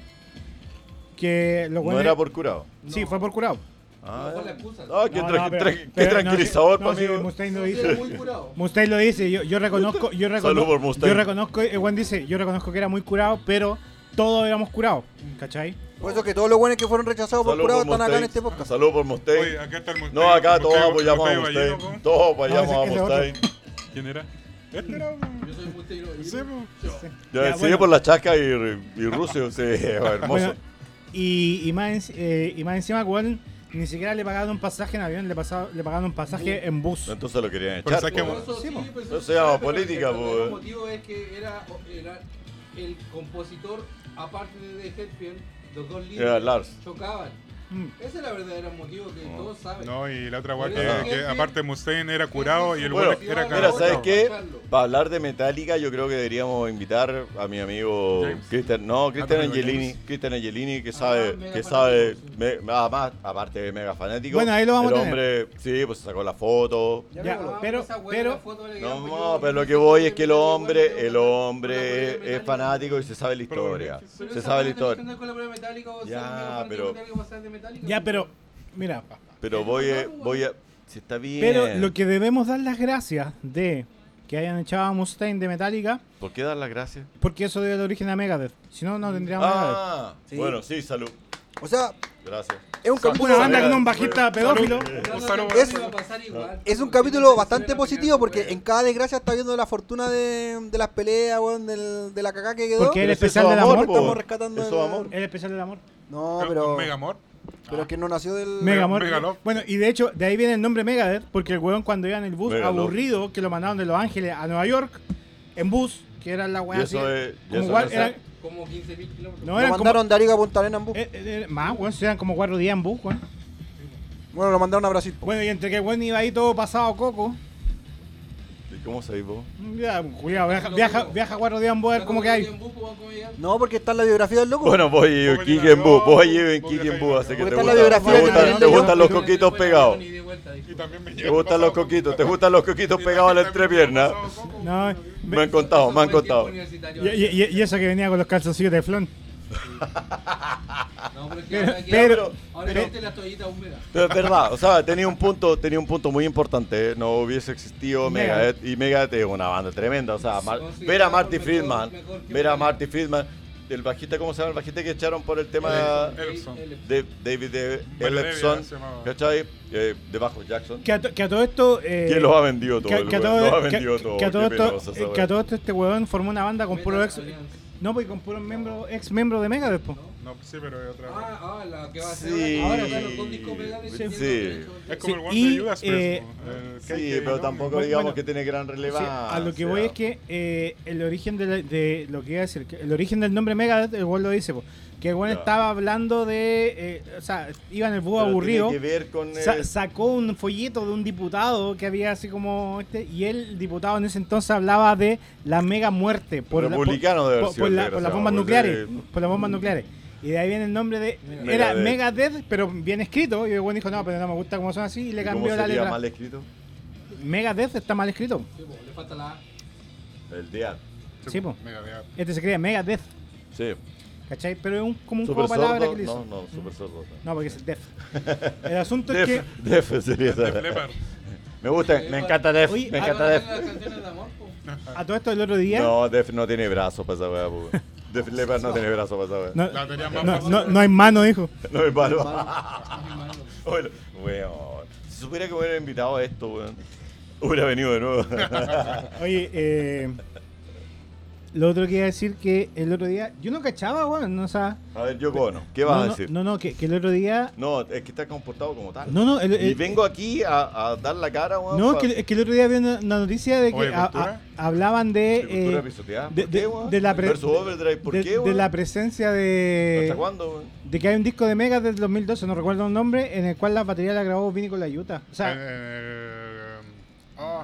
B: que los
C: No
B: buenos-
C: era por curado.
B: Sí, fue por curado.
C: Ah,
A: Fue la excusa.
C: Ah, qué,
B: No,
C: tra-
B: no, pero-
C: tra- qué
B: pero no,
C: tranquilizador
B: sí,
C: para
B: no,
C: mí.
B: sí,
C: güey.
B: Mustaine lo
E: Era
B: dice.
E: muy curado.
B: Mustaine lo dice, yo, yo reconozco, yo
C: Salud por
B: reconozco,
C: Mustaine.
B: yo reconozco, eh, Juan dice, yo reconozco que era muy curado, pero todos éramos curados, ¿cachai?
E: Por eso que todos los buenos que fueron rechazados por
C: Salud
E: curado
C: por
E: están acá en
C: Mustaine.
E: este podcast.
C: Salud por
D: Oye,
C: Mustaine.
D: acá está el Mustaine.
C: No, acá todos
D: Mustaine-
C: apoyamos a
D: Mustaine
C: Mustaine.
D: Balleno,
C: Todos apoyamos
B: No,
C: a
B: ese- ese otro.
C: Mustaine.
D: ¿no? ¿Quién era? Este era. un-
A: Yo soy Mustaine.
D: Sí,
A: Sí.
D: po.
B: pues.
C: Ya,
B: Ya,
C: sigue
B: bueno.
C: por la chaca y, y Rusio. Sí, hermoso.
B: Bueno, y, y más, en- eh, y más encima, weón, ni siquiera le pagaron un pasaje en avión, le, pasaba- le pagaron un pasaje en bus.
C: Entonces lo querían
D: Pero
C: echar.
D: saqué-
C: güey.
D: Bueno,
A: sí,
B: po.
A: pues,
C: No
A: sí,
C: se llama
A: pero
C: política, pues.
A: el verdadero
C: po.
A: motivo es que era, era el compositor, aparte de Hetfield, los dos
C: Era
A: líderes
C: Lars.
A: chocaban.
B: Mm.
A: Ese es el verdadero motivo que todos saben.
D: No, y la otra guay
A: Por
D: que,
C: eso
D: que
A: es que-
D: aparte Mustaine era curado y el
C: Bueno,
D: bueno, era
A: mira,
C: Mira,
D: curado.
C: ¿sabes qué?
A: Carlos.
C: Para hablar de Metallica, yo creo que deberíamos invitar a mi amigo
D: James.
C: Cristian,
B: Ah,
C: no, Cristian
D: pero
C: Angelini,
D: James.
C: Cristian Angelini que sabe,
A: mega
C: que
A: fanático,
C: sabe,
A: sí.
C: me- además, aparte de mega fanático.
B: Bueno, ahí lo vamos
C: el
B: a tener.
C: hombre, sí, pues sacó la foto.
E: Ya,
B: Ya,
E: pero-
B: pero,
A: esa weá, la
B: pero,
A: foto de la gran-
C: No,
A: yo-
C: pero lo que voy es que el
A: yo- yo-
C: hombre,
A: yo- con
C: el
A: la polera de
C: hombre es
A: Metallica.
C: fanático y se sabe la
D: Pero,
C: historia.
D: pero
A: Pero
C: Se
A: esa
C: sabe la
A: weá tenés que
C: historia.
A: andar con la polera de Metallica, vos
C: Ya,
A: sos mega fanático
C: pero-
A: de Metallica, vos sabés de Metallica,
B: ya,
A: po.
B: pero, mira,
C: Pero voy a, voy a, si está bien.
B: pero lo que debemos dar las gracias de que hayan echado a Mustaine de Metallica,
C: ¿Por qué dar las gracias?
B: porque eso dio origen a Megadeth. Si no, no tendríamos Megadeth.
C: Ah,
E: Sí.
C: bueno, sí, salud.
E: O sea,
C: Gracias.
E: es un
B: Una
E: capítulo,
B: banda con un bajista pedófilo.
A: Claro,
D: Un saludo.
A: no
E: Es-
A: iba a pasar igual,
E: es un
A: porque
E: capítulo
A: tenés
E: bastante
A: que
E: positivo
A: pelear,
E: porque
A: weón.
E: en cada desgracia está viendo la fortuna de, de las peleas, weón, del- de la cagá que quedó.
B: ¿Por qué? El
C: Pero si
B: especial
C: eso
B: del
C: amor,
B: amor,
C: po.
E: Estamos rescatando
C: Eso
E: el-
C: amor.
B: El especial del amor.
E: No,
D: ¿Con-
E: pero,
D: con Megamor.
E: pero es que no nació del...
B: Ah. Mega
D: Megalove.
B: Bueno, y de hecho, de ahí viene el nombre Megadeth, porque el weón cuando iba en el bus
C: Megalove.
B: aburrido, que lo mandaron de Los Ángeles a Nueva York, en bus, que era la
C: Y
B: weá así.
C: eso es. y
B: como
C: eso
B: igual
C: no es-
B: era-
A: Como 15.000 kilómetros.
B: No,
E: Lo
B: eran
E: mandaron de Arica a Punta Arenas en bus.
B: como. eh, eh, más, weón, si eran como cuatro días en bus, weón.
E: Bueno, lo mandaron a Brasil. po.
B: Bueno, y entre que el weón iba ahí todo pasado a coco,
C: ¿Y cómo sabéis vos?
B: ya, culiao, viaja, viaja, viaja cuatro días en bus a ver cómo que hay.
E: No, porque está en la biografía del loco.
C: Bueno, voy y en
D: Vos venís
C: Kiki en
D: acá,
C: Bu, vos
D: vos-
C: y en
D: vos
C: Kiki en
D: venís
C: Bu,
D: acá.
C: así que
E: Porque
C: te
E: está
C: gusta.
E: la biografía
C: Te
E: de
C: gustan,
E: Daniel
C: te
E: León.
C: gustan los coquitos pegados.
D: Y también me
C: Te gustan los coquitos, te gustan los coquitos pegados a la entrepierna.
B: No,
C: Me han contado, me han contado.
B: y, y- y- y eso que venía con los calzoncillos de flon.
C: pero-
A: pero,
C: pero-
A: ahora viste las toallitas húmedas.
C: Pero es verdad, o sea, tenía un punto, tenía un punto muy importante, ¿eh? no hubiese existido Megadeth y Megadeth es una banda tremenda, o sea, Mar-
A: Considerado
C: ver a Marty
A: mejor-
C: Friedman,
A: mejor que
C: ver a
A: Megadeth.
C: Marty Friedman, el bajista, ¿cómo se llama? El bajista que echaron por el tema
D: Eh, Ellefson.
C: de David de-
D: Valeria
C: Ellefson,
D: se llamaba.
C: ¿cachai? Eh, de Bajo Jackson.
B: Que a, to- que a todo esto. Eh,
C: ¿Quién los ha vendido todo?
B: que,
C: el
B: que a
C: weón? Los ha
B: todo, que-
C: vendido
B: que-
C: todo,
B: que a todo
C: qué
B: esto,
C: penoso esa
B: eh, que
C: weón.
B: a todo esto este weón formó una banda con puro ex. No, pues con puro miembro, ex miembro de Megadeth, po.
D: No, sí, pero es otra.
A: Ah, ah, la que va a hacer
C: Sí.
A: ahora. Ahora están los dos discos pegados y
C: Sí.
A: se
C: Sí.
A: tienen los
D: es
A: derechos.
D: como
B: Sí,
D: el one
B: y,
D: de Judas
B: eh,
D: Priest. po. El
C: Sí,
D: Cake,
C: pero
D: ¿no?
C: tampoco
B: Bueno,
C: digamos
B: bueno.
C: que tiene gran
B: Sí,
C: relevancia.
B: a lo que voy es que eh, el origen de, la- de lo que iba a decir, que el origen del nombre Megadeth, el weón lo dice, po, que el weón
C: Ya.
B: estaba hablando de, eh, o sea, iba en el bus
C: Pero
B: aburrido,
C: Tiene que ver con
B: sa-
C: el-
B: sacó un folleto de un diputado que había así como este, y el diputado en ese entonces hablaba de la mega muerte por, la- por-
C: Republicano de
B: por- por la- por las
C: pues,
B: bombas nucleares,
C: Sí,
B: por las bombas nucleares. Y de ahí viene el nombre de... Era
C: eh, mm. Megadeth.
B: Megadeth, pero bien escrito. Y el weón dijo, no, pero no me gusta cómo son así. Y le
C: ¿Y cómo
B: cambió la
C: sería
B: letra.
C: mal escrito?
B: Megadeth está mal escrito.
A: Sí, po, le falta la A.
C: El día.
B: Sí, po.
D: Mega Death.
B: Este se crea Megadeth,
C: Sí.
B: ¿cachai? Pero es un, como un
C: Super
B: juego de palabras
C: sordo.
B: que le hizo.
C: No, no, super sordo.
B: No, porque es Death. El asunto es que.
C: Def, Def sería esa.
D: Def Leppard.
C: Me gusta, me encanta Def.
B: Oye,
C: me
B: ah,
C: encanta
A: Ah,
C: Def.
A: las canciones de amor, pues. po.
B: A todo esto el otro día.
C: No, Def no tiene brazos para esa weá, po. Def Leppard no tiene brazos para esa weá.
B: No,
D: La tenía más
B: no,
D: fácil.
B: no- no hay mano, dijo.
C: No me paro. Bueno, Weón. Si supiera que hubiera invitado a esto, weón. Hubiera venido de nuevo.
B: Oye, eh, lo otro que iba a decir que el otro día. Yo no cachaba, weón. No, o sea,
C: A ver, yo cono. ¿Qué vas
B: no,
C: a
B: no,
C: decir?
B: No, no, que, que el otro día.
C: No, es que está comportado como tal.
B: No, no, el-
C: y
B: el-
C: vengo aquí a, a dar la cara, weón.
B: No,
C: pa-
B: es que, eh, es que el otro día había una, una noticia de que
D: Oye,
B: a-
D: cultura.
B: a- hablaban de.
C: de cultura
B: eh,
C: pisoteada. ¿Por
B: de-
C: qué,
B: de-
C: weón?
B: de la pre-
C: Versus Overdrive, ¿por
B: de,
C: qué,
B: de
C: weón?
B: la presencia de.
C: ¿Hasta cuándo, weón?
B: De que hay un disco de Mega del 2012, no recuerdo el nombre, en el cual la batería la grabó Vinny con la Utah. O sea,
D: Eh, ah,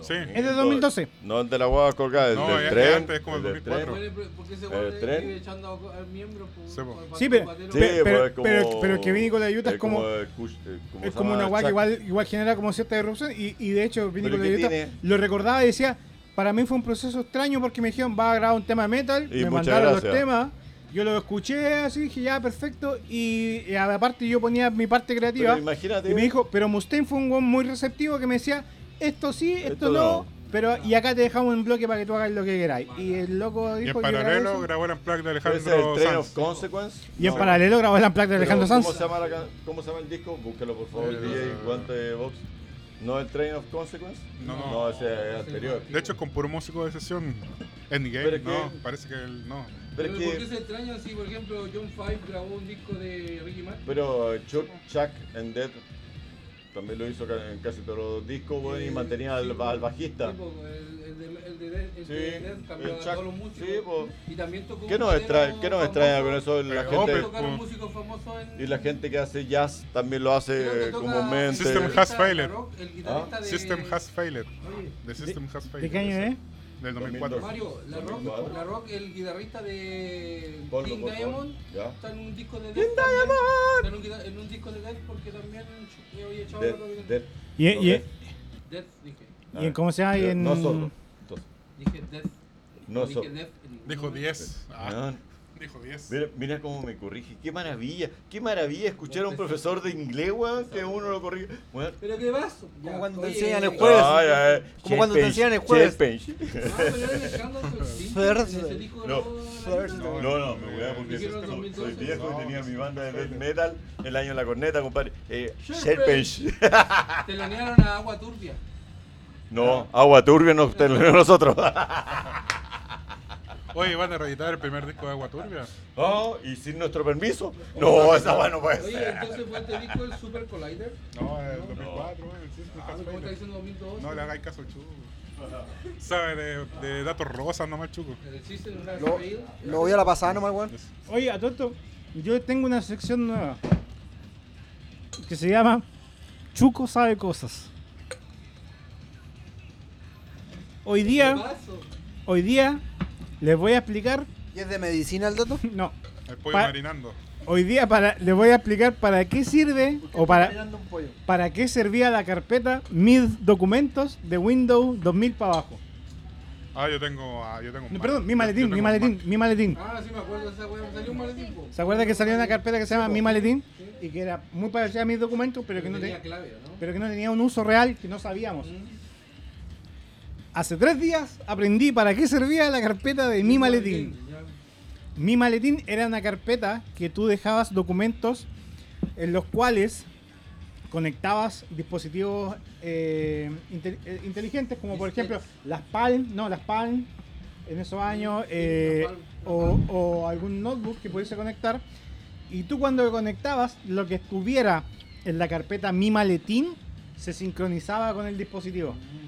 D: Sí.
B: es de 2012.
C: No, el de la guava colgada, el
D: No,
C: del
D: es
C: tren.
D: antes, es como el
C: del
D: 2004.
C: tren.
A: Bueno, pero- Porque ese
C: El
A: weón le
C: tren.
A: vive echando a- pues, al miembro. po,
D: Sí, pues. po.
A: por-
B: Sí,
A: por
B: pero-
A: patero.
C: Sí,
B: Pe-
C: pero,
B: pero-
C: es como,
B: pero- pero que Vinny con la Utah es como-
C: el Kush, eh, como
B: Es
C: se
B: como
C: llama,
B: una guay que
C: Chuck.
B: igual, igual genera como cierta disrupción y, y de hecho Vinny
C: Pero
B: con
C: ¿qué
B: la Utah
C: tiene?
B: lo recordaba y decía, para mí fue un proceso extraño porque me dijeron, va a grabar un tema de metal,
C: Y
B: me
C: muchas
B: mandaron los
C: gracias.
B: temas, Yo lo escuché así, dije, ya, perfecto. Y, y aparte yo ponía mi parte creativa.
C: Pero imagínate.
B: Y me dijo, pero Mustaine fue un weón muy receptivo que me decía, esto sí, esto,
C: Esto
B: no,
C: no.
B: pero y acá te dejamos un bloque para que tú hagas lo que queráis. Y el loco
D: Y
B: dijo
D: en
B: que grabó
D: paralelo
B: eso.
D: grabó el unplug de
C: ese es el
D: Alejandro
C: Train of
D: Sanz.
C: Consequence.
B: y en
C: No.
B: paralelo grabó el Unplugged de
C: Pero,
B: Alejandlo Sanz.
C: ¿cómo se, llama la ca- ¿Cómo se llama el disco? Búsquelo por favor,
D: Eh,
C: DJ Guante de Box. ¿No el Train of Consequence?
D: No, no.
C: No, ese es el anterior.
D: De hecho, es con puro músico de sesión.
C: Pero
D: Endgame,
C: es
D: no,
C: que-
D: parece que él no.
C: Pero, es
A: ¿Por qué
C: que-
A: se extraña si, por ejemplo, John Five grabó un disco de Ricky Martin?
C: pero Chuck, Chuck and Dead también lo hizo ca- en casi todos los discos, weón, y
A: Eh,
C: mantenía al,
A: sí,
C: al
A: pues,
C: bajista.
A: sí, pues, el, el de, el de, Dead- el
C: Sí,
A: de Dead cambió
C: el
A: a
C: Chuck-
A: todos los músicos.
C: sí, pues.
A: Y también tocó
C: ¿Qué
A: un
C: nos, extrae,
A: chileno
C: ¿Qué nos extraña con
A: famoso.
C: eso? La
D: Pero,
C: gente,
D: Opel,
A: Tocaron
D: pues.
A: músicos famosos en-
C: y la gente que hace jazz también lo
A: Creo que
C: hace eh,
A: toca
C: comúnmente. ¿Ah?
A: el
D: System
A: guitarrista
D: Has Failed.
A: rock, el guitarrista de-
D: System Has Failed.
A: Oye,
D: The System Has Failed.
B: ¿De qué año
D: ese,
B: es?
D: Del 2004.
A: Mario, la rock,
C: 2004.
A: la rock, el guitarrista de
C: Ponlo,
A: King
C: por favor.
A: Diamond,
C: Ya.
A: está en un disco de Death. también. Está en un guitar- en un disco de Death porque también ch- había echado
C: Dead,
A: algo de-
C: Dead.
B: Y,
C: Ok.
B: y-
A: Death, dije.
B: y en cómo se llama, y en-
C: No sordo. Entonces,
A: Dije Death.
C: No
A: dije
C: so-
A: Death en ningún
D: Dijo
A: momento.
D: 10. Ah,
C: weón,
D: dijo 10.
C: Mira, mira cómo me corrige, qué maravilla, qué maravilla escuchar a un profesor de inglés, weón, que uno lo corrige. Weón.
A: Pero qué vas.
E: Como
A: Ya,
E: cuando te
A: oye,
E: enseñan el
A: eh,
E: jueves.
C: Ay, ay, ay.
E: Como cuando te enseñan el
C: Chef
E: jueves.
C: Bench, Chef Bench.
A: Ah, pero era Alejandro Solís,
E: First.
A: ese disco
C: No.
A: grabó la
E: First.
A: guitarra.
C: No, no, me voy a porque
A: Dijeron
C: soy-
A: 2012.
C: soy viejo
D: No,
C: y tenía
D: no,
C: mi
D: no,
C: banda de
D: no,
C: death
D: no.
C: metal el año de la corneta, compadre. Eh,
A: Chef
C: Chef
A: Bench.
C: Bench.
A: Te lanearon a agua turbia.
C: No, agua turbia no te lo nosotros.
D: Oye, ¿van a reeditar el primer disco de Agua Turbia?
C: Oh, y sin nuestro permiso. No, esa weá no puede
A: Oye,
C: ser.
A: entonces fue este disco el Super Collider.
D: No, el 2004, el System
A: Ah,
D: Has
A: ¿Cómo está
D: Failed.
A: diciendo 2012?
D: No le hagáis caso al Chuco. Sabe de, de datos rosas nomás el Chuco.
A: El System Has
E: Lo,
B: ¿Eh?
A: Failed.
E: lo voy a la pasada nomás, weón.
B: Oye, a todo esto, yo tengo una sección nueva que se llama Chuco sabe cosas. Hoy día,
A: Paso.
B: hoy día les voy a explicar,
E: ¿Y es de medicina el dato?
B: no,
D: El pollo
B: Pa-
D: marinando.
B: hoy día para les voy a explicar para qué sirve o para
E: Mirando un pollo.
B: para qué servía la carpeta mis documentos de Windows 2000 para abajo.
D: Ah, yo tengo. Ah, yo tengo un
B: No,
D: Mac.
B: perdón, mi
D: Yo- yo
B: maletín,
D: tengo
B: mi
D: un
B: maletín,
D: Mac.
B: mi maletín.
A: Ah, sí me acuerdo de esa weá, me salió un mal tiempo.
B: ¿Se acuerda que salió una carpeta que se llama Mi Maletín?
A: Sí.
B: Y que era muy parecida a mis documentos, pero que no
A: tenía
B: tenía,
A: clave, ¿no?
B: pero que no tenía un uso real que no sabíamos. Hace tres días aprendí para qué servía la carpeta de Mi Maletín.
A: Ya.
B: Mi Maletín era una carpeta que tú dejabas documentos en los cuales conectabas dispositivos eh, inte- eh, inteligentes como por ejemplo las Palm, no, las Palm en esos años eh,
A: las Palm, las
B: o, o algún notebook que pudiese conectar y tú cuando conectabas lo que estuviera en la carpeta Mi Maletín se sincronizaba con el dispositivo.
A: Mm.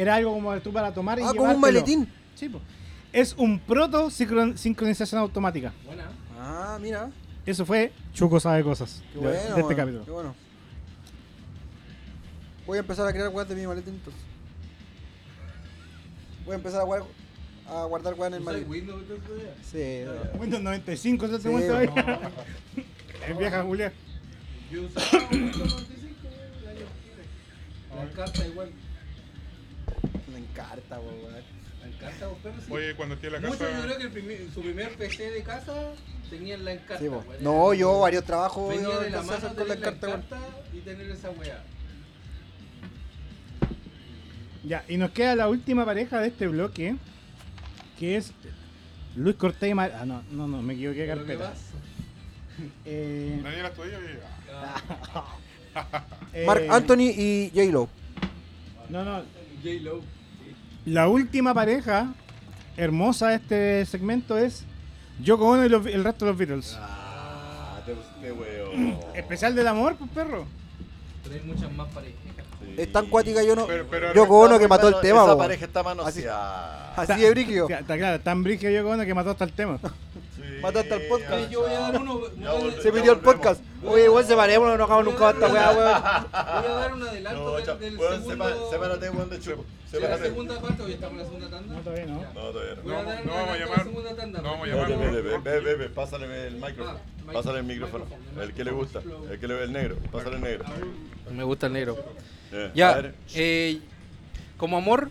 B: Era algo como tú para tomar y
E: Ah, como un
B: llevártelo.
E: maletín.
B: Sí, po. Es un proto sincron- sincronización automática.
A: Buena.
E: Ah, mira.
B: Eso fue Chuco sabe cosas.
E: Qué
B: de-
E: bueno.
B: de, este
E: weón, Qué
B: capítulo.
E: bueno. Voy a empezar a crear weas de mi maletín entonces. Voy a empezar a, guar- a guardar weas en el
A: ¿Usas
E: maletín.
A: Windows el otro día?
E: Sí.
B: Windows 95, ¿se te
E: Sí,
B: cuenta ahí?
E: bueno.
B: Es vieja Julia.
A: Yo usaba Windows 95, el año que La carta igual.
E: Me encanta, weón.
A: La encarta, vos, pero sí.
D: Oye, cuando esté en la casa.
A: Muchos yo creo que el primer- su primer PC de casa tenían la encarta.
E: Sí, po.
A: weón.
E: No, yo varios trabajos
A: Venía de la
E: alcancé a hacer
A: mano
E: con la
A: tener la
E: carta, weón.
A: encarta y tener esa weá.
B: Ya, y nos queda la última pareja de este bloque, que es Luis Cortés y Mar... Ah, no, no, no, me equivoqué de
A: Pero ¿qué
B: carpeta.
A: vas?
B: Eh,
D: Nadie la estudió y.
A: Ah,
B: eh,
E: Mark Anthony y J-Lo.
B: No, no.
A: J-Lo.
B: La última pareja hermosa de este segmento es Yoko Ono y los- el resto de los Beatles.
C: Ah, te pusiste, weón.
B: Especial del amor, pues perro.
A: Pero hay muchas más parejas.
C: Sí.
E: Es tan cuática yo no.
D: Pero, pero
E: Yo con uno que
C: Está
E: mató el
C: mano-
E: tema,
C: Esa
E: po.
C: pareja está manoseada.
E: Así de brígido.
B: Sí, Está claro, tan brígido Yoko Ono que mató hasta el tema.
C: Sí,
E: Mataste al podcast.
C: ya,
A: Yo voy a dar uno.
C: Ya
A: voy a-
C: volvemos.
E: Se pidió el
C: volvemos.
E: podcast. Oye, weón, separemos, no nos hagamos nunca esta weá, weón.
A: Voy a dar un adelanto
C: No,
A: del,
C: cha-
A: del
C: weón,
A: segundo.
C: sepa- sepárate, weón, de
A: de
C: chupo.
A: la
C: Sepárate.
A: segunda parte, hoy estamos en la segunda tanda.
B: No, todavía no.
C: No, todavía no.
A: Voy a
D: No,
A: dar un
D: no vamos
A: adelanto
D: a
A: de la
D: llamar.
A: segunda tanda.
D: No vamos a
C: Ve,
D: llamar.
C: ve, ve, ve, ve, ve, pásale el micrófono.
A: Ah,
C: Pásale el
A: micrófono,
C: micrófono.
A: micrófono.
C: El que le gusta. El que le el negro. Pásale el negro.
A: Me gusta el negro.
C: Eh, a
A: Ya,
C: ver.
A: eh, como amor,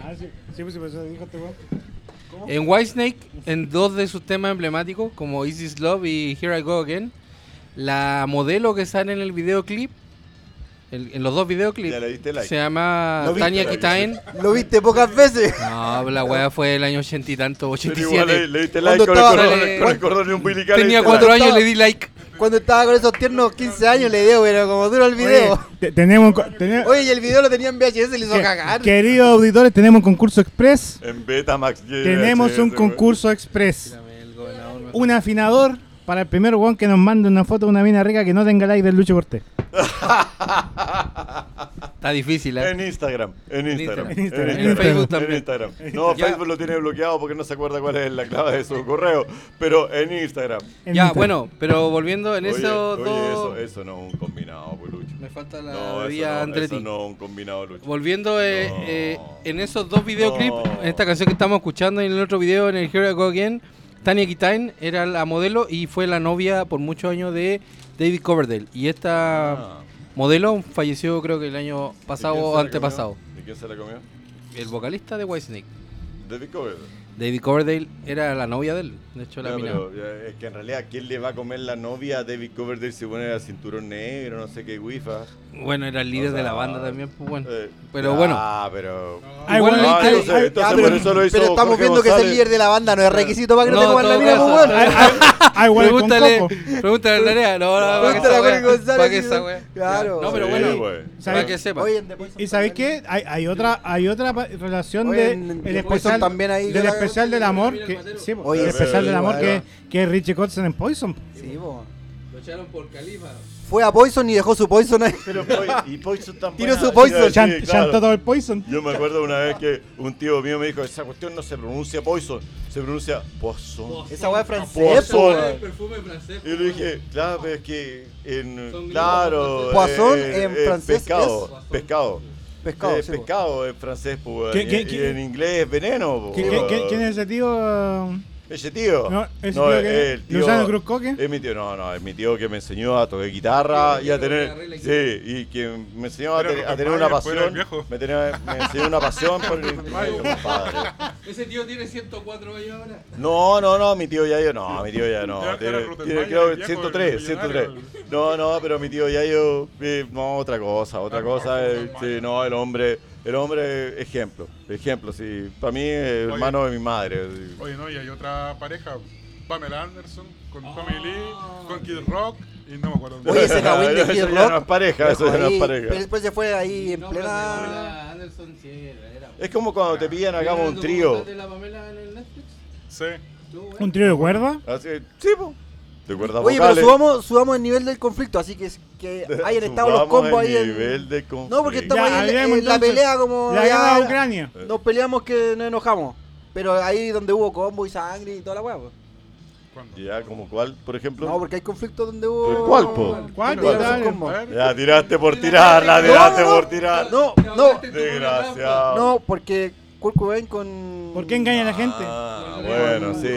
B: Ah, sí, sí, pues, sí, pues, eso dijo este weón.
A: En Whitesnake, en dos de sus temas emblemáticos, como Easy Love y Here I Go Again, la modelo que sale en el videoclip, el- en los dos videoclips,
C: Ya le diste like.
A: se llama
C: No viste
A: Tania
C: la
A: Kitain.
E: Lo viste pocas veces.
A: No, la weá fue el año ochenta y tanto,
C: Pero igual le,
A: 87.
C: le diste like
E: ¿Cuándo
C: con el,
E: estaba?
C: cordón, con el cordón umbilical. le
A: Tenía
C: diste
A: cuatro
C: like.
A: años y le di like.
E: Cuando estaba con esos tiernos 15 años le dio, pero como duro el video.
B: Oye, te- tenemos, un co- tene-
E: Oye, y el video lo tenía en VHS y le hizo
B: que-
E: cagar.
B: queridos auditores, tenemos un concurso express.
C: En Betamax. yeah,
B: Tenemos
C: sí,
B: un
C: sí,
B: concurso express. Un afinador para el primer one que nos mande una foto de una mina rica que no tenga like del Lucho Cortés.
A: Está difícil,
C: güey.
A: ¿eh?
C: En Instagram, en Instagram,
A: Instagram.
C: en Instagram,
B: En
C: en
A: Facebook también.
C: Instagram. No,
A: Ya.
C: Facebook lo tiene bloqueado porque no se acuerda cuál es la clave de su correo, pero en Instagram.
B: En
A: ya,
B: Instagram.
A: bueno, pero volviendo en
C: Oye,
A: esos
C: oye,
A: dos.
C: eso, eso no es un combinado, Pulucho.
A: Me falta la
C: No, eso
A: bebida
C: no,
A: Andretti.
C: eso no es un combinado, Lucho.
A: Volviendo eh,
C: No.
A: eh, en esos dos videoclips,
C: No.
A: en esta canción que estamos escuchando y en el otro video, en el Here I Go Again, Tania Kitain era la modelo y fue la novia por muchos años de David Coverdale. Y esta
C: Ah.
A: modelo falleció creo que el año pasado
C: ¿Y quién se
A: o
C: la
A: antepasado.
C: comió? ¿Y quién se la comió?
A: El vocalista de Whitesnake.
C: David Coverdale.
A: David Coverdale era la novia de él. De hecho, la
C: Ya,
A: mina.
C: pero, ya, es que en realidad, ¿quién le va a comer la novia a David Coverdale si pone el cinturón negro, no sé qué, wifa?
A: Bueno, era el líder
C: O
A: de la
C: sea,
A: banda también, pues bueno.
C: eh,
A: Pero bueno.
C: Ah, pero...
B: Ay,
A: Igual
B: bueno,
A: no
B: hay- Ah,
A: hay-
B: hay-
C: entonces,
B: hay-
C: Ah, entonces
E: Ah, pero,
C: por eso lo hizo
E: pero estamos
C: Jorge
E: viendo que ser
C: González.
E: líder de la banda no es requisito para que no,
A: No,
E: te coman la
A: todo
E: mina,
A: caso,
E: pues bueno.
A: no.
B: hay igual con
A: pregúntale,
B: Coco.
A: pregúntale a Tarea. No, no, para que
E: Pregúntale a
A: esa
E: Jorge
A: wea-
E: González,
A: para que
E: sí,
A: esa wea-
E: claro.
A: No, pero
C: Sí, pues.
A: bueno.
C: güey.
A: Para que sepa.
E: Oye, en The Poison
B: ¿Y sabéis
E: también-
B: qué? Hay, hay otra hay otra pa- relación
E: Oye,
B: de
E: en- en
B: el
E: The Poison
B: especial
E: también hay
B: del
E: la-
B: especial del amor que sí, po,
E: Oye,
B: el
C: sí,
B: especial
C: sí,
B: del amor
C: sí,
B: que,
C: sí.
B: que es Richie Kotzen en Poison.
E: Sí, po.
A: Lo echaron por Califa.
E: Fue a Poison y dejó su Poison ahí.
C: Pero, Poi- y Poison tan
E: Tiró
C: buena,
E: su Poison.
C: sí,
B: Chan-
C: claro.
B: chantó todo el Poison.
C: Yo me acuerdo una vez que un tío mío me dijo, esa cuestión no se pronuncia Poison, se pronuncia Poison.
E: Esa weá es francés,
C: Poison.
E: po,
C: Poison.
E: weón.
A: perfume francés.
C: Y le dije, claro, pero es que en...
A: Son
C: Claro. eh,
A: griegos.
E: Poisson en francés
C: Pescado,
A: es-
C: pescado.
E: Pescado,
C: Eh,
E: sí, po.
C: pescado en francés, pues.
B: ¿Qué-
C: y-
B: qué-
C: y
B: qué-
C: en inglés es veneno, pues. po,
B: ¿Qué- qué-
C: weón.
B: qué- ¿Quién es ese tío?
C: Ese tío.
B: No, ese tío que-
C: el tío-
B: Luciano Cruz Coque.
C: Es mi tío, no, no, es mi tío que me enseñó a tocar guitarra
A: Sí,
C: y a
A: que
C: tener.
A: arregla
C: Sí, y que me enseñó a,
D: Era
C: tener-
D: Rupert
C: a tener una
D: Mayer, pues, era el
C: pasión.
D: viejo.
C: Me, tenía- me enseñó una pasión por el instrumento, compadre.
A: Ese tío tiene 104 años ahora.
C: No, no, no, mi tío Yayo, no, mi tío Yayo no.
D: Era-
C: Tiene,
D: era Rupert
C: tiene,
D: Mayer,
C: creo
D: el
C: que
D: viejo,
C: 103,
D: el
C: 103.
D: millonario.
C: No, no, pero mi tío Yayo, eh, no, otra cosa, otra
D: Ah,
C: cosa.
D: Rupert
C: eh,
D: Mayer.
C: sí, no, el hombre, el hombre, ejemplo, ejemplo, sí. Para mí, eh,
D: Oye.
C: hermano de mi madre. sí.
D: Oye, no, y hay otra pareja, Pamela Anderson, con
A: Ah.
D: Tommy Lee, con Kid Rock, y no me acuerdo.
E: Oye, ese
C: No,
E: Hawái de
C: eso
E: Kid
C: ya no
E: Rock
C: es pareja, eso ya no es
E: Ahí,
C: pareja.
E: pero después se fue ahí en plena...
A: Anderson sí era.
C: Es como cuando te piden Eh, hagamos un trío.
A: de la Pamela en el Netflix?
D: Sí.
B: ¿Un trío de cuerda?
C: Así, sí, po. ¿Te acuerdas
E: Oye, pero
C: vocales?
E: subamos, subamos el nivel del conflicto, así que, que hayan estado los
C: Subamos
E: combos
C: el
E: ahí en...
C: nivel de conflicto.
E: No, porque estamos
B: Ya,
E: ahí en,
B: hablemos
E: en la
B: entonces.
E: pelea como...
B: La
E: ya-
B: guerra de Ucrania.
E: Nos peleamos que nos enojamos. Pero ahí donde hubo combo y sangre y toda la hueá, po.
D: ¿Cuándo?
C: Ya, como cuál, por ejemplo.
E: No, porque hay conflictos donde
C: ¿Pero
E: hubo...
C: cuál, po?
B: ¿Cuál?
E: Donde hubo
B: ¿Cuál?
E: los combos.
D: A ver,
C: Ya, tiraste por tirar, la
A: No,
C: tiraste
E: no,
C: por tirar.
E: No, no,
A: ahogaste.
C: Desgraciado.
E: no, porque Kurt Cobain con...
B: ¿Por qué engaña a la gente?
C: Ah, bueno, sí.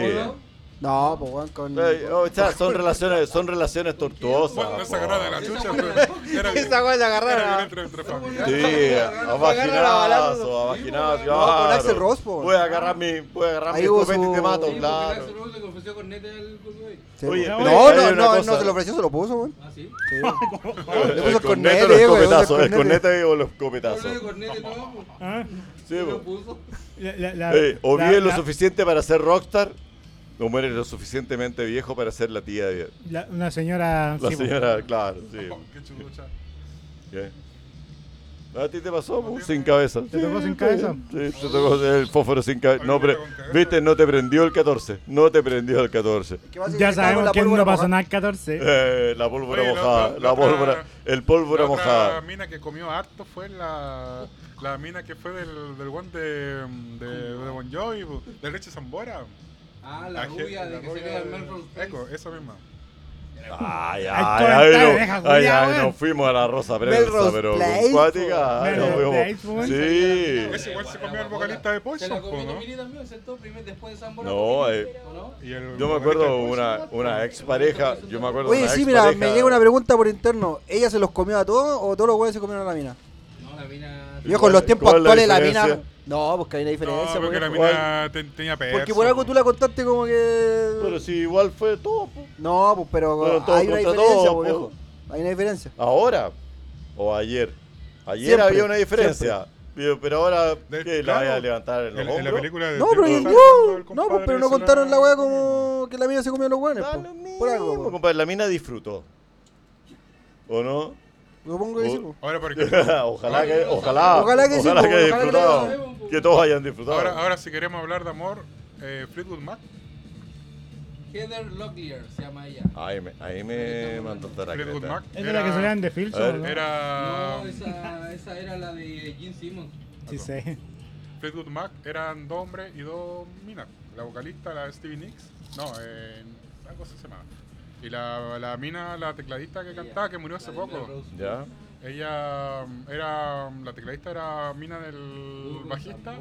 E: No, pues weón, con...
C: Eh, O sea, son relaciones, son relaciones tortuosas.
D: Bueno,
C: po.
D: esa agarrada de la chucha, pero era
E: Esa hueá la
D: era
E: agarraron.
D: violencia entre familias.
C: Sí, a vaginazo, a vaginazo, claro.
E: con Axel Rose, po.
C: Voy a agarrar mi, voy a agarrar mi
E: Ahí hubo
C: escopeta y te
E: su-
C: mato, claro.
A: le confesó con neta al
E: Sí,
C: Oye,
E: po.
C: pero
E: no,
C: hay
E: no,
C: una
E: no,
C: cosa.
E: no, se lo ofreció, se lo puso, weón.
A: Ah, sí.
E: Sí.
C: El,
E: Le puso cornete,
C: corneto o el
E: güey,
C: escopetazo,
E: puso
C: el cornete o el escopetazo.
B: Ah,
C: Sí, po.
B: la- la- la-
C: Eh, o
B: la-
C: vives lo
B: la-
C: suficiente para ser rockstar, o mueres lo suficientemente viejo para ser la tía de
B: la- Una señora.
C: la
B: sí, pues, po.
C: señora, claro, sí.
D: Oh, Qué chucha.
C: ¿Qué? ¿A ti te pasó? po? sin cabeza.
B: ¿Te tocó sin
C: está
B: cabeza?
C: bien. Sí, te tocó el fósforo sin cabeza.
D: A mí
C: No,
D: me
C: pero,
D: tocó con cabeza.
C: viste, no te prendió el 14. No te prendió el 14.
E: Que básicamente
B: Ya
E: estaba con
B: sabemos
E: la
B: que no
E: pólvora
B: pasó
E: mojada.
B: nada el 14.
C: Eh, la pólvora
D: Oye, la
C: mojada.
D: otra-
C: la
D: la otra-
C: pólvora, el pólvora
D: La
C: mojada.
D: otra mina que comió harto fue la, la mina que fue del, del guante de, mm, de, de Bon Jovi, po, de Richie Zambora.
A: Ah, la
D: je-
A: rubia de
D: la
A: que
D: rubia
A: se queda en
D: de-
A: Melrose
D: Eco, esa misma.
C: Ay, ay,
B: Ay,
C: ay,
B: comentario,
C: no.
B: deja,
C: ay,
B: culiao,
C: ay,
B: weón.
C: nos fuimos a la rosa prensa,
E: Melrose
C: pero con
E: Place,
C: cuática,
E: po.
C: ay, nos
B: Melrose
C: fuimos.
A: Place.
D: Ese
C: Sí.
D: igual se comió al vocalista de Poison,
A: Se la
D: po,
A: comió
D: ¿no?
A: Tomini también, sentó primero después de Zambora.
C: No, eh,
A: ¿o no?
D: Y el
C: yo me
D: vocalista
C: acuerdo
D: de Poison.
C: una, una ex pareja. Yo me acuerdo
E: Oye,
C: una
E: sí, mira,
C: expareja-
E: me llega una pregunta por interno. ¿Ella se los comió a todos o todos los weones se comieron a la mina?
A: No, la mina.
E: Yo con los tiempos
C: ¿Cuál es la
E: actuales la, mina.
C: diferencia?
E: No, pues que hay una diferencia.
D: No, porque
E: pues,
D: la
E: viejo.
D: mina te- tenía perso.
E: porque por algo tú la contaste como que.
C: Pero si igual fue todo, po.
E: No, pues pero,
C: Pero todo
E: hay una
C: contra
E: diferencia,
C: todo,
E: pues,
C: po.
E: viejo. Hay una diferencia.
C: ahora o ayer. Ayer
E: Siempre,
C: había una diferencia. Pero- Pero ahora
D: De-
C: ¿qué, la
D: claro.
C: voy a levantar en los
D: En, en la
C: hombros?
D: película de
E: No,
D: de
E: pero yo,
D: Gonzalo, cuando el
E: no, pues,
D: compadre
E: pero no
D: se la-
E: contaron la weá como que la mina se comió a los hueones.
C: Da
E: po.
C: lo mismo,
E: Por algo, po.
C: compadre, La mina disfrutó. ¿O no?
E: Supongo que sí, po.
D: Ahora, por ejemplo,
C: ojalá que, ojalá,
E: Ojalá que sí,
C: ojalá
E: po,
C: que
E: ojalá que
C: disfrutado,
A: lo hagamos, po.
C: que todos hayan disfrutado.
D: ahora, ahora si queremos hablar de amor, eh, Fleetwood Mac.
A: Heather Locklear se llama ella.
C: ahí me, ahí me mandó la
D: Fleetwood
C: creta.
D: Mac
B: Es de la que salían de Phil,
C: A ver,
B: ¿no?
D: era-
A: No, esa, esa era la de Gene Simmons.
B: Sí, sí.
D: Fleetwood Mac eran dos hombres y dos minas. La vocalista, la Stevie Nicks, no, eh, algo así se llamaba. Y la, la mina, la tecladista que cantaba, que murió hace poco.
C: ¿Ya?
D: Ella mm, era, la tecladista era mina del bajista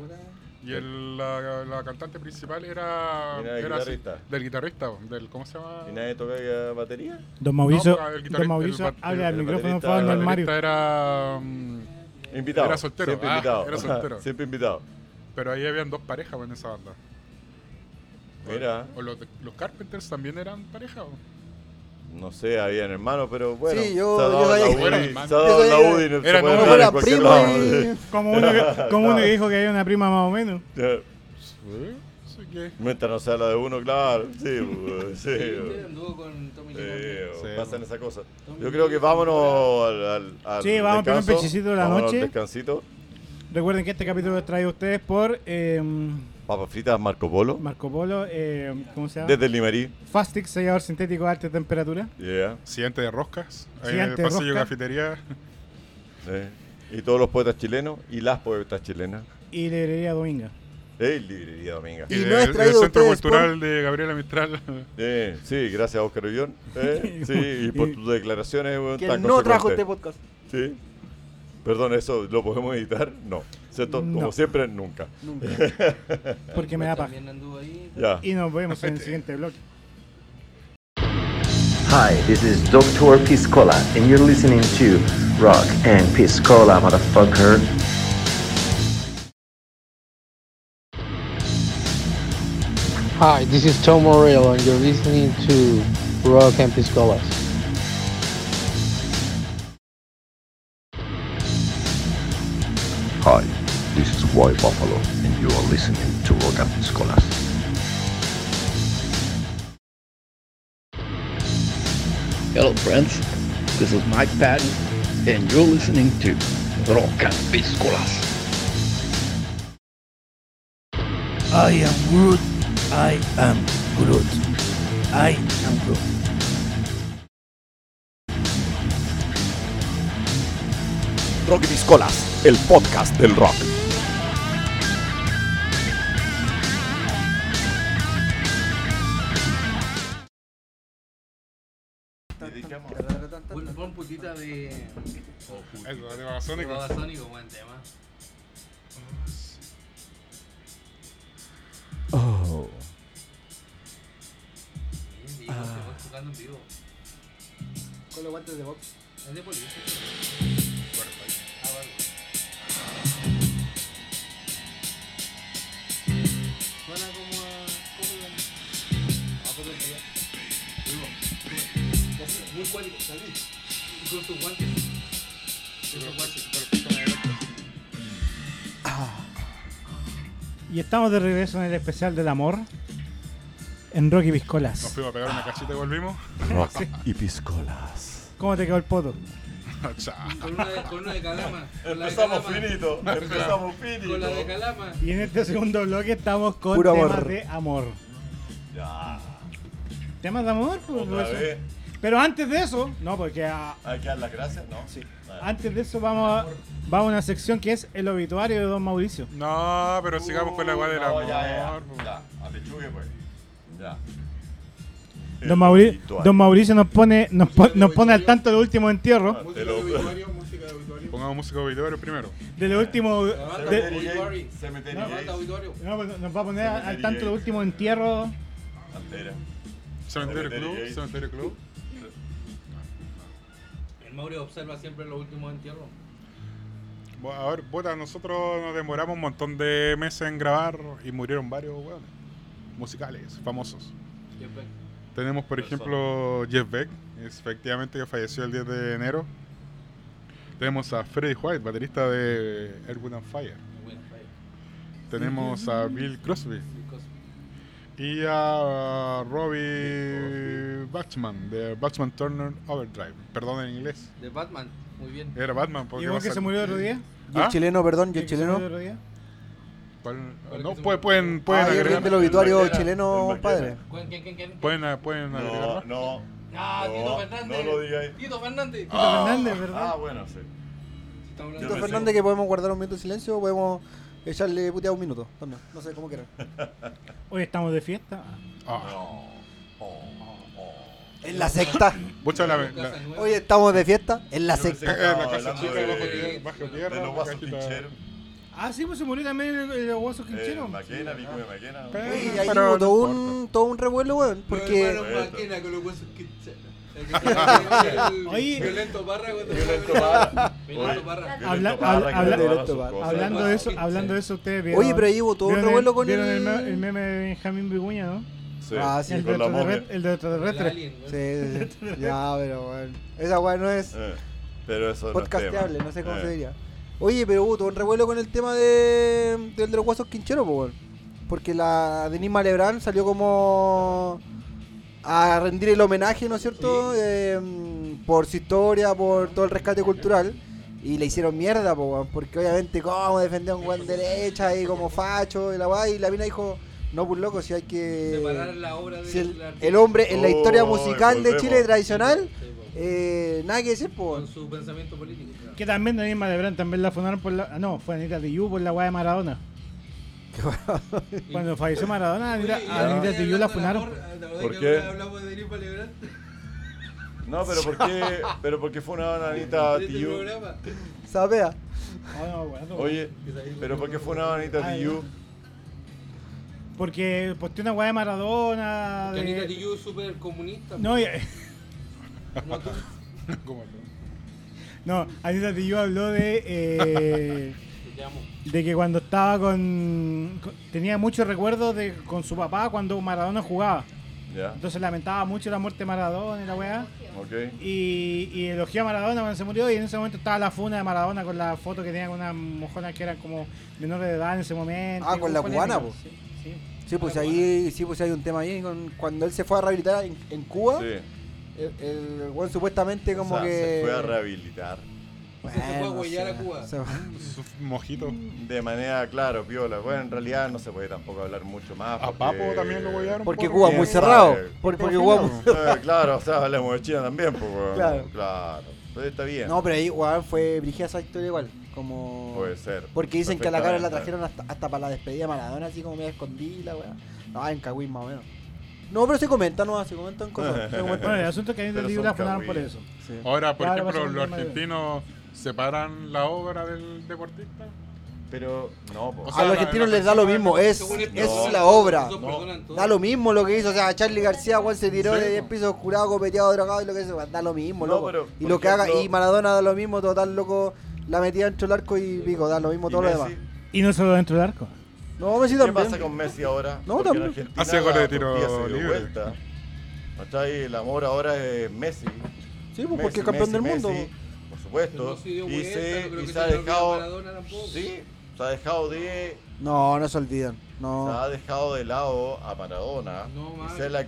D: y el, la, la cantante principal era,
C: Mina del
D: era así-
C: guitarrista.
D: del guitarrista, oh, del, ¿cómo se llama?
C: ¿Y nadie toca la batería?
B: Don Mauricio,
D: No, el guitarrista-
B: don Mauricio
D: el bat-
B: habla al
C: el
B: micrófono, por
C: baterista-
B: favor,
C: el
B: no al
D: El
B: Mario.
D: baterista era... mm,
C: Invitado.
D: Era soltero,
C: Siempre
D: ah,
C: invitado.
D: era soltero.
C: Siempre invitado.
D: Pero ahí habían dos parejas pues, en esa banda.
C: Mira,
D: O los, los Carpenters también eran pareja. oh. ¿o?
C: no sé, habían hermanos, pero bueno.
E: Sí, yo-
C: se ha dado
E: yo
C: la
E: sabía-
C: UDI,
D: Eran hermanos.
C: se ha dado
E: Yo
C: la
E: sabía-
C: UDI, no se
D: eran
C: puede
D: hermanos,
C: dar en
E: eran
C: cualquier
E: primos
C: lado.
B: Como uno, que- como uno que dijo que hay una prima más o menos.
D: Sí, sí que-
C: Mientras no sea la de uno, claro. Sí, pues, sí.
A: Ella
C: pues.
A: anduvo con Tommy
C: Sí,
A: Lee
C: pues,
D: Sí,
C: pasan
D: pues.
C: esas cosas. Yo creo que vámonos al, al, al
B: Sí, vamos, primer
C: descanso,
B: pechecito de la
C: vámonos
B: noche.
C: Al descansito.
B: Recuerden que este capítulo es traído a ustedes por eh,
C: Papas fritas Marco Polo.
B: Marco Polo, eh, ¿cómo se llama?
C: Desde el Limarí.
B: Fastic, sellador sintético de alta temperatura.
C: Yeah.
D: Siguiente de roscas. ahí en el
B: Siguiente de
D: pasillo de
B: rosca.
D: cafetería.
C: Eh. Y todos los poetas chilenos y las poetas chilenas.
B: Y librería Dominga.
C: Eh, librería Dominga.
E: Y
D: del-
E: no es
D: del
E: traído
D: eh, Centro
E: ustedes pues. por-
D: Cultural de Gabriela Mistral.
C: Eh, sí, gracias Oscar Ullón. Eh, sí, y por tus declaraciones, weón,
E: Que
C: tan
E: no trajo este
C: consecuentes.
E: podcast.
C: Sí. Perdón, ¿eso lo podemos editar? No. ¿Cierto?
B: No.
C: Como siempre, nunca.
B: Porque me da paja.
A: También anduvo ahí.
C: Ya.
B: Y nos vemos en el siguiente bloque.
G: Hi, this is Dr. Piscola, and you're listening to Rock and Piscola, motherfucker.
H: Hi, this is Tom Morello, and you're listening to Rock and Piscolas.
I: Hi, this is White Buffalo, and you are listening to Rock and Piscolas.
J: Hello, friends. This is Mike Patton, and you're listening to Rock and Piscolas. I am Groot. I am Groot. I am Groot.
I: Rock y Piscolas, el podcast del rock.
A: Pon, pon putita de.
D: Oh, Eso, de Babasónicos.
A: Babasónico, buen tema.
I: Oh.
A: En vivo, se
D: Ah.
A: va tocando en vivo.
E: Con los guantes de box.
A: Es de policía. Ah, vale. Suena como a. Ah, pues como a- a poco de pelea. Vivo, vivo. Ya sé, Muy cuático, salí. Con tus guantes. Con tus guantes.
B: Y estamos de regreso en el especial del amor. En Rocky
D: Nos
B: Piscolas.
D: fuimos a pegar una cachita y volvimos.
C: Rock y piscolas.
B: ¿Cómo te quedó el poto?
D: Chao.
A: Con una de- Con una de calama. Con la de
C: Empezamos
A: calama.
C: finito. Empezamos finito.
A: Con la de calama.
B: Y en este segundo bloque estamos con
E: Puro
B: temas
E: amor.
B: de amor.
C: Ya.
B: ¿Temas de amor? Pues,
C: Otra
B: eso.
C: vez.
B: Pero antes de eso, no, porque ah,
C: Hay que dar las gracias, ¿no? Sí.
B: antes de eso vamos a, vamos a una sección que es el obituario de Don Mauricio.
D: No, pero sigamos con la agua del amor.
C: Ya,
D: po.
C: ya. ya. A pechugue, pues. Ya.
B: Don, Mauri- Don Mauricio nos pone, nos, po- nos pone al tanto del último entierro.
C: Te lo-
D: Pongamos música de auditorio primero.
B: De lo último.
A: La banda
B: de-
A: Obituary.
C: Cementerio
A: La
C: Gate,
A: banda Obituary.
B: no, pues nos va a poner al al tanto del último entierro.
C: Pantera.
D: Cementerio
C: Cementerio
D: Club,
C: Gate.
D: Cementerio Club.
A: El Mauri observa siempre los últimos entierros.
D: Bo- A ver, puta, nosotros nos demoramos un montón de meses en grabar y murieron varios weones musicales, famosos. Tenemos, por ejemplo, Jeff Beck, es- efectivamente que falleció el 10 de enero. Tenemos a Freddie White, baterista de Earth, Wind and Fire. Tenemos a Bill Crosby. Y a Robbie Bachman, de Bachman Turner Overdrive. Perdón en inglés.
A: De Batman, muy bien.
D: Era Batman. porque
B: ¿Y uno
D: va a
B: que se
D: ser-
B: murió el otro día?
E: Y el
D: ¿Ah?
E: chileno, perdón, y
B: ¿Y
E: el chileno.
B: otro día?
D: ¿Cuál?
A: ¿Cuál
D: No,
A: que se
D: pueden,
A: murió?
D: pueden, pueden
E: Ah, y el
D: agregar.
E: del obituario
C: el Maquena, el
E: chileno,
C: Maquena.
E: padre.
A: ¿Quién, quién, quién, quién?
D: Pueden, pueden agregar
C: No,
D: más.
C: no.
A: Ah, Tito
C: Pues, No,
A: Fernández.
C: no lo digáis.
A: Tito Fernández.
B: Tito Fernández, ¿verdad?
C: Ah, bueno, sí.
A: Estamos hablando
C: Yo
E: Tito
A: de-
C: pensé-
E: Fernández, que podemos guardar un minuto de silencio, podemos echarle puteado un minuto también. No sé cómo quieran.
B: Hoy estamos de fiesta.
D: Ah,
E: En la secta.
D: pucha, la- la- eh,
A: Casa Nueva.
E: Hoy estamos de fiesta. En la
C: Yo pensé que
E: secta.
C: estaba
D: la casa
C: hablando
D: chica
C: de-
D: bajo tierra- bajo
A: de
D: tierra,
C: De los
D: la
C: guasos
D: cajita-
C: quincheros.
B: Ah, sí, pues se murió también el, el guaso
C: Eh,
B: quinchero.
C: Maquena, Vicuña Maquena.
D: Pero-
E: Oye, y ahí
D: Pero
E: hubo
D: no
E: todo un,
D: importa.
E: todo un revuelo, weón.
A: Hermano
E: Porque.
A: Maquena con los huesos que echaron. El
B: Oye.
A: Violento Barra cuando-
C: Violento Barra.
A: Violento
C: Oye.
A: Barra.
B: Habla-
C: Violento Barra,
B: habla-
C: que
B: habla-
C: le roba
E: Violento
C: sus
E: Barra.
C: cosas.
B: Hablando de eso,
A: Guaso
B: hablando de eso ustedes vieron.
E: Oye, pero ahí hubo todo un
B: ¿vieron
E: revuelo con
B: ¿vieron el... me-
E: el.
B: el meme de Benjamín Viguña, ¿no?
C: Sí,
E: Ah, sí,
B: el, de
C: con la momia.
B: extraterrestre, el de
A: El
B: extraterrestre.
A: alien, güey.
E: Sí, sí, sí. Ya, pero weón. Esa weón no es
C: Eh, Pero eso no es tema.
E: podcasteable, no sé cómo
C: Eh,
E: se diría. Oye, pero hubo todo un revuelo con el tema de. del de los guasos quincheros, po, weón. Porque la Denise Malebrán salió como. a rendir el homenaje, ¿no es cierto? Eh, por su historia, por todo el rescate cultural. Y le hicieron mierda, po, weón, porque obviamente, ¿cómo defender a un weón derecha y como facho y la weá? Y la mina dijo, no, pues loco, si hay que.
A: Separar la obra de
E: si el,
A: la-
E: el hombre en la historia
C: Oh,
E: musical de
C: volvemos.
E: Chile tradicional,
A: Sí, po.
E: eh, nada que decir, po,
A: Con
E: weón.
A: su pensamiento político. claro.
B: Que también Daniel Malebrán también la funaron por la. ah, No, fue Anita Tijoux por la weá de Maradona. Cuando falleció Maradona, a Anita,
A: Oye, y
B: a Anita
A: hablando
B: Tijoux
A: de
B: la
A: amor,
B: funaron.
A: ¿te acordás
C: ¿Por
A: que
C: qué?
A: hablamos de Denis Palebras?
C: No, pero ¿por qué? Pero porque fue una bananita
A: De este
C: Tiyu.
A: programa.
E: Sapea.
B: No, no, bueno.
C: Oye, pero ¿por qué fue una bananita
B: Ah,
C: Tiyu?
B: Porque posteó una weá de Maradona.
A: Que Anita
B: De...
A: Tijoux es súper comunista.
B: No, y-
A: No, tú.
D: ¿Cómo no?
B: no, Anita Tijoux habló de. eh,
A: Te amo.
B: de que cuando estaba con, con- tenía muchos recuerdos de con su papá cuando Maradona jugaba.
C: Ya,
B: Entonces lamentaba mucho la muerte de Maradona y la weá.
C: ok.
B: Y, y elogió a Maradona cuando se murió y en ese momento estaba la funa de Maradona con la foto que tenía con unas mojonas que eran como menores de edad en ese momento.
E: Ah,
B: Y
E: con la
B: polémica.
E: cubana, po.
B: Sí, sí.
E: Sí,
C: Ah,
E: pues ahí, sí, pues hay un tema ahí. con- cuando él se fue a rehabilitar en, en Cuba,
C: Sí.
E: el, el weón supuestamente como
C: O sea,
E: que.
C: se fue a rehabilitar.
E: Bueno,
A: Se fue a huellar
E: o
A: a
E: sea,
A: Cuba.
E: se fue-
D: Sus mojitos.
C: De manera, claro, piola. Bueno, en realidad no se puede tampoco hablar mucho más.
D: A
C: porque-
D: Papo también lo huellaron.
E: porque
D: por-
E: Cuba es muy cerrado.
C: sabe?
E: Porque, porque
D: Por
E: Cuba.
D: fin,
E: muy-
C: Eh, claro, o sea, hablamos de China también, pues, bueno,
E: Claro.
C: claro. Entonces está bien.
E: No, pero ahí, weón, fue brigida esa historia igual. Como.
C: Puede ser.
E: Porque dicen que a la cara la
C: perfectamente.
E: trajeron hasta, hasta para la despedida de Maradona, así como media escondida, weón. Ah, en Cagüín más o menos. No, pero se comentan, no, se comentan cosas. se comentan
B: Bueno, el
E: cosas.
B: asunto es que Anita
C: Pero
B: Tijoux
C: son
B: la funaron por
C: cagüíes.
B: eso.
E: Sí.
D: Ahora, por
B: Claro,
D: ejemplo,
B: pasó un
D: los
B: tema de-
D: argentinos separan la obra del deportista.
C: Pero, no, pues.
D: O sea,
E: A
D: la-
E: los argentinos
D: la
E: les da lo
D: persona-
E: mismo, eh. es,
A: Según esto,
E: es
A: no.
E: la obra.
A: Eso perdonan todo.
E: Da lo mismo lo que hizo, o sea, Charlie García, Juan se tiró
D: Sí,
E: de
D: po.
E: 10 pisos curado, copeteado, drogado y lo que sea, da lo mismo,
C: No,
E: loco.
C: pero,
E: y
C: por
E: lo que haga,
C: ejemplo-
E: y Maradona da lo mismo, total, loco, la metía entre el arco y pico, da lo mismo
C: ¿Y
E: todo lo
C: Messi?
E: demás.
B: Y no solo dentro del arco.
E: No, Messi
C: ¿Qué
E: también.
C: pasa con Messi ahora?
E: No,
C: Porque en
E: también.
C: Argentina
D: Hace goles
C: la
D: de tiro
C: tortilla se dio
D: libre.
C: vuelta. ¿Cachai? El amor ahora es Messi.
E: Sí, pues, porque
C: Messi,
E: es
C: Messi,
E: campeón del mundo.
C: Messi, por
A: Pero
C: supuesto.
A: no se dio
C: y
A: vuelta,
C: se,
A: no creo
C: y
A: que
C: se ha
A: se lo olvide a
C: dejado.
A: Maradona tampoco.
C: Sí, se ha dejado de.
E: No, no se olvidan.
C: Se
E: No,
C: ha dejado de lado a Maradona.
A: No,
C: Y
A: madre.
C: se la-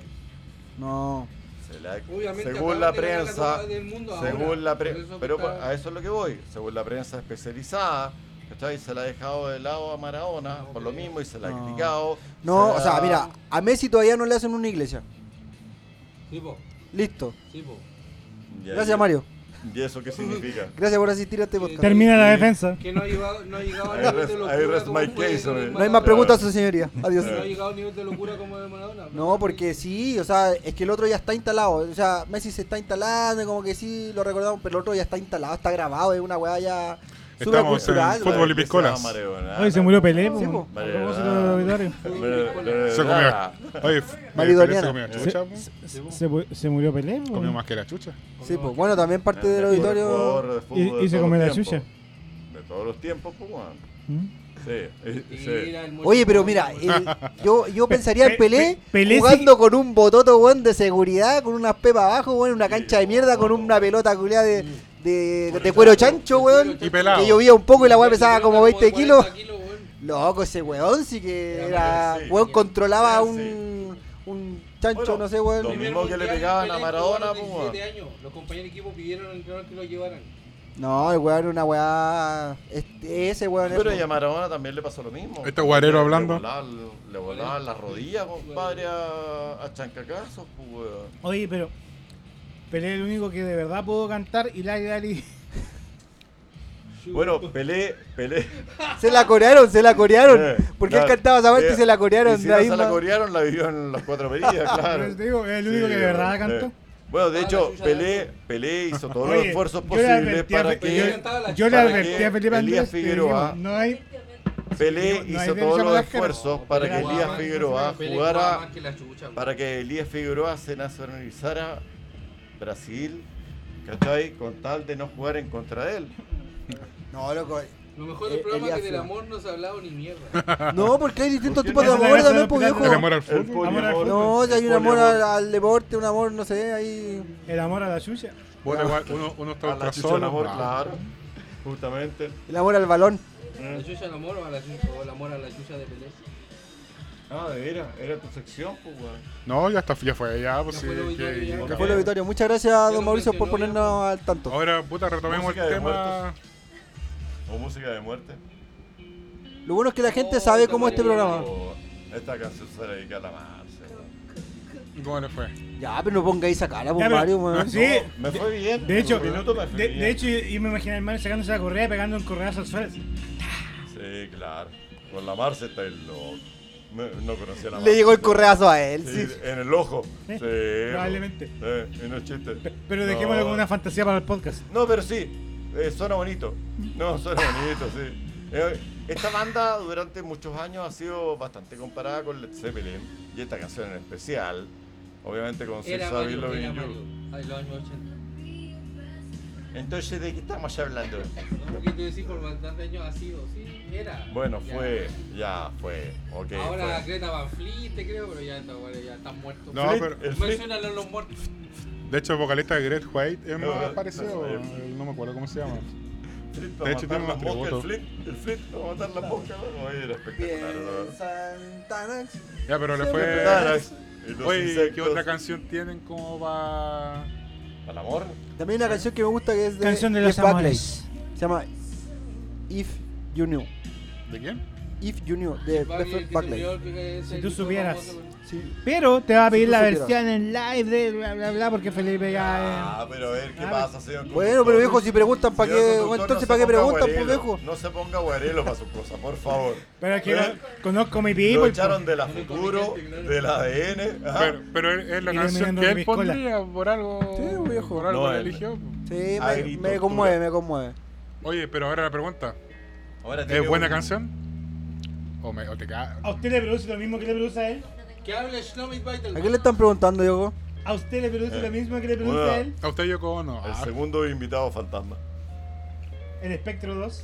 E: no.
C: se la-
A: Obviamente
C: según
A: acaban
C: la
A: de ganar la
C: prensa.
A: Copa del Mundo ahora,
C: según la pre-
A: por eso que
C: Pero
A: está-
C: a eso es lo que voy. Según la prensa especializada. ¿Cachai? Se la ha dejado de lado a Maradona por lo mismo y se la ha
E: No.
C: criticado.
E: No,
C: se
E: o sea,
C: la-
E: mira, a Messi todavía no le hacen una iglesia.
A: Sí, po,
E: Listo.
A: sí, po.
C: Y ahí-
E: Gracias, Mario.
C: ¿Y eso qué significa?
E: Gracias por asistir a este podcast.
B: Termina la defensa.
A: Que no ha llegado, no ha llegado
C: I
A: al nivel
C: rest-
A: de
C: I
A: locura.
C: rest
A: como
C: my
A: fue
C: case,
A: Maradona.
E: No hay más preguntas, su señoría. Adiós.
A: No ha llegado al nivel de locura como de Maradona.
E: No, porque sí, o sea, es que el otro ya está instalado. O sea, Messi se está instalando, como que sí, lo recordamos, pero el otro ya está instalado, está grabado, es una weá ya
D: Estamos
E: supercultural.
D: en
E: cultural.
D: fútbol y
C: ¿Qué se
D: piscolas.
C: llama Maradona?
B: Hoy se murió Pelé, po.
E: Sí, po.
B: A propósito de los obituarios.
C: Maradona.
D: Se comió. Oye, eh,
E: Maridoniana.
D: se comió chucha. po.
B: Se, se- se murió Pelé, po.
D: Comió más que la chucha.
E: Sí, pues bueno, también parte del auditorio.
C: Mejor jugador de fútbol
B: Y- y
C: de
B: se
C: todos
B: comió
C: los
B: la
C: tiempos.
B: chucha.
C: De todos los tiempos, pues, weón.
B: ¿Mm?
C: Sí,
A: Y
C: sí.
A: mira el muerto
E: Oye, pero
A: como
E: mira, eh,
A: weón.
E: el- yo, yo pensaría en
B: Pe-
E: Pelé,
B: Pe- Pelé
E: jugando
B: sigue-
E: con un bototo, weón, de seguridad, con unas pepas abajo, weón, una cancha de mierda, con una pelota culiada de, de, de cuero chancho, weón,
D: Y pelado.
E: que llovía un poco y la weá pesaba
A: Pelota
E: como 20 kilos.
A: 40 weón.
E: Loco, ese weón sí que
A: Era
E: era,
C: Pelé, sí.
E: weón, controlaba
C: Pelé,
E: un, un chancho,
C: Bueno,
E: no sé,
C: Lo
E: weón.
A: Primer
C: mismo que le
A: mundial,
C: pegaban a
A: Pelé
C: Maradona, pues,
A: jugó
C: po,
A: a los 17 años. Los compañeros de equipo pidieron al entrenador que lo llevaran.
E: No, el weón era una weá, este- ese weón
C: Pero y
E: es...
C: a Maradona también le pasó lo mismo.
D: Este guarero
C: Le-
D: hablando.
C: Le volaban, le volaban las rodillas, compadre, a, a chancacazos, pues, weón.
B: Oye, pero Pelé es el único que de verdad pudo cantar y Lali Lali.
C: Bueno, Pelé, Pelé.
E: Se la corearon, se la corearon.
C: Eh,
E: Porque
C: la-
E: él cantaba esa parte y
C: eh,
E: se la corearon.
C: y
E: de
C: si no
E: ahí
C: se la
E: más.
C: corearon, la vivió en las cuatro medidas, claro.
B: Pero te digo, es el único que de verdad cantó.
C: eh. Bueno, de
A: Ah,
C: hecho,
A: la chucha de
C: Pelé, Pelé hizo todos los
B: Oye,
C: esfuerzos
B: yo le
C: posibles
B: advertí a
C: para
B: Fe-
A: Pelé
C: que
A: cantaba la
B: Yo le
C: para
B: advertí
C: que
B: a Felipe
C: Elías
B: Andrés, te
C: Figueroa-
B: dijimos, no hay
C: Pelé
B: no hay
C: hizo
B: derecho
C: todos
B: a
C: los
B: marcar.
C: esfuerzos
A: No,
C: para
A: Pelé
C: que
A: jugaba
C: Elías
A: más que
C: Figueroa
A: Pelé jugaba
C: jugara
A: más que la chucha, weón.
C: para que Elías Figueroa se nacionalizara Brasil, ¿cachai? Con tal de no jugar en contra de él.
E: No, loco.
A: Lo mejor del
E: Eh,
A: programa es que
E: Elías
A: del
E: Fla-
A: amor no se ha hablado ni mierda.
E: No, porque hay
C: ¿Por
E: distintos
C: qué
E: tipos de
B: no?
E: amor
B: Esa es la
E: también, pues
B: verdad, pero-
D: El
E: viejo.
D: amor al
C: El
D: fútbol.
C: poliamor.
B: al fútbol.
E: No, si hay un
C: El
E: amor
C: poliamor.
E: al, al deporte, un amor, no sé, ahí.
B: el amor a la suya.
D: Puta, igual, uno, uno
C: A
D: está
C: la
D: ultra
C: chucha del
D: solo.
C: amor,
D: Ah.
C: claro. Justamente.
E: El amor al balón.
A: ¿La chucha al amor o, a la chucha, o el amor a la chucha de Pelé?
C: Ah, de veras, era tu sección, pues, weón.
D: No, ya, está, ya fue, ya,
C: Oh,
D: pues
A: Ya
D: sí.
A: fue lo
D: que-
A: vital, ya.
D: que-
E: Fue
C: Eh.
E: lo Vitorio. Muchas gracias,
A: lo
E: don Mauricio, por
A: mencionó ya,
E: ponernos al tanto.
D: Ahora, puta, retomemos
C: Música
D: el
C: de
D: tema.
C: muertos. O música de muerte.
E: Lo bueno es que la gente sabe cómo es este programa.
C: O esta canción se la dedica a la Marce. weón.
D: ¿Cómo le fue?
E: Ya, pero no pongáis a cara,
B: Ya,
E: pues
B: pero-
E: Mario, man.
B: Sí,
C: Me fue bien.
B: de hecho,
C: por ¿eh? un minuto me fue
B: de,
C: bien.
B: de hecho yo, yo me imaginé al Mario sacándose la correa y pegando un correazo al Suárez.
C: Sí, claro. Con la Marce está el loco. Me- No conocía a la Marce.
E: Le llegó el correazo a él, sí.
C: Sí, En el ojo. Sí.
B: probablemente.
C: Eh, y no es chiste.
B: Pero
C: No.
B: dejémoslo como una fantasía para el podcast.
C: No, pero sí, eh, suena bonito. No, suena bonito, sí. Eh, esta banda durante muchos años ha sido bastante comparada con Led Zeppelin y esta canción en especial, obviamente con Sir
A: Era
C: Savage
A: Mario, era
C: Loving
A: Mario.
C: You.
A: Ay, los años 80.
C: Entonces, ¿de qué estamos hablando?
A: No, porque tú decís por bastantes años ha sido, sí, era.
C: Bueno,
A: Ya.
C: fue, ya fue, ok.
A: Ahora
C: fue.
A: Greta Van Fleet, te creo, pero ya, está, bueno, ya están muertos.
D: No,
C: Fleet,
D: pero-
C: el Fleet-
A: Mencionalo a los muertos.
D: De hecho, el vocalista de Great White es
C: No,
D: más
C: no, no
D: parecido.
C: sé.
D: eh, No me acuerdo cómo se llama.
C: Fleet
D: de
C: para
D: hecho,
C: matar
D: tiene
C: las
D: un
C: moscas, el
D: atributo.
C: Fleet, el Fleet para matar las moscas. ¿no? Oye, era espectacular.
E: Bien,
C: ¿no?
E: Santana.
D: Ya, pero le
C: Espectacular,
D: fue.
C: ¿eh? Pues, Y los
D: Oye, ¿qué
C: insectos.
D: otra canción tienen como para.?
C: Al amor.
E: También hay una canción que me gusta que es de.
B: Canción de los
E: Jeff Buckley.
B: amores.
E: Se llama If You Knew.
D: ¿De quién?
E: If You Knew, de
A: Buckley,
E: Jeff
A: que
E: Buckley.
A: se murió, que es
B: Si
A: el
B: tú
A: tipo
B: supieras.
A: famoso,
E: Sí.
B: Pero te va a
E: Si
B: pedir
E: tú
B: la
E: supieras.
B: versión en live de bla bla bla porque Felipe ya. eh,
C: Ah, pero a ver, ¿qué
B: Ah,
C: pasa, señor
E: Bueno, pero viejo, si preguntan, ¿para
C: Señor
E: qué?
C: conductor,
E: Entonces,
C: no
E: ¿para
C: se
E: qué
C: ponga
E: preguntan, pues
C: guarelo,
E: viejo?
C: No se ponga guarelo para sus cosas, por favor.
B: Pero es que
C: Bueno,
B: no- conozco mi people.
C: Lo
D: pues,
B: po.
C: echaron de la futuro, del ADN. ajá.
E: Ah.
D: Pero, pero es- es la
B: Y
D: canción
B: Dominando
D: que
B: de
D: él
B: Piscola.
D: pondría por algo.
E: Sí, viejo.
D: Por algo
C: No,
D: la
C: él-
D: eligió.
E: Sí, me,
C: Agricultura.
E: me conmueve, me conmueve.
D: Oye, pero ahora la pregunta:
C: Ahora tiene
D: ¿es buena
C: un-
D: canción? ¿O, me, o te cagas?
B: ¿A usted le produce lo mismo que le produce a él?
A: weón. Que hable Schnomit Vital.
E: ¿A qué le están preguntando, Diogo?
B: ¿A usted le produce lo mismo que le produce
C: Bueno.
B: a él?
D: ¿A usted yo como no?
C: El
D: Ah,
C: segundo invitado fantasma.
B: ¿El espectro 2?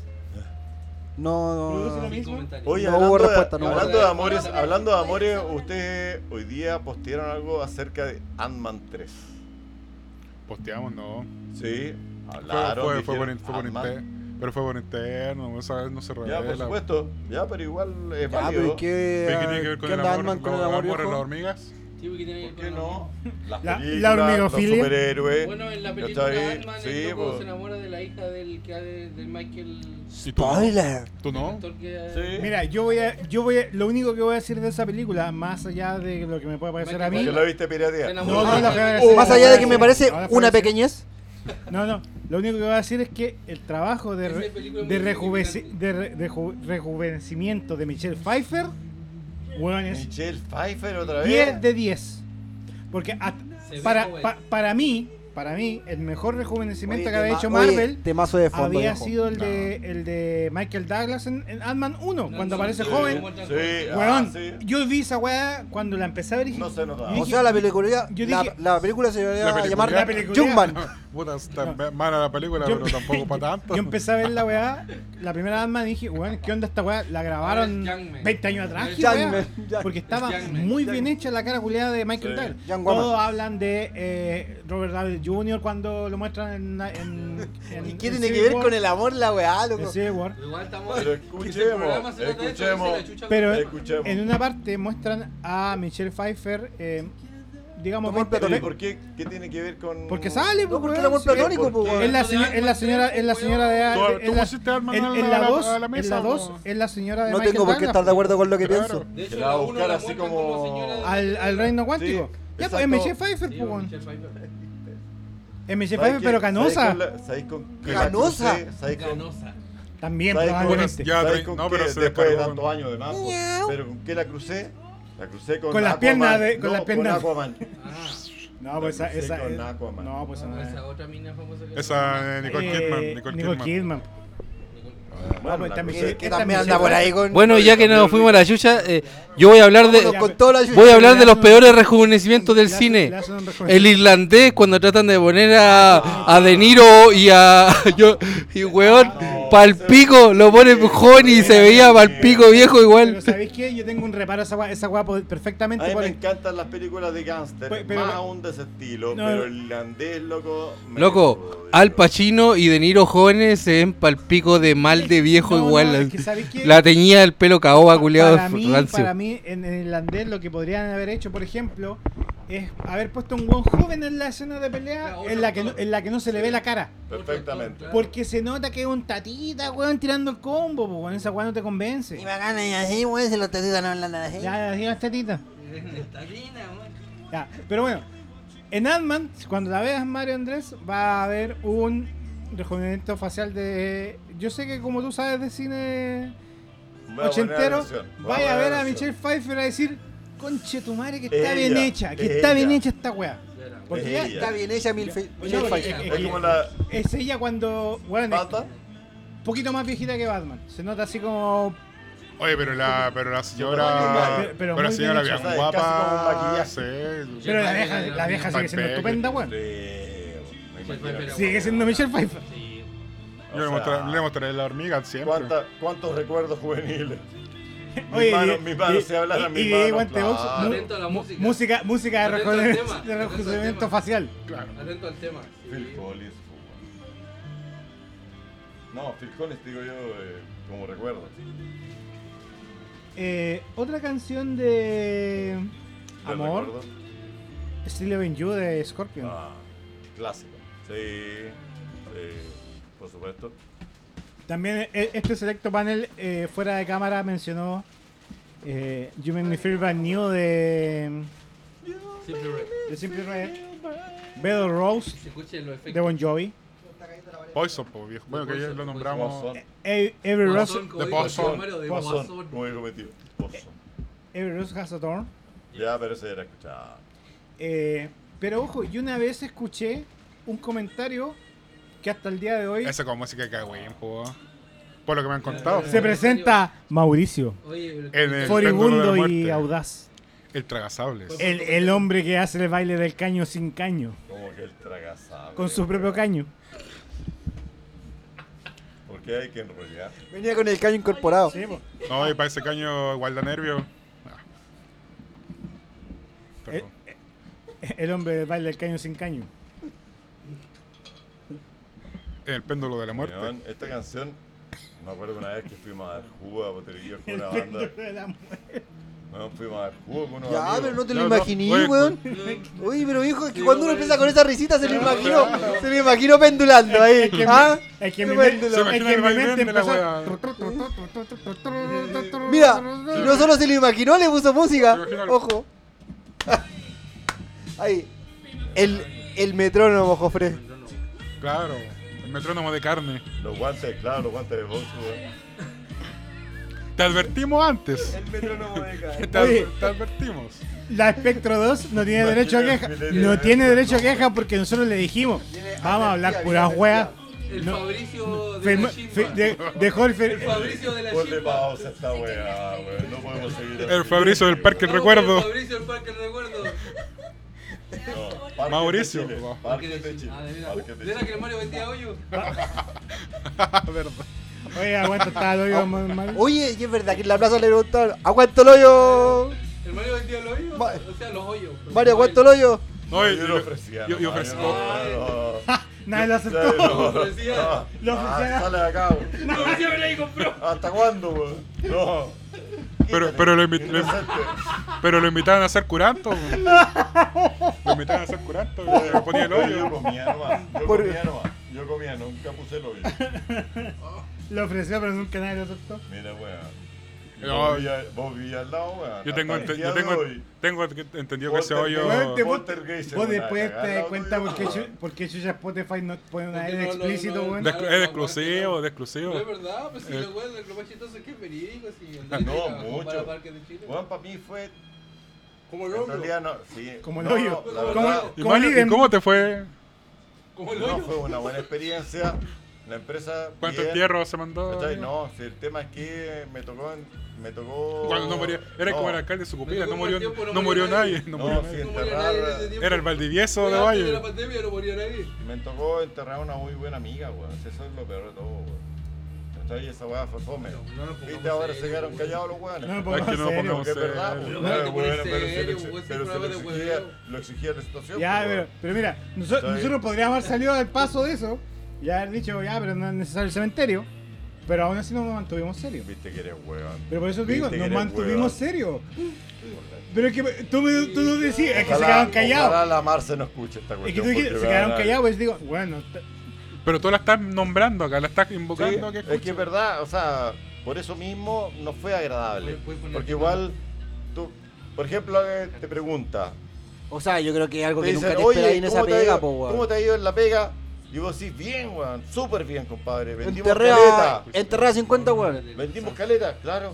E: No, no,
B: ¿Produce
E: no.
B: lo mismo?
A: comentario.
C: Oye,
E: No hubo
C: hablando,
E: respuesta,
C: de,
E: no hubo
C: hablando de
A: respuesta.
C: amores, hablando de amores, ustedes hoy día postearon algo acerca de Ant-Man 3.
D: Posteamos, no.
C: Sí,
D: Fue-
C: hablaron.
D: fue, fue por,
C: dijeron,
D: in- fue eh. por
C: "Ant-Man".
D: interno. Pero fue por interno, esa vez no se revela.
C: Ya, por supuesto. Ya, pero igual es
E: Pues, eh, Ya,
C: válido.
E: pero ¿y qué, ah,
D: ¿Pero qué tiene que ver con
E: qué
D: el
E: anda
D: amor,
E: Ant-Man con el
D: lo-
E: amor,
D: en las
E: viejo?
D: hormigas?
A: Sí, porque tiene que ver
C: ¿Por
A: con
C: qué
A: el
C: no? Eh,
A: amor.
C: Las
B: La- la
C: películas,
B: hormigofilia.
C: Los superhéroes.
A: Bueno, en la
C: ¿cachai?
A: película Ant-Man
C: Sí,
A: el loco
C: pues.
A: se enamora de la hija del, que, del Michael...
D: ¿Y tú no?
E: Spoiler.
D: ¿Tú no?
A: actor que-
C: Sí.
B: Mira, yo voy a, yo voy a, lo único que voy a decir de esa película, más allá de lo que me pueda parecer a mí,
C: ¿Que la viste piratear?
A: Se enamoró.
B: no, no, la voy a decir.
E: Más allá de que me parece
B: Ahora fue
E: una
B: decir-
E: pequeñez,
B: No, no, lo único que voy a decir es que el trabajo de,
A: Esa
B: re-
A: película es
B: de,
A: muy
B: rejuveci-
A: significante.
B: de re- de ju- rejuvenecimiento de Michelle Pfeiffer, weón, es
C: Michelle Pfeiffer otra vez.
B: 10 de 10. Porque at-
A: Se ve
B: para,
A: joven.
B: pa- para mí, para mí, el mejor rejuvenecimiento
E: Oye,
B: que había
E: tema-
B: hecho
E: oye,
B: Marvel
E: temazo de fondo,
B: había
E: viejo.
B: sido el de, el de Michael Douglas en, en Ant-Man 1, cuando aparece
C: Sí,
B: joven.
C: Sí, ah,
B: Weón,
C: sí.
B: yo vi esa weá cuando la empecé a ver y dije,
C: No se notaba.
B: yo
E: O
B: dije,
E: sea, la película,
B: yo
E: la,
B: dije-
E: la película se iba
D: La
E: a
D: película.
E: llamar
B: La Ah, película.
E: Jumpman.
D: Puta, está mala la película,
B: Yo-
D: pero tampoco para tanto.
B: yo empecé a ver la weá, la primera Ant-Man y dije, weón, ¿qué onda esta weá? La grabaron
A: Ahora es Young Man.
B: 20 años atrás,
A: Es
B: ¿qué weá?
E: Young Man, Young-
B: porque estaba
A: es Young Man,
B: muy
A: Young
B: bien
A: Man.
B: hecha la cara culeada de Michael
C: Sí.
B: Douglas.
E: Young
B: Todos
E: Woman.
B: hablan de eh, Robert Downey Jr. cuando lo muestran en... en, en-
E: ¿Y qué
B: en
E: tiene que
B: Civil
E: ver
B: War.
E: con el amor, la weá,
B: En
E: loco?
B: Civil War.
A: Pero igual estamos.
C: Pero
A: que el programa
C: escuchemos,
A: se trata de eso,
C: escuchemos.
A: que se la chucha-
B: Pero
C: Escuchemos.
B: en una parte muestran a Michelle Pfeiffer, eh, digamos,
E: Tomar
B: 20
C: Pero, ¿y
E: platónico.
C: ¿Por qué? ¿Qué tiene que ver con.?
B: porque sale,
E: No, porque
B: weón,
E: el amor
B: sí.
E: platónico,
C: ¿por
E: pues,
C: qué?
B: Es
E: weón.
B: la, señora- es la señora, es la señora
D: Tú-
B: de
D: tú
B: es la-
D: pusiste arma
B: en-
D: a la-
B: en la
D: a la-
B: 2,
D: a la
B: en
D: mesa,
B: la
D: po.
B: 2 es la señora de
E: No
B: Michael
E: tengo por qué
B: Douglas,
E: estar de acuerdo con lo que
D: Claro.
E: pienso.
A: De hecho,
C: Se la va a
A: uno
C: buscar
A: la
C: así
A: muestran
C: como-
A: señora de-
B: pues, al, al reino cuántico. ya pues
C: exacto.
B: MC Pfeiffer,
A: Sí,
B: pues,
A: o
B: weón.
A: Michelle Pfeiffer.
B: MC
C: ¿Sabes
B: Pfeiffer,
C: qué?
B: pero
C: ¿Sabes
B: canosa.
C: con la- ¿Sabes con qué la
E: ¿Canosa?
C: crucé? ¿Sabes con-
A: Ganosa.
B: También,
C: ¿Sabes cómo-
B: probablemente.
D: Ya,
C: ¿Sabes
D: tre-
C: con
D: no,
C: qué?
D: pero se
C: Después de
D: descargó.
C: tantos años de más, pues, ¿Pero con qué la crucé? La crucé con.
B: Con las
C: Aquaman.
B: piernas de- con
C: No,
B: las piernas.
C: Con Aquaman.
A: Ah,
B: No, pues esa.
C: Sí,
B: esa
C: con
B: es-
C: Aquaman.
B: no, pues esa no es.
A: esa otra mina famosa que-
D: Esa eh, Nicole Kidman.
B: Eh,
D: Nicole,
B: Nicole
D: Kidman.
B: Kidman.
C: Bueno,
B: pues,
C: la
B: también-
C: crucé.
E: Que
B: esta
E: también
B: Michelle
E: anda por ahí con.
K: Bueno, ya que nos fuimos a la chucha, eh, yo voy a hablar de
E: Vámonos
B: pues,
E: con toda la
K: voy a hablar
B: le
K: de los
B: hacen-
K: peores rejuvenecimientos del
B: le hacen- le
K: cine.
B: hacen un rejuvenec-
K: El irlandés cuando tratan de poner a, a De Niro y a yo y weón palpico lo pone joven y se veía palpico viejo
B: Pero
K: igual.
B: ¿sabéis qué? Yo tengo un reparo a esa guapa esa guapa
C: A
B: perfectamente
C: mí
B: por
C: me
B: el-
C: encantan las películas de gángster,
B: Pe- pero-
C: más aún de ese estilo,
B: No, no.
C: pero el irlandés, loco. me
K: Loco,
C: jodió.
K: Al Pacino y De Niro jóvenes se ven palpico de mal de viejo
B: No, no,
K: igual.
B: es que ¿sabéis qué?
K: La teñía el pelo caoba culiado
B: para mí,
K: rancio.
B: para mí, en el irlandés lo que podrían haber hecho, por ejemplo, es haber puesto un buen joven en la escena de pelea en la que no, en la que no se le ve la cara.
C: Perfectamente.
B: Porque se nota que es un tatita, weón, tirando el combo, po, weón. Esa weón no te convence.
E: Y
B: Ya,
E: bacana y así, weón, se lo te digan hablando así.
B: ya, ya, tatita.
A: Esta mina, weón.
B: Ya, pero bueno, en Ant-Man, cuando la veas Mario Andrés, va a haber un rejuvenecimiento facial de... Yo sé que como tú sabes de cine
C: Voy a poner la
B: ochentero,
C: versión, voy
B: vaya a
C: poner
B: ver
C: la
B: a
C: versión.
B: Michelle Pfeiffer a decir, conche tu madre que está
C: Ella,
B: bien hecha, que está
C: ella.
B: bien hecha esta weá.
A: Era.
B: Porque
C: Ella.
B: ya
E: Está bien ella, mil fe-
B: Oye,
E: mil
B: oye,
E: fe-
B: eh,
C: Es como la.
B: es ella cuando, bueno, es
C: ¿Pata?
B: un poquito más viejita que Batman. Se nota así como...
D: Oye, pero la, pero la
C: Pero-
D: señora.
B: pero
D: Pero, la
B: muy
D: señora
B: bien
D: bien
C: hecho, ¿sabes? Casi como un
D: guapa.
C: maquillaje.
D: Sí.
B: Pero la vieja, la vieja sigue siendo estupenda, weón.
C: Sí,
A: Michelle
C: me imagino.
A: Pfeiffer era
B: Sigue
A: buena.
B: siendo Michelle Pfeiffer.
A: Sí.
D: Yo le
C: O sea,
D: mostré, le mostré la hormiga siempre.
C: ¿cuánta- ¿Cuántos recuerdos juveniles?
B: Oye,
C: mi mano,
B: y-
C: mi mano,
B: y-
C: se habla la
B: y-
C: mi
B: y
C: mano,
B: Guante Box,
C: claro.
B: mu-
A: Atento a la
B: mu-
A: música.
B: música. Música de
A: Atento al
B: rejuven-
A: tema,
B: de
A: atento al
B: rejuvenecimiento
A: tema.
B: facial.
D: Claro.
A: Atento al tema. sí.
C: Phil Collins, po, weón. No, Phil Collins digo yo eh, como recuerdo.
B: Eh, otra canción de
C: Yo
B: Amor,
C: recuerdo.
B: Still Loving You de Scorpion.
C: Ah, clásico. Sí, sí, por supuesto.
B: También eh, este selecto panel eh, fuera de cámara mencionó eh, You Make Me Feel Brand New de,
A: Simple Red.
B: de Simple Red, Bell Rose
A: Se escuchen los
B: de
A: efectos.
B: Bon Jovi,
D: Poison, po, viejo. Bueno, que ya lo nombramos.
C: Guasón.
B: E- Every Rose,
A: Guasón, como dijo
D: de
A: el
D: Guasón.
A: Homero, de
C: Guasón,
A: Guasón.
C: como dijo mi tío. Guasón.
B: Every Rose Has a Thorn.
C: Ya, pero ese era escuchado.
B: Eh, pero ojo, yo una vez escuché un comentario que hasta el día de hoy
D: Esa como música que weón, po. Por lo que me han contado.
B: se presenta Mauricio,
A: Oye,
D: En el- péndulo de
B: furibundo
D: la
B: y
D: muerte.
B: audaz.
D: El tragasables.
B: El, el hombre que hace el baile del caño sin caño,
C: Como que el tragasable.
B: con su propio caño.
C: Porque hay que enrollar.
E: Venía con el caño incorporado.
B: eh. Sí, po.
D: No, y para ese caño guarda nervio. Ah. Perdón.
B: El hombre del baile del caño sin caño.
D: En el péndulo de la muerte.
C: Weón, esta canción, me acuerdo una vez que fuimos a dar jugo a Boterillo con
B: El
C: una
B: péndulo
C: banda.
B: de la muerte.
C: Weón, fuimos a dar jugo con unos
E: Ya,
C: amigos.
E: pero no te
D: No,
E: lo
D: no,
E: imaginé,
D: oye,
E: weón. Uy, pero hijo, es que cuando uno
A: güey.
E: empieza con esa risita se lo imagino, se lo imagino pendulando ahí. ¿Ah?
B: Es que en mi,
E: Bueno,
B: mente-
D: se
B: es que en
D: imagina el
B: mi
D: vaivén
B: mente
D: de la
B: empezó.
E: Mira, no solo se lo imaginó, le puso música. Ojo. Ahí. El, el metrónomo, Jofre.
D: Claro. El metrónomo de carne.
C: Los guantes, claro, los guantes de boxeo, weón.
D: Te advertimos antes.
E: El metrónomo de
D: Te,
B: Oye.
D: te advertimos.
B: La Espectro 2 no tiene derecho a queja. No tiene derecho a queja porque nosotros le dijimos, vamos a hablar puras weas.
A: El
B: No,
A: Fabricio de
B: Ferma-
A: la Chimba.
B: fe- de- Dejó el
A: El
B: fer-
A: Fabricio de la
C: Ponle
A: Chimba.
C: pausa a esta weá, weón. No podemos seguir.
D: El Fabricio del Parque del Recuerdo.
A: El Fabricio del Parque del Recuerdo.
D: Mauricio.
C: Parque de Chile.
A: Ah, de
C: Parque
A: veras.
C: de
A: ¿De veras
C: Chile.
A: que el Mario vendía hoyo?
D: Verdad.
B: Oye, aguanta, está el hoyo más mal.
E: Oye, y es verdad que en la plaza le preguntaron, aguanta el hoyo.
A: El Mario vendía los hoyos.
E: Ma-
A: O sea, los hoyos.
E: Mario, aguanta el hoyo.
D: No, y-
C: yo
D: y-
C: lo ofrecía.
D: yo- yo
C: nomás,
D: ofrecí-
C: no, no.
B: Nadie lo aceptó.
C: No, no,
A: Ofrecía.
C: no.
B: Lo ofrecía.
C: Ah, Sale de acá, weón.
A: No, Fabricio me la ahí compró.
C: ¿Hasta cuándo, weón? No.
D: Pero, pero, lo invit- lo invi-
C: Indecente.
D: pero lo invitaban a ser curanto. weón. Lo invitaban a ser curanto. weón. Le ponía el
C: Yo
D: hoyo.
C: comía nomás. Yo
E: Por-
C: comía nomás. Yo comía, nunca puse el hoyo.
B: Lo ofreció, pero nunca nadie lo aceptó.
C: Mira, weón.
D: No.
C: Vos vivías- Vos vivías al lado, weón.
D: Yo tengo,
C: Hasta
D: ente-
C: el
D: yo
C: día de
D: tengo,
C: hoy.
D: tengo ent- entendido que ese hoyo.
B: Weón, te-
C: Poltergeist,
B: Vos
C: weón,
B: después
C: la
B: te das
C: cagada,
B: cuenta
C: weón.
B: por qué chu- por qué Chucha Spotify no pone nada
A: Porque
B: de
A: no, no,
B: explícito,
A: no,
B: weón.
D: de- Es de exclusivo, de
A: No es
D: exclusivo.
A: verdad, pues si
D: Eh.
A: la weá de lo más chistoso es que es verídico. Si el Dani
C: No,
A: trabajó para
C: mucho.
A: Parque de Chile.
C: Weón, para mí fue.
A: Como el
C: En
A: hombro.
C: realidad no. Sí.
B: Como el
C: No,
B: hoyo.
C: no, la
A: Como-
C: verdad,
D: ¿Y,
B: Como
D: Mario,
B: líder.
D: ¿y cómo te fue?
A: Como el
C: No,
A: hoyo.
C: fue una buena experiencia. La empresa.
D: ¿Cuánto
C: bien,
D: entierro se mandó?
C: ¿cachai? No, si el tema es que me tocó. en- Me tocó
D: Cuando no moría. Era
C: No,
D: como el alcalde de su
A: Me
D: cupida,
A: tocó
D: no murió,
A: el tiempo,
D: no murió nadie.
C: No,
D: No murió
C: sí,
D: nadie.
A: No moría nadie en ese tiempo.
D: Era el Valdivieso de
A: Antes la
D: Valle.
A: pandemia no moría nadie.
C: Me tocó enterrar a una muy buena amiga, weón. Eso es lo peor de todo, weón. ¿Cachai? Esa weá fue fome.
A: No, no nos pongamos
C: Viste, ahora se
A: serios,
C: quedaron
A: weón.
C: callados los weones.
B: No,
D: Es que no
B: serio.
D: pongamos
C: Porque es verdad,
D: serio.
C: weón.
A: No,
C: Pero
A: te
C: bueno,
A: pones
C: pero se
A: serio,
C: lo
A: weón,
C: exi-
A: si
C: pero se
A: programa
C: lo
A: de
C: exigía-
A: hueveo.
C: lo exigía la situación.
B: Ya,
C: pues,
B: pero,
C: weón.
B: pero mira, nosotros,
C: Sí.
B: nosotros podríamos haber salido al paso de eso y haber dicho, ya, pero no es necesario el cementerio. Pero aún así nos mantuvimos serios.
C: Viste que eres weón.
B: Pero por eso te digo,
C: Viste que
B: nos
C: eres
B: mantuvimos
C: weón.
B: serios. Pero es que tú, me- tú nos decís, es que se
C: Ojalá-
B: quedaron callados.
C: Ojalá la Marce no escuche esta
B: Es que
C: cuestión.
B: tú dijiste, se
C: porque me van
B: quedaron
C: a-
B: callados, pues digo, bueno, t-
D: Pero tú la estás nombrando acá, la estás
C: Sí,
D: invocando. que
C: es que es verdad, o sea, por eso mismo no fue agradable.
A: Puedes- puedes poner-
C: Porque igual, tú, por ejemplo, eh, te pregunta,
E: O sea, yo creo que es algo
C: te
E: que nunca
C: dicen,
E: te esperáis
C: oye,
E: en
C: ¿cómo,
E: esa
C: te ha
E: pega,
C: ido,
E: po,
C: ¿cómo
E: weón.
C: te ha ido en la pega? Y vos decís, bien, weón, súper bien, compadre. Vendimos
E: Enterré a,
C: caleta.
E: enterré a 50, weón.
C: Vendimos caleta, claro.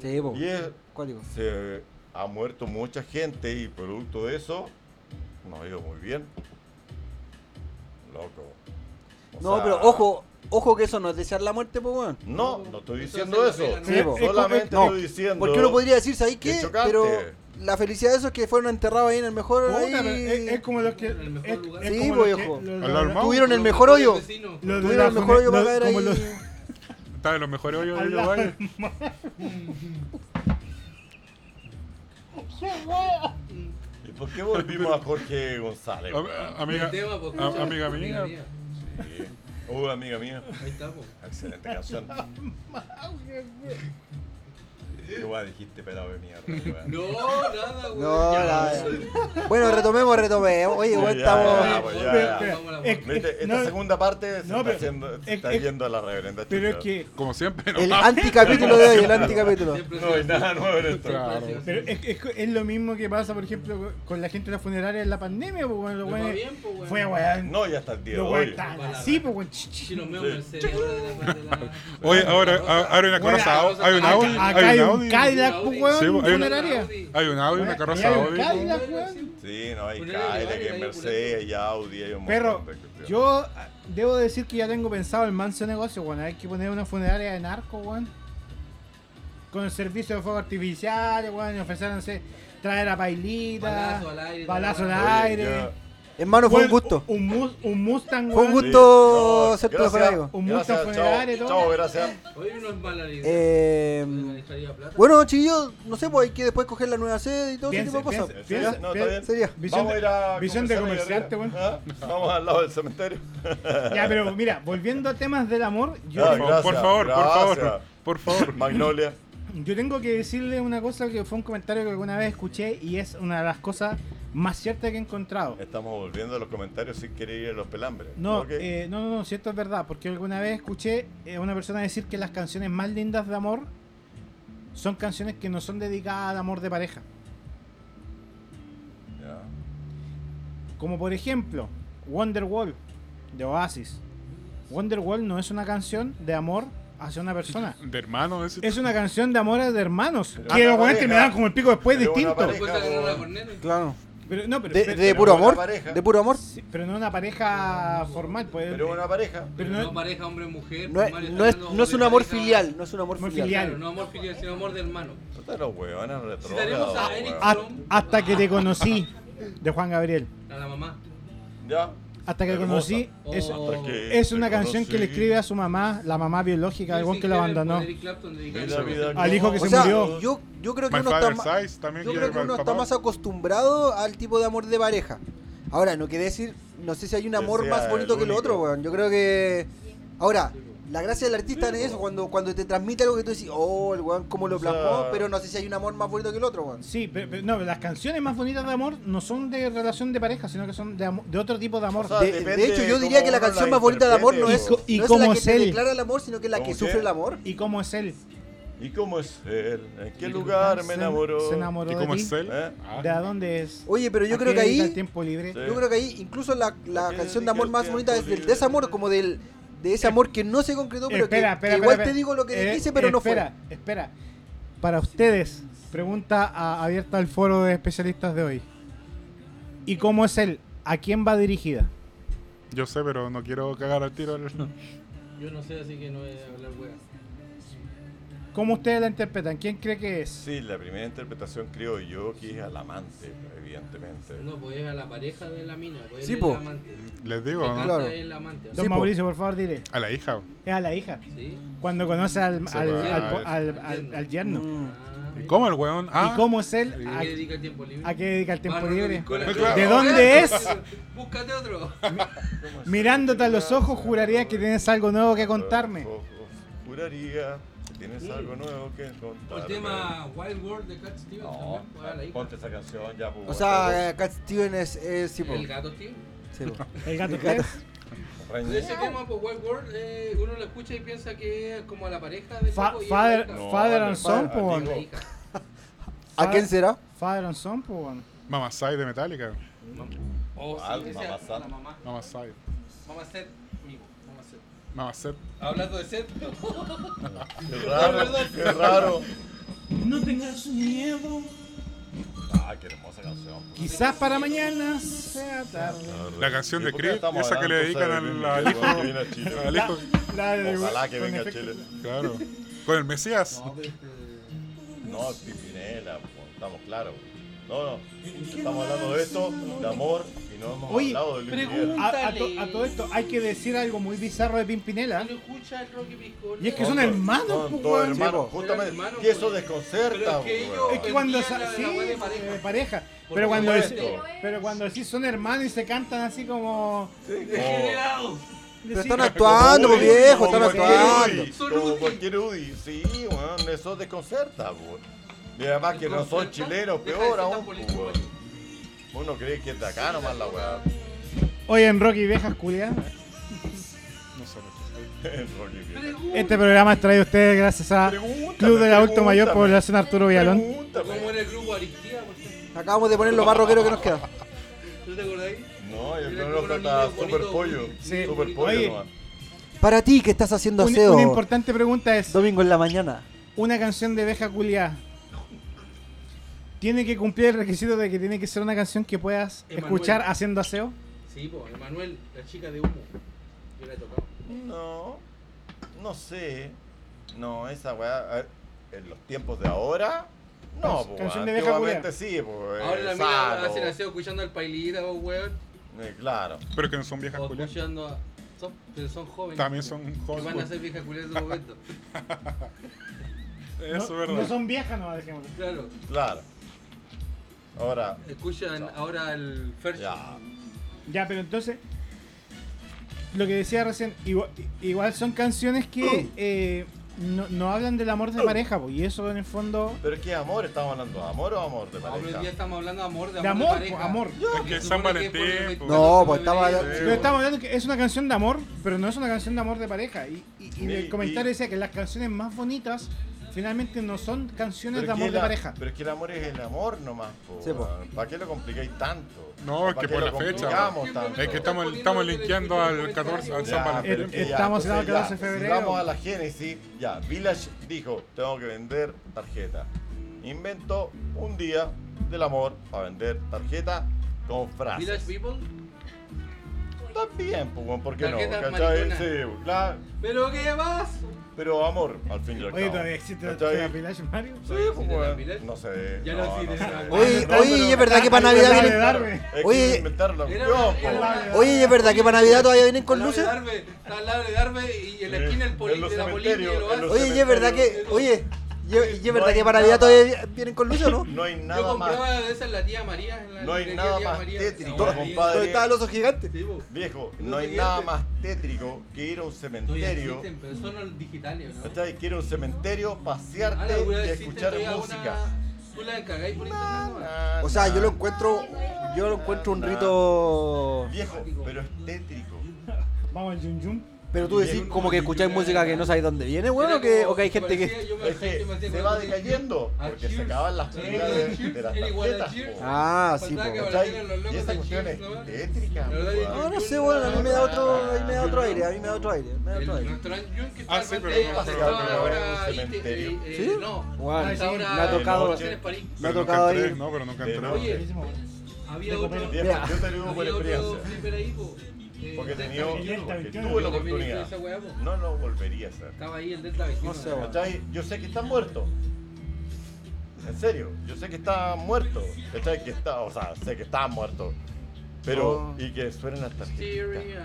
E: Sí, po.
C: Y es-
E: Cuático.
C: se ha muerto mucha gente y producto de eso, nos ha ido muy bien. Loco. O
E: No,
C: sea,
E: pero ojo, ojo que eso no es desear la muerte, pues, weón.
C: No, no estoy
A: Eso
C: diciendo
A: es la
C: eso.
A: pega, ¿no?
E: Sí, po.
C: Solamente
E: No,
C: estoy diciendo.
E: Porque uno podría decir, ¿sabes
C: que
E: qué?
C: chocaste.
E: Pero la felicidad de esos que fueron enterrados ahí en el mejor.
B: puta, pero
E: ahí...
B: es, es como los que.
A: En el mejor
B: es-
A: lugar.
B: es
E: Sí,
B: como
E: pues,
B: los que-
E: viejo.
B: los-
D: Hablar
B: los-
D: más.
E: Tuvieron el mejor hoyo.
B: los de
E: Tuvieron
B: la
E: el mejor hoyo para
B: los-
E: caer
B: como los-
E: ahí.
D: Está de los mejores hoyos de
B: al
D: Valle.
B: lado
D: Valle.
B: del mar.
C: ¿Y por qué volvimos a Jorge González?
D: Am- Amiga,
A: El tema, pues,
D: am-
A: escucha,
D: amiga mía.
C: Sí. Oh, amiga mía.
A: Ahí está, po.
C: Excelente canción. Qué guay dijiste, pelado de mierda. weón.
A: No, nada, weón.
E: No,
A: Ya,
E: la-
A: weón.
E: Bueno, retomemos, retomemos. Oye,
C: Ya, ya,
E: weón, estamos.
C: ya, pues, ya, ya.
B: Pero-
A: Vamos a la
B: es- es-
C: Viste, Esta
B: no,
C: segunda parte se
B: no,
C: está,
B: pero-
C: haciendo, se
B: es-
C: está
B: es-
C: yendo a la reverenda
B: Pero es
C: chucha.
B: que.
D: Como siempre, no
E: El
D: mames.
E: anticapítulo de hoy, el anticapítulo.
A: Siempre
C: No hay
A: ha sido
C: nada nuevo en esto.
D: Claro.
A: así.
E: eh,
B: Pero es, es, es lo mismo que pasa, por ejemplo, con la gente de la funeraria en la pandemia, pues, bueno, los
A: Les va
B: weones-
A: bien, pues, weón.
B: Fue, weón.
C: No, ya está el día de
B: los
C: hoy.
B: weones estaban así, pues, weón. Ch, ch,
A: Si nos vemos en el cerebro de la- de la-
D: Oye, ahora, a- ahora hay una
B: Bueno,
D: carroza Audi. Hay un
B: acá-
D: Audi.
B: acá
D: Hay
B: hay
D: un
B: un
D: Audi.
B: Cadillac. pues,
D: Sí,
C: pues,
D: bo, hay una-
B: funeraria.
D: Hay un Audi, una
B: Y
D: carroza
B: hay un
D: Audi.
B: Cadillac, weón.
C: Sí, no, hay
A: Ponele varios,
C: Kyla, que
A: hay
C: hay Mercedes, hay Audi, hay un
B: Perro,
C: montón de cuestiones.
B: yo ah, debo decir que ya tengo pensado el manso negocio, weón. Hay que poner una funeraria de narco, weón. Con el servicio de fuego artificial, weón. Y ofrecer, no sé, traer a Pailita.
A: Balazo al aire,
B: Balazo al
A: tal,
C: Oye,
B: aire.
C: ya-
E: Hermano, fue
B: Weón,
E: un gusto.
B: Un, mus- un Mustang,
E: Fue
B: weón.
E: un gusto. Gusto
C: no,
E: hacerte
C: gracias,
E: por algo.
B: Un
C: gracias,
B: gusto
C: chao,
B: funerario y todo.
C: Chao, gracias.
A: Hoy no es mala idea.
E: Eh,
A: Organizaría plata.
E: bueno, chiquillos, no sé, pues hay que después coger la nueva sede y todo ese
B: Piensa,
E: tipo de cosas.
B: piensa,
C: Sí,
B: piensa,
C: no,
B: piensa.
C: está bien.
E: Sería.
B: Visión
C: Vamos a
B: de-
C: ir a
B: visión de
C: conversar ahí
B: comerciante, weón.
C: arriba. ¿Ah? Vamos al lado del cementerio.
B: Ya, pero mira, volviendo a temas del amor, yo,
C: Ah,
D: Por
C: gracias,
D: favor, por favor,
C: gracias.
D: por favor.
C: Magnolia.
B: yo tengo que decirle una cosa que fue un comentario que alguna vez escuché y es una de las cosas más ciertas que he encontrado.
C: Estamos volviendo a los comentarios sin querer ir a los pelambres.
B: No,
C: Ok.
B: eh, no, no, no, si esto es verdad, porque alguna vez escuché eh, a una persona decir que las canciones más lindas de amor son canciones que no son dedicadas al amor de pareja.
C: Ya.
B: eh, Como por ejemplo, Wonderwall de Oasis. Wonderwall no es una canción de amor hacia una persona.
D: De hermano, ese.
B: Es una canción de amor de hermanos.
C: Pero
B: que
C: una
B: los weones
C: pareja.
B: terminaban como el pico después
C: Pero una
B: distinto.
C: pareja,
E: eh,
C: po.
E: Claro.
B: Pero, no, pero,
E: De,
B: pero-
E: de
B: pero-
E: puro
C: buena
E: amor.
C: pareja.
E: De puro amor.
B: sí, pero no una pareja formal, pues.
C: Pero una pareja.
B: pero
A: no,
B: no,
A: pareja hombre-mujer.
E: No es, no, es, no es un amor filial. No es un amor
B: Amor
E: filial.
B: filial.
A: Claro, no amor filial, sino amor de hermano.
C: Puta los huevones
A: tenemos a
C: retrógrados,
A: Eric
C: weón.
B: Haz- hasta que te conocí, de Juan Gabriel.
A: A la mamá.
C: Ya.
B: Hasta que te
C: Hermosa.
B: conocí, es,
A: Oh.
C: Hasta que
B: es una
C: te
B: canción que le
C: conocí.
B: escribe a su mamá, la mamá biológica, el weón que lo
A: Dicen
B: abandonó.
A: Eric Clapton dedicado
C: Y
A: a
C: la
A: su
C: vida
B: Al hijo que
E: O
B: se
E: sea,
B: murió.
E: yo, yo creo que
D: My
E: uno está,
D: Father's
E: ma-
D: Eyes también.
E: yo
D: que
E: creo
D: era
E: que
D: el
E: uno está
D: papá.
E: más acostumbrado al tipo de amor de pareja. Ahora, no quiere decir, no sé si hay un
C: Que
E: amor
C: sea
E: más bonito
C: el
E: que el otro,
C: único.
E: weón. Yo creo que. Ahora, la gracia del artista es eso, cuando, cuando te transmite algo que tú decís, oh, el weón, cómo lo
C: O sea-
E: plasmó, pero no sé si hay un amor más bonito que el otro, weón.
B: Sí, pero, pero no, las canciones más bonitas de amor no son de relación de pareja, sino que son de, amo- de otro tipo de amor.
C: O sea,
E: De,
C: depende
E: de hecho, yo
C: cómo
E: diría que la
C: uno
E: canción más bonita de amor no es,
C: interprete,
B: co- y
E: no es
B: cómo
E: la que
B: es
E: te
B: él.
E: declara el amor, sino que la
C: ¿Cómo
E: que
C: que?
E: sufre el amor.
B: ¿Y cómo es él?
C: ¿Y cómo es él? ¿En qué lugar me
B: Se-
C: enamoró?
B: Se enamoró
D: ¿Y
B: de
D: cómo
B: ti?
D: es él?
C: ¿Eh?
D: Ah,
B: ¿De a dónde es?
E: Oye, pero yo
B: ¿A
E: creo
B: qué
E: que
B: dedica el
E: ahí,
B: tiempo libre?
C: Sí.
E: yo creo que ahí, incluso la, la
C: ¿A qué
E: canción
C: dedica
E: de amor
C: el
E: más
C: tiempo
E: bonita es del
C: libre?
E: desamor, como del, de ese amor que no se concretó, pero que-
B: Eh, espera,
E: que,
B: espera,
E: igual
B: espera,
E: te digo lo que
B: eh,
E: te quise, pero no fue.
B: Espera, espera. Para ustedes, pregunta a- abierta al foro de especialistas de hoy. ¿Y cómo es él? ¿A quién va dirigida?
D: Yo sé, pero no quiero cagar al tiro.
A: Yo no sé, así que no voy a hablar weas.
B: ¿Cómo ustedes la interpretan? ¿Quién cree que es?
C: Sí, la primera interpretación creo yo que es al amante, evidentemente.
A: No, pues es a la pareja de la mina. Pues
E: Sí,
A: él es
E: po.
A: el amante.
D: Les digo, ¿no?
E: Claro.
A: Es el amante.
B: Don
E: Sí, po.
B: Mauricio, por favor, dile.
D: A la hija.
B: Es a la hija.
A: Sí.
B: Cuando conoce al,
D: Se
B: al,
D: va,
B: al-
D: es-
B: al- al- al yerno.
E: Mm.
A: Ah,
D: ¿Y cómo el weón? Ah,
B: ¿Y cómo es él?
A: ¿A
B: ¿A,
A: qué dedica el tiempo libre?
B: a qué dedica el tiempo
A: Bárbaro
B: libre?
A: Nicola.
B: ¿De dónde es?
A: Búscate otro.
B: Mirándote a los ojos, juraría que tienes algo nuevo que contarme.
C: Ojos, Juraría que tienes algo nuevo que contarme.
A: O el tema Wild World de Cat Stevens
C: No,
A: también, pues, a la hija.
C: ponte esa canción ya. pues,
E: O sea,
C: bueno,
E: eh, Cat Steven es, es sí, po.
A: El gato Steven.
E: Sí, po.
B: El gato tres.
A: De ese
C: reñe-
A: tema, pues Wild World, eh, uno lo escucha y piensa que es como a la pareja de
B: Fa-
A: Coco y es la
B: father,
A: hija.
C: No,
B: father
C: no,
B: and son, pues,
C: no,
B: po,
C: no,
B: weón.
A: La hija.
E: ¿A quién será?
B: Father and son, pues, po, weón.
D: Mamá Sai de
A: O
D: Metallica.
C: Ah,
A: Oh, sí,
C: mamá
A: esa es la
C: Sat.
A: mamá.
D: Mamá Sai.
A: Mamá Seth, amigo. Mamá Seth.
D: Mamá Set.
A: Hablando de Seth,
C: Qué raro, qué raro.
B: No tengas miedo.
C: Ah, qué hermosa canción. pues.
B: Quizás para mañana sea tarde.
D: La canción
C: ¿Y
D: de
C: por qué
D: Creed,
C: estamos
D: esa que le
C: hablando,
D: dedican
C: sabe, Billy,
D: al, al
C: que
D: hijo.
C: cuando viene a Chile?
D: Al hijo,
B: La de-
C: Ojalá que
B: con
C: venga a
B: efecto-
C: Chile.
D: Ah, claro. Con el Mesías.
C: No, Pimpinela, po, estamos claros. No, no, estamos hablando de esto, de amor, y no hemos
B: Oye, ah,
C: hablado de Luis
A: pregunta.
C: Miguel.
B: A, a to- a todo esto, hay que decir algo muy bizarro de Pimpinela.
A: no escucha el Rocky Piscola.
B: Y es que
C: Son
B: son
C: dos-
B: hermanos,
C: son
B: pues,
C: dos
B: weón.
C: hermanos,
E: Sí, po.
C: justamente.
A: Pero hermanos,
C: y eso
A: pues.
C: desconcerta,
A: Pero es que
C: weón.
A: ellos-
B: Es que cuando
A: Vendían
B: sa-
A: la-
B: sí,
A: la wea de
B: de
A: pareja.
B: pareja. Pero cuando
C: por
B: es-
C: supuesto.
B: pero cuando sí son hermanos y se cantan así como
A: Degenerados.
E: Pero
B: Sí,
E: están
B: como
E: actuando,
C: Como
E: po,
C: Udi,
E: viejo,
C: como
E: están
C: cualquier
E: actuando.
C: Udi,
A: Son
C: Como
A: Udi.
C: cualquier Udi, sí, weón, eso desconcerta, weón. Y además que no son
A: Desconcerta,
C: chilenos,
A: deja de
C: peor
A: ser tan
C: aún, pues,
A: político,
C: weón. Uno cree que es de acá nomás la weá.
B: Oye, en Rocky Viejas Culiadas.
D: No sé.
C: Rocky Miguel.
B: Este programa es traído a ustedes gracias a
C: Pregúntame,
B: Club del Adulto Mayor
C: pregúntame.
B: Población Arturo Villalón.
C: Pregúntame.
A: Como era el grupo Aristía, por ejemplo.
E: Acabamos de poner lo más rockero que nos queda.
A: ¿No te acordáis?
C: No, yo
A: Era
C: creo que
A: como
C: está
A: unos niños
C: super
A: bonitos,
C: pollo.
B: Sí.
C: Super
B: Oye.
C: pollo nomás.
E: Para ti que estás haciendo
B: Un- una
E: aseo
B: importante pregunta es,
E: domingo en la mañana.
B: una canción de Veja Culiada tiene que cumplir el requisito de que tiene que ser una canción que puedas
A: Emanuel.
B: escuchar haciendo aseo.
A: Sí, pues, Emanuel, la chica de humo. Yo la he tocado.
C: No, no sé. No, esa weá. eh, En los tiempos de ahora. No,
B: Can-
C: pues.
B: canción de vieja
C: Antiguamente sí, pues.
A: Ahora la mina hace el aseo escuchando al Pailita, vos, weón.
C: Eh, Claro.
D: Pero que no son viejas
A: O
D: culias.
A: escuchando a. Son, pero son jóvenes.
D: También son
A: Que pues, van a
D: jóvenes.
A: ser viejas culiadas en su momento.
D: Eso
B: no,
D: es
B: no
D: verdad.
B: son viejas, no, dejémoslo.
A: Claro.
C: Claro. Ahora,
A: Escuchan ahora el Fercho.
C: ya.
B: Ya, pero entonces, lo que decía recién, igua- igual, son canciones que eh, no, no hablan del amor de pareja, po, y eso en el fondo...
C: Pero es que amor, estamos hablando de amor o amor de
A: Ahora hoy
C: pareja.
A: día estamos hablando de amor, de
B: De
A: amor.
B: amor,
A: de
B: po,
A: pareja.
B: amor.
D: Es que es San
A: Supone que
D: Valentín.
A: es
D: po.
A: por-
E: No, pues estaba.
A: Sí.
B: Pero estamos hablando que es una canción de amor, pero no es una canción de amor de pareja. Y, y- y en
C: Y-
B: el comentario
C: y-
B: decía que las canciones más bonitas finalmente no son canciones de
C: Pero es
B: amor
C: que
B: de
C: la-
B: pareja.
C: Pero es que el amor es el amor nomás, po,
B: Sí, po.
C: weón. ¿Para qué lo complicáis tanto?
D: pues. No, es
C: ¿Para
D: que
C: qué
D: por
C: lo
D: la fecha.
C: complicamos tanto?
D: Es que estamos, estamos linkeando al 14, al
C: Ya,
D: San
C: pero
D: Valentín.
C: es que ya,
B: Estamos en el
C: entonces ya,
B: 14 de febrero.
C: Si vamos a la génesis, ya, Village dijo, tengo que vender tarjeta. Inventó un día del amor para vender tarjeta con frases.
A: Village People.
C: También, pues, weón, ¿por qué no?
A: Tarjetas
C: ¿Cachai?
A: mariconas.
C: Sí, pues, claro,
A: ¿Pero qué más?
C: pero amor, al fin y al
B: Oye,
C: cabo.
B: todavía existe la
C: ¿Cachai?
B: la Village Mario.
C: Sí, pues, weón. No sé.
A: Ya
C: no,
A: no existe,
C: sé.
A: no.
E: Oye,
C: No,
E: oye,
C: pero-
E: ¿y es verdad que para
B: Ay,
E: Navidad
B: dale,
E: vienen-
B: darme.
C: Es que
E: Oye.
C: inventaron la
A: Era-
C: cuestión, pues,
A: era-
C: po.
E: Oye, ¿y es verdad que para Navidad todavía vienen con
A: Al lado de
E: luces?
A: Darbe, está al lado de Darbe y en la
C: Sí,
A: esquina el
C: en
A: poli
C: los
A: de la política y
C: cementerios,
A: lo
C: en los
A: hace.
E: Oye, ¿y es verdad que, oye, ¿y y es
C: No
E: verdad
C: hay
E: que para Navidad
C: nada.
E: todavía vienen con luces o no?
C: No hay
A: Yo
C: nada más.
A: compraba de esas la tía María. en la
C: No hay
A: librería
C: nada
A: tía
C: más
A: María.
C: tétrico,
A: Ahora,
C: compadre.
E: ¿Dónde estaban los ojos gigantes?
A: sí, po.
C: Viejo,
A: No
C: no hay
A: te
C: nada
A: quedaste.
C: más tétrico que ir a un
A: Todavía
C: cementerio.
A: existen, pero son los digitales, ¿no?
C: ¿Cachai? Que ir a un cementerio,
A: Ah,
C: pasearte
A: la weá
C: y
A: existe
C: escuchar
A: todavía
C: música.
A: una- ¿Tú la encargáis por internet? no?
C: pues.
E: O sea, yo lo encuentro, yo lo encuentro un rito...
C: Viejo, pero es tétrico.
B: Vamos al Yum Yum.
E: Pero tú decís como que escucháis música que no sabéis dónde viene, weón, o que, o que hay gente que...
A: Parecía- yo me
C: Es
A: parecía
C: que
A: me hacía
C: se
A: acordar
C: va
A: de-
C: decayendo
A: A
C: porque se
A: "Ah, Cheers.
C: acaban las
A: Sí,
C: películas de, de las
A: era igual a
C: tarjetas.
A: Cheers.
C: po.
E: Ah, sí,
A: Faltaba que
E: po.
C: ¿Cachai?
A: aparecieran los
C: Y
A: locos
C: esa
A: de
C: cuestión
A: Cheers,
C: es
A: ¿no?
C: tétrica.
A: La verdad,
C: weón.
E: No, no sé, weón, a mí me da otro, a mí me da otro aire, a mí me da otro aire, me da
A: El
E: otro aire.
A: restaurante Jun que está
D: Ah,
A: al
D: sí,
A: frente
D: pero
A: de-
D: no,
A: hasta
D: pero-
A: ahora
C: ahora
A: IT,
C: un cementerio.
A: eh, eh,
E: ¿Sí?
A: No,
E: Guau,
A: hasta ahora-
E: me ha tocado-
A: en París.
E: Me ha
D: Pero nunca
E: tocado
D: entré,
E: ir.
D: No, pero nunca
C: De
D: entré.
C: nuevo.
A: Oye, había otro.
C: Viejo,
E: Mira.
C: yo te lo digo por
A: había otro
C: experiencia.
A: flipper ahí, po. Eh,
C: Porque he
A: Delta
C: tenido,
A: 21,
C: porque
B: veintiuno.
C: tuve la
A: Yo también hice
C: oportunidad.
A: esa weá, po.
C: No lo volvería a hacer.
A: Estaba ahí el Delta 21.
E: No sé, weón.
C: ¿Cachai? Yo sé que está muerto. En serio, yo sé que está muerto. ¿Cachai? Que está, o sea, sé que está muerto. Pero,
E: Oh.
C: y que suenan las tarjetas.
A: Syria.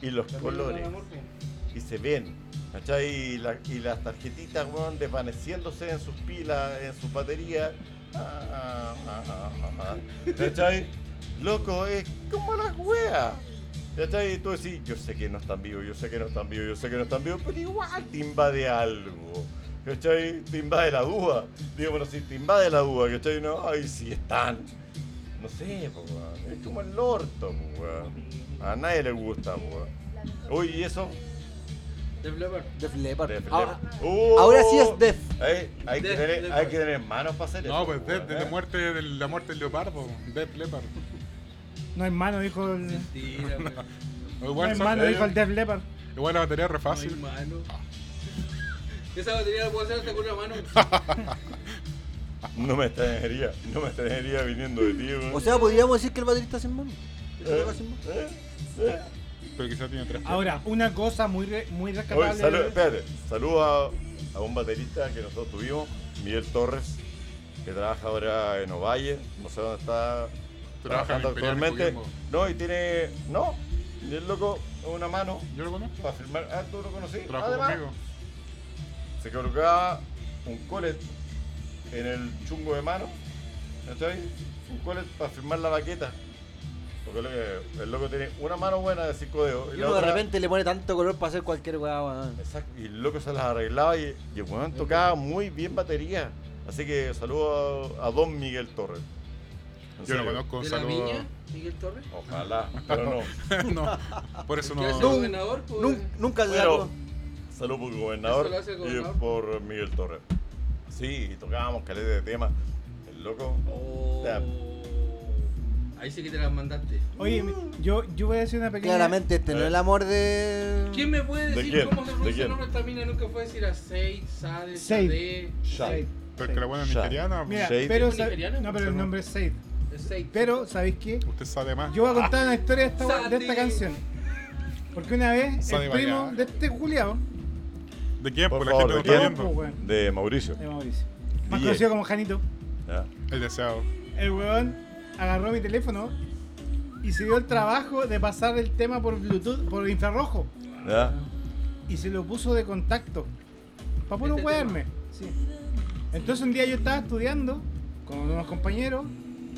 C: Y los colores.
A: ah. Amor, po.
C: Y se ven. ¿Cachai? Y, la- y las tarjetitas, weón, desvaneciéndose en sus pilas, en sus baterías. Ah, ah, ah, ah, ah. ¿Cachai? Loco, es como las weas. ¿Cachai? Y tú decís, yo sé que no están vivos, yo sé que no están vivos, yo sé que no están vivos, pero igual te invade algo. ¿Cachai? Te invade la duda. Digo, bueno, si te invade la duda, ¿cachai? No, ay, sí están. No sé, po, weón. Es como el orto, po, weón. A nadie le gusta, po, weón. Uy, ¿y eso?
A: Def Leppard.
E: Def Leppard.
C: Def
E: Ahora-
C: Leppard. ¡Oh!
E: ahora sí es Def.
C: Hay, hay que
A: Def
C: tener, hay
A: Leppard.
C: que tener manos para hacer eso.
D: No, pues
C: po, weón,
D: Death, desde
C: ¿eh?
D: muerte, de la muerte del leopardo, Death Leopard.
B: No es mano, dijo el.
A: Mentira, weón.
B: No
D: Igual,
B: es
D: son-
B: mano, dijo
C: ¿eh?
B: el Def Leppard.
D: igual la batería es re
A: Ay,
D: fácil.
A: mano. Esa batería la puedo hacer hasta con una mano.
C: No me extrañaría, no me extrañaría viniendo de ti, weón.
E: O sea, podríamos decir que el baterista sin mano. Eso
C: Eh,
E: toca sin mano.
C: eh, eh.
D: Pero quizás tiene tres.
B: Ahora, una cosa muy, re- muy
C: Oye,
B: rescatable.
C: salu- espérate, saludo a, a un baterista que nosotros tuvimos, Miguel Torres, que trabaja ahora en Ovalle, no sé dónde está
D: Trabaja en
C: trabajando
D: Imperial,
C: actualmente.
D: en Coquimbo.
C: No, y tiene. No, y el loco, una mano
D: Yo lo conozco.
C: para firmar. Ah, tú lo conocí.
D: Trabajo
C: Además,
D: conmigo.
C: se colocaba un colet en el chungo de mano, ¿cachai? Un colet para firmar la baqueta. Porque lo que- el loco tiene una mano buena de cinco dedos.
E: Y
C: la
E: uno de
C: otra-
E: repente le pone tanto color para hacer cualquier weá, weón.
C: Exacto, y el loco se las arreglaba y, y el weón tocaba muy bien batería. Así que saludo a, a don Miguel Torres. En
D: Yo lo
C: serio.
D: conozco, un
A: ¿De la
D: saludo.
A: viña? Miguel Torres.
C: Ojalá, pero no.
D: no, por eso
A: ¿Qué hace el
D: no.
A: gobernador? po?
E: Nun- Nunca se
C: Bueno,
E: sacó.
C: salud por el gobernador,
A: Eso lo hace el gobernador.
C: y por Miguel Torres. Sí, y tocábamos caleta de temas. El loco.
A: Oh.
C: Ya.
A: Ahí sí que te las mandaste.
B: Oye, yo, yo voy a decir una pequeña.
E: Claramente este no
C: Eh.
E: es el amor de.
A: ¿Quién me puede
C: ¿De
A: decir
C: quién?
A: cómo se
C: ¿De
A: pronuncia
C: quién?
A: el nombre de esta mina? Nunca fue a decir a Seid, Sade,
B: Seid.
A: Sade.
C: Shade.
D: Pero que la buena
C: Ya.
D: nigeriana.
B: Mira,
C: Shade.
B: pero.
A: ¿Es
B: sab-
A: nigeriano?
B: No, pero el nombre es Seid.
A: Es Seid.
B: Pero, ¿sabéis qué?
D: pues, Usted sabe más.
B: Yo voy a contar
C: Ah.
B: una historia de esta, de esta
A: Sandy.
B: canción. Porque una vez
D: Sandy
B: el primo
D: Ballard.
B: de este Juliado,
D: ¿De quién?
C: Por
D: Porque la
C: favor,
D: gente no
C: ¿de
D: está
C: quién?
B: pues,
D: viendo.
B: weón,
C: De Mauricio.
B: de Mauricio, más
C: DJ.
B: conocido como Janito,
C: Ya.
D: El deseado.
B: el weón agarró mi teléfono y se dio el trabajo de pasar el tema por Bluetooth, por infrarrojo,
C: Ya.
B: y se lo puso de contacto. Para puro
A: Este
B: huearme. Sí. Entonces un día yo estaba estudiando con unos compañeros.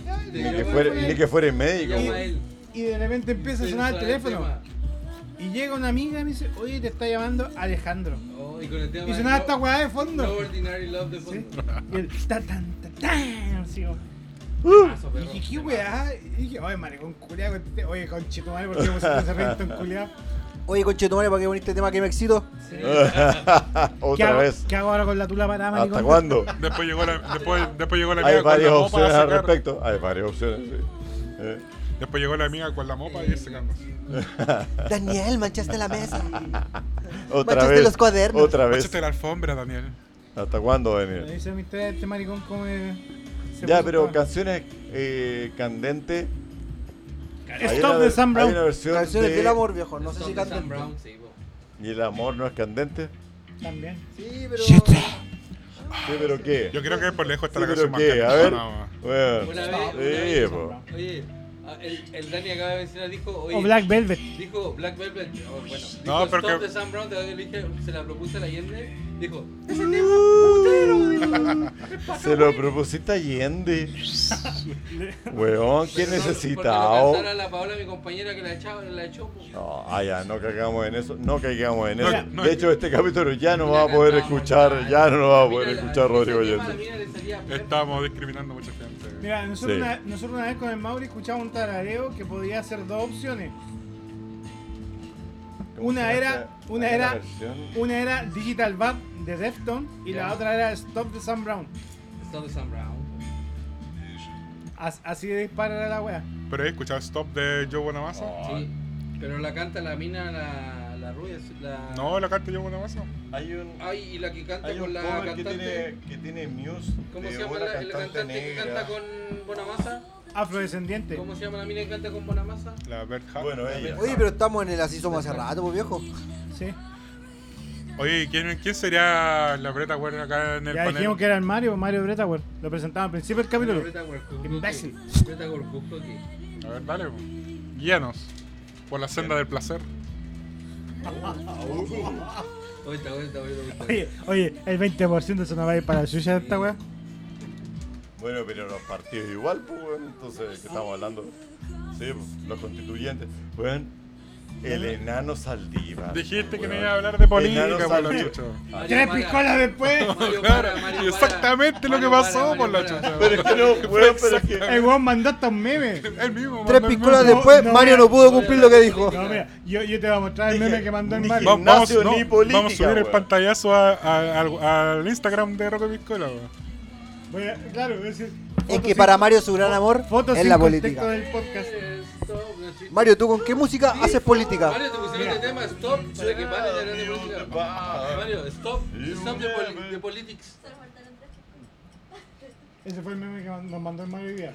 B: ya,
A: Ni
B: ya,
C: Ni que
B: ya,
C: fuera,
B: ya,
C: ni que fuera médico.
A: llama él.
B: Y de repente empieza a sonar el teléfono. Y llega una amiga y me dice, oye, te está llamando Alejandro.
A: Oh, y con el tema
B: Y sonaba
A: de
B: esta
A: No-
B: weá de fondo.
A: No Ordinary Love de
B: Sí.
A: fondo.
B: Y el ta tan ta tan así como.
A: Paso,
B: Y
A: perro.
B: dije, ¿qué weá? Y dije, oye, maricón culiado, oye, conchito madre, ¿por qué me pusiste ese reggaetón culiado?
E: Oye, conchetumare, ¿para qué poner este tema que me excito?
B: ¿Qué
C: Otra
B: hago,
C: vez. Ah,
B: ¿Qué hago ahora con la tula parada, maricón?
C: ¿Hasta cuándo?
D: Después llegó la, después, después llegó la
C: Hay
D: amiga con
C: varias
D: la mopa a
C: opciones al
D: sacar.
C: respecto. Hay varias opciones, sí. Eh,
D: Después llegó la amiga con la mopa y él secándose.
E: Daniel, manchaste la mesa.
C: Otra
E: Manchaste
C: vez.
E: los cuadernos.
C: Otra vez.
D: Échate la alfombra, Daniel.
C: ¿Hasta cuándo, Daniel?
B: Me dice "Mister, este maricón come. se
C: Ya,
B: puso
C: pero
B: pan".
C: canciones eh, candentes. Hay
B: Stop
C: una-
B: de Sam
C: Hay una
B: Brown.
C: versión
E: Canciones
C: de-
E: del amor, viejo. No sé
A: Son
E: si
A: de Sam
E: cantan.
A: Brown, sí, po.
C: ¿Y el amor no es candente?
B: También.
E: Sí, pero.
C: Sí, pero ¿qué?
D: Yo creo que por lejos está
C: Sí,
D: la
C: pero
D: canción más
C: ¿qué? A
D: cara.
C: ver.
D: No,
C: Bueno,
A: Una
C: sí,
A: vez,
C: po.
A: Oye, ah, el, el Dani acaba de mencionar, dijo, oye,
B: O Black Velvet.
A: dijo Black Velvet, oh, bueno, dijo
D: No, pero
A: Stop
D: que-
A: de Sam Brown, te lo dije, se la propuse a la Allende, dijo, ese tema es putero, dijo,
C: Se lo propusiste a Allende. Weón, ¿qué
A: Porque lo
C: necesitado?
A: cantara la Paola, mi compañera, que la echaba, la echó, po.
C: No, ah, ya, no cagamos en eso, no caigamos en
D: No,
C: eso.
D: no,
C: de hecho, este capítulo ya no va a
A: La
C: poder
A: cantaba,
C: escuchar,
A: hermano.
C: ya no lo va a poder
A: Mira, la-
C: escuchar
A: ese
C: Rodrigo
A: tema a la
C: Allende.
A: mina le salía perfecto.
D: Estamos discriminando a mucha gente.
B: Mira, nosotros,
C: Sí.
B: una, nosotros una vez con el Mauri escuchamos un tarareo que podía ser dos opciones. Una era- una
C: Hay
B: era-
C: versión-
B: Una era Digital Bad de Defton y la
A: Ya.
B: otra era Stop de Sam Brown.
A: Stop de Sam Brown.
B: As- así de disparar a la wea.
D: Pero he escuchado Stop de Joe Bonamassa.
A: Sí, pero la canta la mina, la, la rubia, la...
D: No, la carta de Joe Bonamassa.
C: Hay un,
A: Ay, y la que canta
C: hay un
A: Ah, con la
C: cover que
A: cantante...
C: tiene, que tiene Muse
A: ¿Cómo
C: de
A: se llama
C: una
A: la, el
C: cantante
A: cantante que
C: negra.
A: canta con Bonamassa?
B: Afrodescendiente.
A: ¿Cómo se llama la mina que canta con Bonamassa?
D: La Bert Hart.
C: Bueno, ella.
E: Oye, pero estamos en el asisomo hace rato, pues, viejo.
B: Sí.
D: Oye, ¿quién, ¿quién sería la Breta Warren acá en el
B: Ya
D: panel?
B: dijimos que era el Mario, Mario Bretawell. Lo presentaba al principio del capítulo.
A: Greta Gorkuki.
B: Imbécil.
A: Greta Gorkuki.
D: A ver, dale. po. Guíanos por la senda del placer.
A: Ahorita, ahorita, ahorita.
B: Oye, oye, el 20% se nos va a ir para el suya esta wea.
C: Bueno, pero los partidos igual, pues, weón, entonces, ¿qué estamos hablando? Sí, pues, los constituyentes. Bueno, el enano Saldívar.
D: Dijiste que no
C: weón.
D: iba a hablar de política, pues,
C: Enano
D: por la
C: Saldívar.
D: chucha.
A: Mario
B: Tres
A: Mara.
B: piscolas después.
A: Mario Mara,
D: Claro,
A: Mario Mara.
D: exactamente lo que
A: Mario
D: pasó
A: Mara,
D: por la
A: Mario Mara.
D: chucha.
C: Pero es que no, weón, pero es que.
B: El weón mandó hasta un meme.
D: El mismo.
E: Tres
D: mandó el
E: piscolas
D: mismo.
E: después,
B: no,
E: Mario
B: mira.
E: no pudo cumplir lo que dijo.
B: No, mira, yo, yo te voy a mostrar el
C: Dije-
B: meme que mandó el
C: dije-
B: Mario.
D: Va- Vamos,
C: Gimnasio
D: no,
C: ni política,
D: vamos a subir el
C: weón.
D: pantallazo a- a- al, al Instagram de Roque Piscola. weón.
B: Voy a- claro, es, decir,
E: Es
B: fotos
E: que
B: sin-
E: para Mario su gran amor
B: fotos
E: es
B: sin
E: la
B: contexto
E: política.
B: del podcast.
E: Mario, ¿tú con qué música haces política?
A: Mario, te pusieron este tema, stop, para que paren de hablar de política. Mario, stop, stop de, poli- de politics.
B: Ese fue el meme que man- nos mandó el Mario hoy día.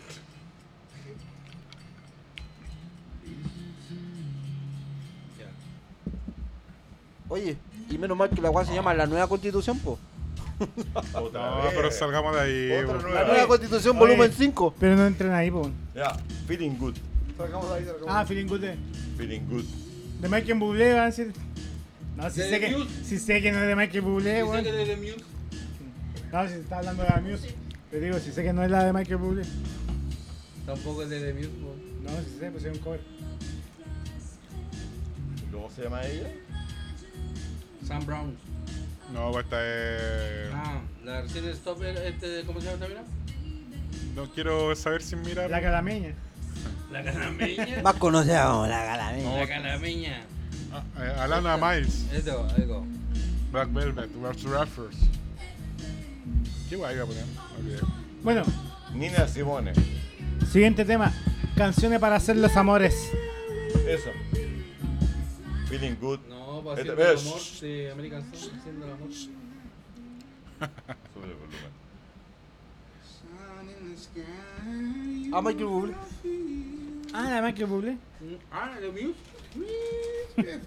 E: Oye, y menos mal que la cual se llama la nueva constitución, po.
C: Otra
D: No,
C: vez.
D: pero salgamos de ahí.
C: Otra
D: weón.
E: La
C: nueva.
E: nueva constitución,
B: Oye.
E: volumen 5.
B: Pero no entren ahí, po.
C: Ya, feeling good.
B: Ah, feeling good de,
C: Feeling good.
B: de Michael Bublé, va a decir. No, si
A: De
B: sé, que,
A: Muse.
B: si sé que no es de Michael Bublé,
A: Dice
B: weón.
A: que desde Muse.
B: No, si se está hablando de la Muse. Te digo, si sé que no es la de Michael Bublé.
A: Tampoco es desde Muse. weón.
B: No, si sé, pues es un cover.
C: ¿Cómo se llama ella?
A: Sam Brown.
D: No, pues esta es.
A: Ah, la versión de stop, era este, ¿cómo se llama esta mina?
D: No quiero saber sin mirar.
B: La calameña.
A: La canameña.
E: Más conocida como la gala,
A: La canameña.
D: Ah, eh, Alana Miles,
A: Esto, algo.
D: Black Velvet, What's Rappers. ¿Qué guay iba a poner? Ok.
B: Bueno,
C: Nina Simone.
B: siguiente tema. Canciones para hacer los amores.
C: Eso. Feeling good.
A: No, pues
C: Este-
A: haciendo el
C: eh,
A: amor
C: shh.
A: de American Song, haciendo el amor.
C: Sube el volumen.
E: A Michael Bublé.
B: Ah, la de Michael Bublé.
A: Ah, de Muse.
C: Ay,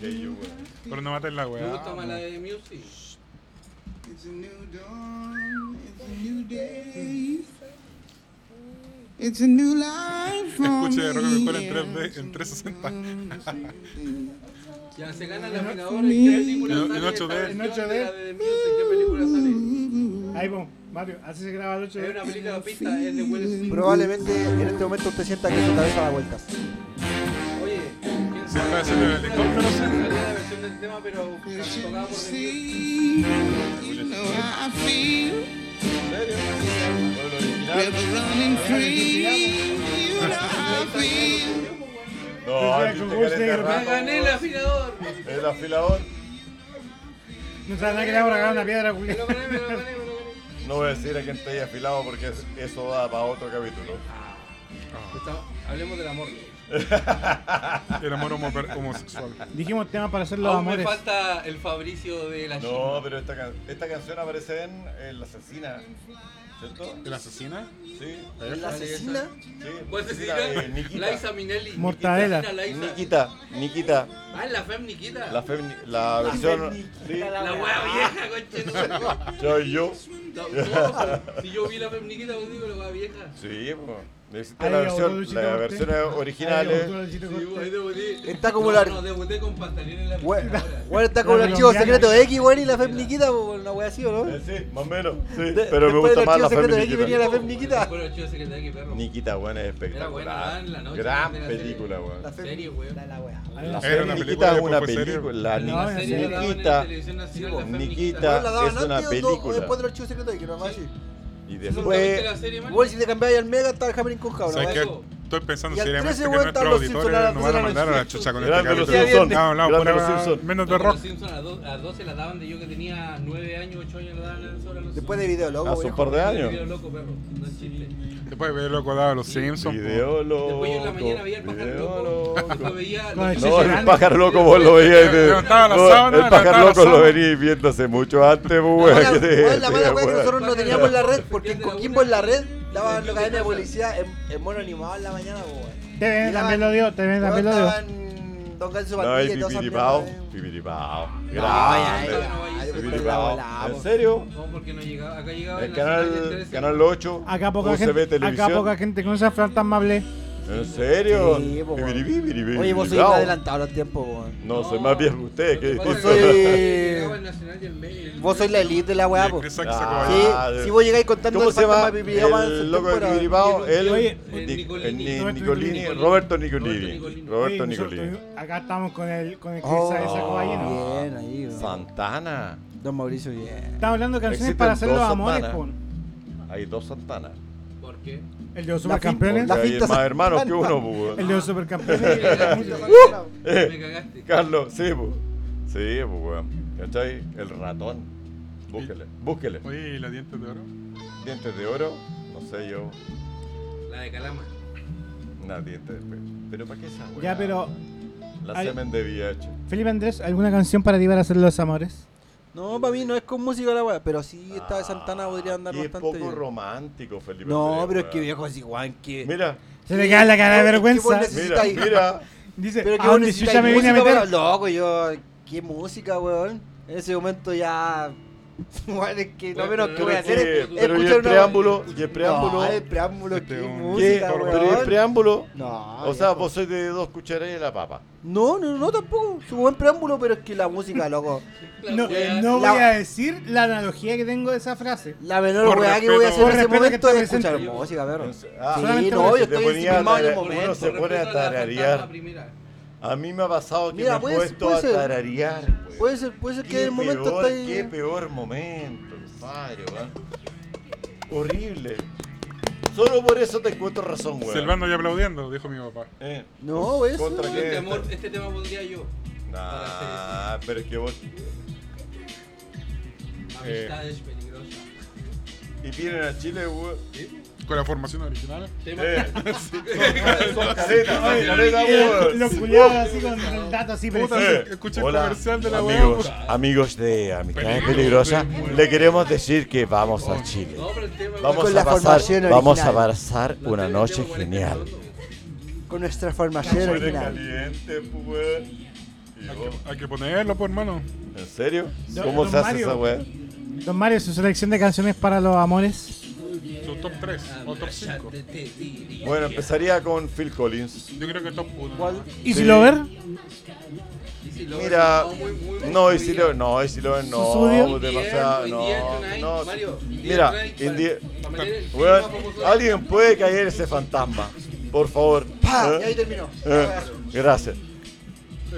C: qué yo, weón.
D: Pero Ah, no maten la
A: Me gusta más la
D: weá.
A: de Muse. sí.
D: Escuche Rock and Roll en 3D, en 360.
A: Ya se ganan los ganadores. ¿Qué película
D: En-
A: sale?
D: en
A: esta
D: 8D.
A: versión
B: En 8D.
A: de la de Muse, ¿Qué película sale?
B: Ahí, po. Mario, así se graba el 8
A: Es una película pista, es de Will Smith.
E: Probablemente en este momento usted sienta que su cabeza da vueltas.
A: Oye, ¿quién
D: Se está
A: sabe?
D: haciendo el helicóptero, sí.
A: Salió la versión del tema, pero tocada por The Muse.
C: ¿En serio? Bueno, el original.
B: Pero
C: No, No,
B: Decía,
C: viste,
B: con
C: caleta
B: Ghost Negro,
C: rato,
A: gané el
C: weón.
A: afilador.
C: El afilador.
B: No sabes nada que le habrá cagado una piedra,
A: Me
B: culiao.
A: lo gané, me lo gané, me lo gané.
C: No voy a decir a quién te haya afilado porque es- eso da para otro capítulo.
A: Gustavo, Hablemos del amor.
D: El amor homo- homosexual.
B: Dijimos tema para hacer los
A: Aún me
B: amores.
A: falta el Fabricio de la
C: No, pero esta, can- esta canción aparece en El Asesina, ¿cierto?
D: ¿El asesina?
C: Sí.
E: ¿La asesina?
C: sí
A: ¿Cuál se
C: asesina, eh, Nikita.
A: pues, Laisa Minelli.
B: Mortadela.
A: Nikita, Laisa.
C: Nikita, Nikita,
A: Ah, la Fem Nikita.
C: la, fem- la versión. Sí,
A: La wea vieja, conchetumare.
C: soy yo.
A: No, no, Si yo vi la Fem Nikita, vos digo la wea vieja.
C: Sí, po. Necesito
B: Ahí
C: pues, la
B: debutó
C: versión,
B: Luchito
C: las
B: Cortés.
C: versiones
B: Ahí debutó
C: originales.
B: Luchito
A: Sí,
B: Cortés.
A: vos, ahí debuté.
E: Está como
A: no,
E: la-
A: No, debuté con pantalones en la
E: Bueno.
A: computadora.
E: Bueno, está como el
B: La
E: archivo
B: colombiana.
E: secreto de X, weón, y la Fem Nikita, weón, una wea así, ¿o no?
C: Eh, sí, más o menos. Sí,
E: De-
C: pero me
E: después
C: gusta más
E: del
C: la
E: archivo secreto de aquí venía
C: feminista.
E: la Fem Nikita.
A: Bueno, chido, se que te da que perro.
C: Nikita, bueno, es
A: Era buena,
C: espectacular.
A: ¿no? En la noche,
C: Gran
A: en la serie.
C: película, weón.
E: La Fem
A: Serie, weón.
E: La, la wea.
C: La
D: Era
C: serie
D: una película,
C: Nikita es una
D: después fue serie.
C: película.
B: No,
C: Ni-
B: en
A: serie la daban en
C: Nikita
A: televisión nacional,
C: sí,
A: la Fem
C: Nikita.
E: ¿No la daban
C: Es una
E: antes o- o
C: película.
E: después del archivo secreto de X, no más así?
C: y
A: ¿Nunca viste la
C: después.
A: serie, man?
E: Weón, si te cambiabas al Mega, estaba el Hammering con Cabra,
D: ¿Sabes
E: wea.
D: qué?
A: eso.
D: Estoy pensando
E: Y al
D: seriamente
E: 13
D: que
E: vuelta
D: nuestros
E: los Simpson a la
D: auditores nos van a
E: tercera
D: mandar a la
E: noche.
D: chucha con
C: Grande
D: este
C: los
D: capítulo.
C: Simpson.
D: No, hablamos
C: Grande
D: pura-
C: los Simpson.
D: menos de
A: Pero
D: rock.
A: Los Simpsons a, do- a 12 la daban de yo que tenía 9 años, 8 años la daban en sobre los
E: Después de
A: Simpsons.
E: video, loco,
C: Hace un
E: weón.
C: par de
A: Video
C: años.
A: loco, perro. No es chiste.
D: Después de ver loco daba los Simpsons. po.
C: Video loco.
A: Después yo en la mañana veía el pájaro loco.
C: loco.
A: Lo veía.
B: Con el
C: No,
B: Grande.
C: el pájaro loco vos lo veías.
D: Le- levantaba la
C: no,
D: sábana,
C: el
D: levantaba
C: pájaro
D: la
C: loco lo
D: sábana.
C: venís viendo hace mucho antes, weón.
E: Weón,
C: que te-
E: weón, la
C: te-
E: mala weá que
C: weón.
E: nosotros no teníamos en la red, porque en Coquimbo en la red daban la academia de policía en, en mono animado en la mañana, weón.
B: TV
E: Miraban-
B: también lo dio, TV también lo dio.
E: Estaban Don Ganso
C: No,
E: Bandilla
C: y
E: y todas esas
C: Pipiripao.
E: mierdas, weón.
C: Pipiripao.
E: ay,
C: Grande.
E: ay, ay,
C: Pipiripao.
E: ay,
C: ¿En serio?
A: No, porque no llegaba. Acá llegaba
C: El
A: señal del
C: canal,
A: 13.
C: canal 8.
B: Acá poca,
C: UCB
B: gente, acá
C: Televisión.
B: poca gente conoce a Fran Tamable.
C: ¿En serio?
E: Sí, po, weón.
C: Pipiripí, pipiripí,
E: Oye, vos sois
C: pipiripao.
E: más adelantado al tiempo, weón.
C: No, soy más viejo que usted.
A: Lo
C: ¿qué
A: que
C: dijo?
A: pasa es que
E: soy-
A: llegaba el Nacional y el Mail.
E: Vos sois la elite de la weá, po.
D: Y el
E: Sí,
D: Isaac
C: Ah.
D: sacó ahí.
C: Madre.
E: si vos llegáis contando
C: ¿Cómo se llama?
E: fantasma de Pipiripao en
C: El
E: su
C: loco de
E: temporada.
C: Pibiribao, el,
A: Oye,
C: el
A: eh,
C: Nic-
A: Nicolini.
C: el Ni-
B: Roberto
C: Nicolini,
A: Nicolini.
C: Roberto
A: Roberto
C: Nicolini.
A: Nicolini.
C: Roberto
B: Oye, nosotros
C: Nicolini.
B: tuvimos- Acá estamos con el con el que
E: Oh,
B: sa- sacó ahí, ¿no?
E: bien ahí, weón.
C: Santana.
E: Don Mauricio, bien.
B: Estamos hablando de canciones
C: Existen
B: para hacer los
C: dos
B: amores,
C: Santana.
B: po.
C: Hay dos Santanas.
A: ¿Por qué?
B: El de los
E: La
B: supercampeones.
E: finta,
C: Porque hay
E: finta
C: más
E: Santana.
C: hermanos que uno, pues.
B: El de
C: weón. Eh,
B: los supercampeones.
C: ¡Uh!
A: Me cagaste.
C: Carlos, sí, pues. Sí, pues, weón. ¿Cachai? El ratón. Búsquele, búsquele.
D: Oye, ¿y la dientes de oro?
C: Dientes de oro, no sé yo.
A: La de Calama.
C: Nada, dientes de pe- Pero ¿para qué esa weá?
B: ya, pero
C: La
B: hay-
C: semen de VIH.
B: Felipe Andrés, ¿alguna canción para ti para hacer los amores?
E: No, para mí no es con música la weá, pero sí esta de Santana podría andar
C: Qué
E: bastante
C: Ah, poco
E: bien.
C: romántico, Felipe.
E: No,
C: Andrés,
E: pero es que
C: weón.
E: viejo es igual que.
C: Mira,
B: Se le cae la cara de
E: No, es que vos
B: vergüenza.
E: necesitas-
C: mira,
E: ahí.
C: mira.
B: Dice,
E: Pero que
B: ¿a
E: vos
B: dónde yo
E: necesitáis
B: ya me vine a
E: música
B: meter?
E: para- Loco, yo. ¿Qué música, weón? En ese momento ya. Weón, es que lo
A: Bueno,
E: menos
A: pero
E: que voy a
C: Pero,
E: hacer
C: que-
E: es.
C: pero y
E: escuchar
C: el
E: una-
C: preámbulo, y el preámbulo,
E: No, el preámbulo,
D: Este
E: qué
D: un-
C: ¿qué?
E: música,
C: pero y el
E: weón.
C: preámbulo,
E: No,
C: o sea,
E: viejo.
C: vos sois de dos cucharas y la papa.
E: No, no, no, tampoco. Es un buen preámbulo, pero es que la música, loco.
A: La
B: No,
A: wea-
B: no
E: La-
B: voy a decir la analogía que tengo de esa frase.
E: La menor
D: Por
E: weá que
D: respeto-
E: voy a hacer
B: Por
E: en ese
B: respeto que
E: momento
B: te
E: es escuchar
B: presente.
E: música, perro.
C: Ah,
E: sí,
B: solamente
E: no,
B: porque
E: yo
C: te
E: estoy
C: ponía
E: filmado en el
C: tarea- uno
E: momento.
C: se pone a
A: Respeto la
C: tararear.
A: fantasma primera.
C: A mí me ha pasado que
E: Mira,
C: me he
E: puede ser-
C: puesto
E: puede
C: a
E: ser.
C: tararear. weón.
E: Puede ser, puede ser que en
C: pues, Qué
E: el momento
C: peor,
E: estáis.
C: qué peor momento, compadre, weón. Horrible. Solo por eso te encuentro razón, weón.
D: Silvando y aplaudiendo, dijo mi papá.
C: Eh,
E: No, eso.
C: Contra qué
A: Este, amor, este tema pondría yo.
C: Nah, pero es que vos. Eh.
A: Amistades peligrosas.
C: Y vienen a Chile, weón.
D: Con la formación original.
A: Tema.
C: Eh, son caretas, son caretas,
B: Los
C: weón.
B: los culiados Eh, así con el dato así, pero
D: Puta,
C: Eh,
D: Escuché el comercial de la
C: amigos,
D: weá,
C: amigos de Amistades Peligrosas, le queremos decir que vamos a Chile.
A: No, pero el tema.
C: Vamos
E: Con la
C: a pasar,
E: formación
C: vamos a
E: original.
C: pasar
A: la
C: una
A: tele
C: noche
A: lleva 40
C: genial.
A: minutos.
E: Con nuestra formación original.
C: caliente, pues.
D: Hay que ponerlo, pues, hermano.
C: ¿En serio?
B: Don-
C: ¿Cómo
B: don
C: se hace
B: Mario.
C: esa weá?
B: Don Mario, su selección de canciones para los amores.
D: Su top 3 o top 5.
A: Abrázate, te diría.
C: Bueno, empezaría con Phil Collins.
D: Yo creo que top 1.
E: ¿Cuál?
B: ¿Y
C: Sí.
B: si lo ver?
A: Y si lo-
C: Mira,
A: muy, muy, muy
C: no,
A: muy
C: y si
A: bien.
C: lo no, y si lo no,
B: Susudio.
C: demasiado,
A: Indie Air
C: no,
A: Tonight,
C: no.
A: Mario, Indie
C: Mira,
A: Air Tonight
C: Indie-
A: para- para meter el
C: Weón,
A: tema famoso.
C: alguien puede caer ese fantasma, por favor.
E: ¡Pah!
C: ¿Eh?
E: Y ahí terminó.
C: Eh, Gracias.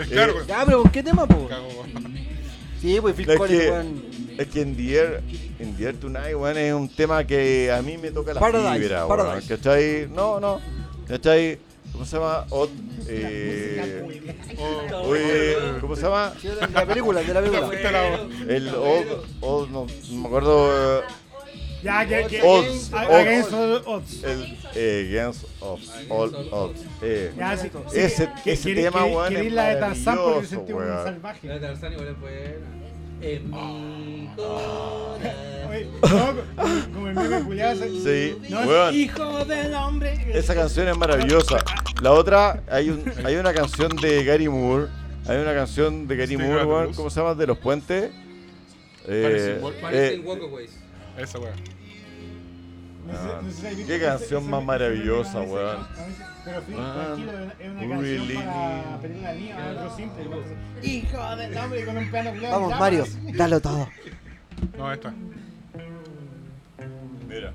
D: Es claro, weón.
E: Ya, pero ¿con qué tema, po?
D: Cago, weón.
E: Sí, pues Phil
C: Es
E: Collins,
C: que,
E: weón.
C: es que In the Air, In the Air Tonight, weón, es un tema que a mí me toca la
E: Paradise,
C: fibra, weón,
E: Paradise.
C: ¿cachai? No, no, ¿cachai? ¿Cómo se llama? Ot- Eh, oye, ¿Cómo se llama?
L: de la película, de la película.
C: El Old, Old- no, no me acuerdo. eh,
B: Ya, que, que
C: Odds,
B: a-
C: odds.
B: against all odds.
C: El eh, Against Odds, All Odds. Eh,
B: Ya, sí, sí,
C: ese
B: que-
C: ese
B: querí-
C: tema,
B: querí-
C: weón.
B: querí
C: es
B: la de Tarzán porque
C: maravilloso,
B: sentí un
C: weón.
B: salvaje.
A: La de Tarzán igual es buena.
C: Eh,
A: En mi corazón.
B: Oye, no, como- como el meme culiado ese.
C: Sí,
B: No es
C: weón.
B: hijo del hombre.
C: Esa canción es maravillosa. La otra, hay, un, hay una canción de Gary Moore. Hay una canción de Gary
D: Stick
C: Moore,
D: Around the
C: weón,
D: Blues.
C: ¿cómo se llama? De los puentes.
D: Paris
C: Eh,
D: in Walk-
A: Parece
C: eh,
A: Walkaways.
D: Esa weá.
B: No sé- no sé si has visto
C: qué
B: ese-
C: canción
B: ese-
C: más
B: ese-
C: maravillosa,
B: ese-
C: weón.
B: Pero Phil,
C: Ah,
B: tranquilo, es una canción
C: really
B: para
C: need-
B: pedir la niña, algo simple. weón. Hijo del hombre con un piano culiado.
E: Vamos, Mario, dalo todo.
D: No, esta.
C: Mira.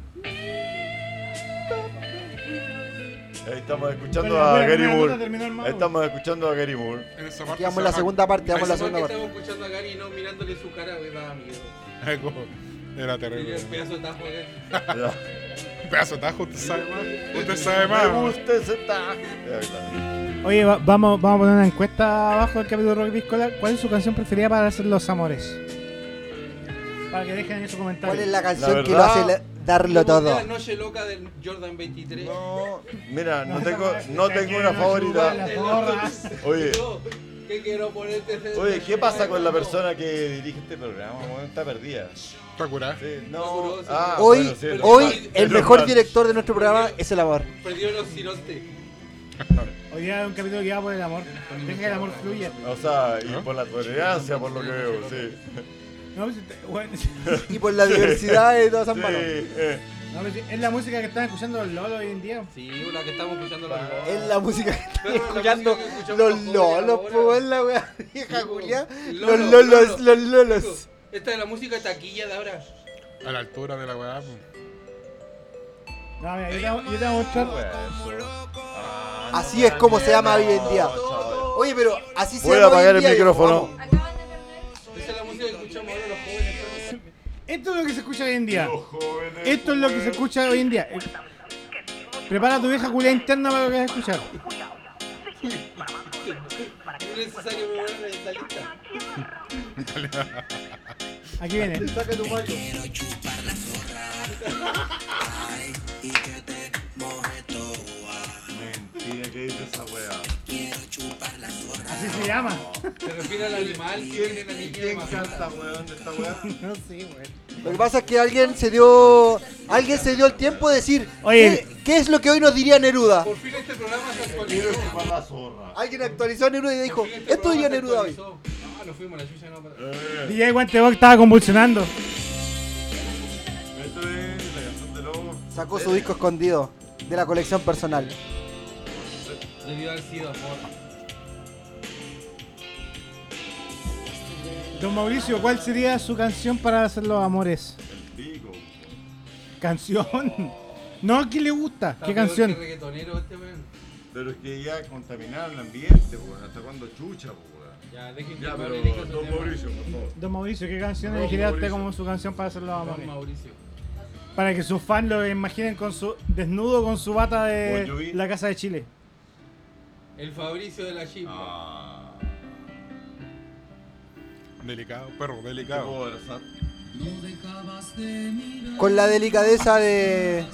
C: Ahí estamos escuchando
B: Bueno,
C: a
B: bueno,
C: Gary
B: bueno,
C: Moore.
B: no terminó el mago.
C: Ahí estamos escuchando a Gary Moore.
D: En esa parte.
E: Aquí vamos
D: se
E: a la
D: baja-
E: segunda
C: eh,
E: parte, vamos a la
A: Igual
E: segunda
A: que
E: parte.
A: estamos escuchando a Gary y no mirándole su cara, güey, daba miedo.
D: Era
A: Tenía
D: terrible.
A: el pedazo de tajo acá.
D: Pedazo de tajo, usted sabe más. Usted sabe
C: Me
D: más.
C: gusta ese tag. Ya, claro.
B: Oye, va- vamos, vamos a poner una encuesta abajo del capítulo de Rock Piscola. ¿Cuál es su canción preferida para hacer los amores? Para que dejen en su comentario.
E: ¿Cuál es la
C: La
E: canción
C: verdad-
E: que lo hace la- darlo
A: ¿Cómo fue
E: todo?
A: La noche loca del Jordan 23.
C: No, mira, no tengo, no tengo una
B: Las
C: favorita.
B: gorras.
C: Oye,
A: Yo, que quiero ponerte ese-
C: oye, ¿qué pasa con la persona que dirige este programa? weón? Está perdida.
D: Está curado.
C: Sí, no. Ah,
E: Hoy,
C: bueno, sí, lo-
E: hoy el
C: lo-
E: mejor director de nuestro programa es el amor.
A: Perdió los sirotes.
B: Hoy día hay un capítulo que va por el amor. Dejen que el amor fluya.
C: O sea, y por la tolerancia, por lo que veo, sí.
B: No, pues, te- bueno,
E: Y por la diversidad de todas
C: Sí,
E: esas manos.
C: eh.
B: no, pues, es la música que están escuchando los Lolo hoy en día.
A: Sí, la que estamos escuchando los dos.
E: Es la música que están
A: Pero la
E: escuchando.
A: música que escuchamos
E: Los
A: ahora.
E: lolos, po, es la wea vieja,
A: Sí, po.
E: Julián.
A: Lolo,
E: Los lolos,
A: lolo.
E: los lolos.
A: Esta es la música de taquilla de ahora.
D: A la altura de la weá. pues. po.
B: No, mira, yo te, yo te voy a mostrar.
E: Así es como se llama hoy en día. Oye, pero así se
C: Ah, Voy a
E: llama. hoy
C: apagar
E: en
C: el
E: día, viejo,
C: micrófono.
E: vamos.
A: Esa es la música que escuchamos ahora los jóvenes.
B: Esto es lo que se escucha hoy en día. Esto es lo que se escucha hoy en día. Eh, Prepara tu vieja culia interna para lo que vas a escuchar.
A: No es necesario me poner en esta lista.
B: Aquí viene.
L: Saca tu macho.
C: Mentira, ¿qué dice esa weá?
B: Así se llama.
A: Se refiere al animal que tiene la niña más.
C: canta, weón, de esta weá?
B: No sé, güey.
E: Lo que pasa es que alguien se dio. Alguien se dio el tiempo de decir.
B: Oye.
E: ¿qué, qué es lo que hoy nos diría Neruda?
A: Por fin este programa se actualizó.
C: la zorra.
E: Alguien actualizó a Neruda y dijo:
A: Por fin este
E: Esto
A: programa
E: diría
A: se
E: Neruda hoy.
A: actualizó. No, nos fuimos a la chucha, no. para-
B: DJ Guantebox estaba convulsionando.
C: Esto es la canción de lobo.
E: Sacó su disco escondido de la colección personal.
A: Debió haber sido amor.
B: Don Mauricio, ¿cuál sería su canción para hacer los amores?
C: Pico.
B: Canción. No, ¿qué le gusta?
A: Está
B: ¿Qué
A: peor
B: canción?
A: que reggaetonero este weón.
C: Pero es que ya contaminaron el ambiente, weón. ¿Hasta cuándo chucha, weón?
A: Ya, dejen que
C: Ya,
A: Pablo
C: pero
A: elija su
C: Don
A: tema.
C: Mauricio, por favor.
B: Don Mauricio, ¿qué canción
C: Don
B: elegiría usted
C: Mauricio.
B: como su canción para hacer los
A: Don
B: amores?
A: Mauricio.
B: Para que sus fans lo imaginen con su desnudo con su bata
C: Oh, yo
B: de
C: vi-
B: la casa de Chile.
A: El Fabricio de la Chimba.
C: Ah,
D: Delicado, perro,
C: ¿Qué
D: delicado.
C: puedo abrazar?
E: Con la delicadeza de.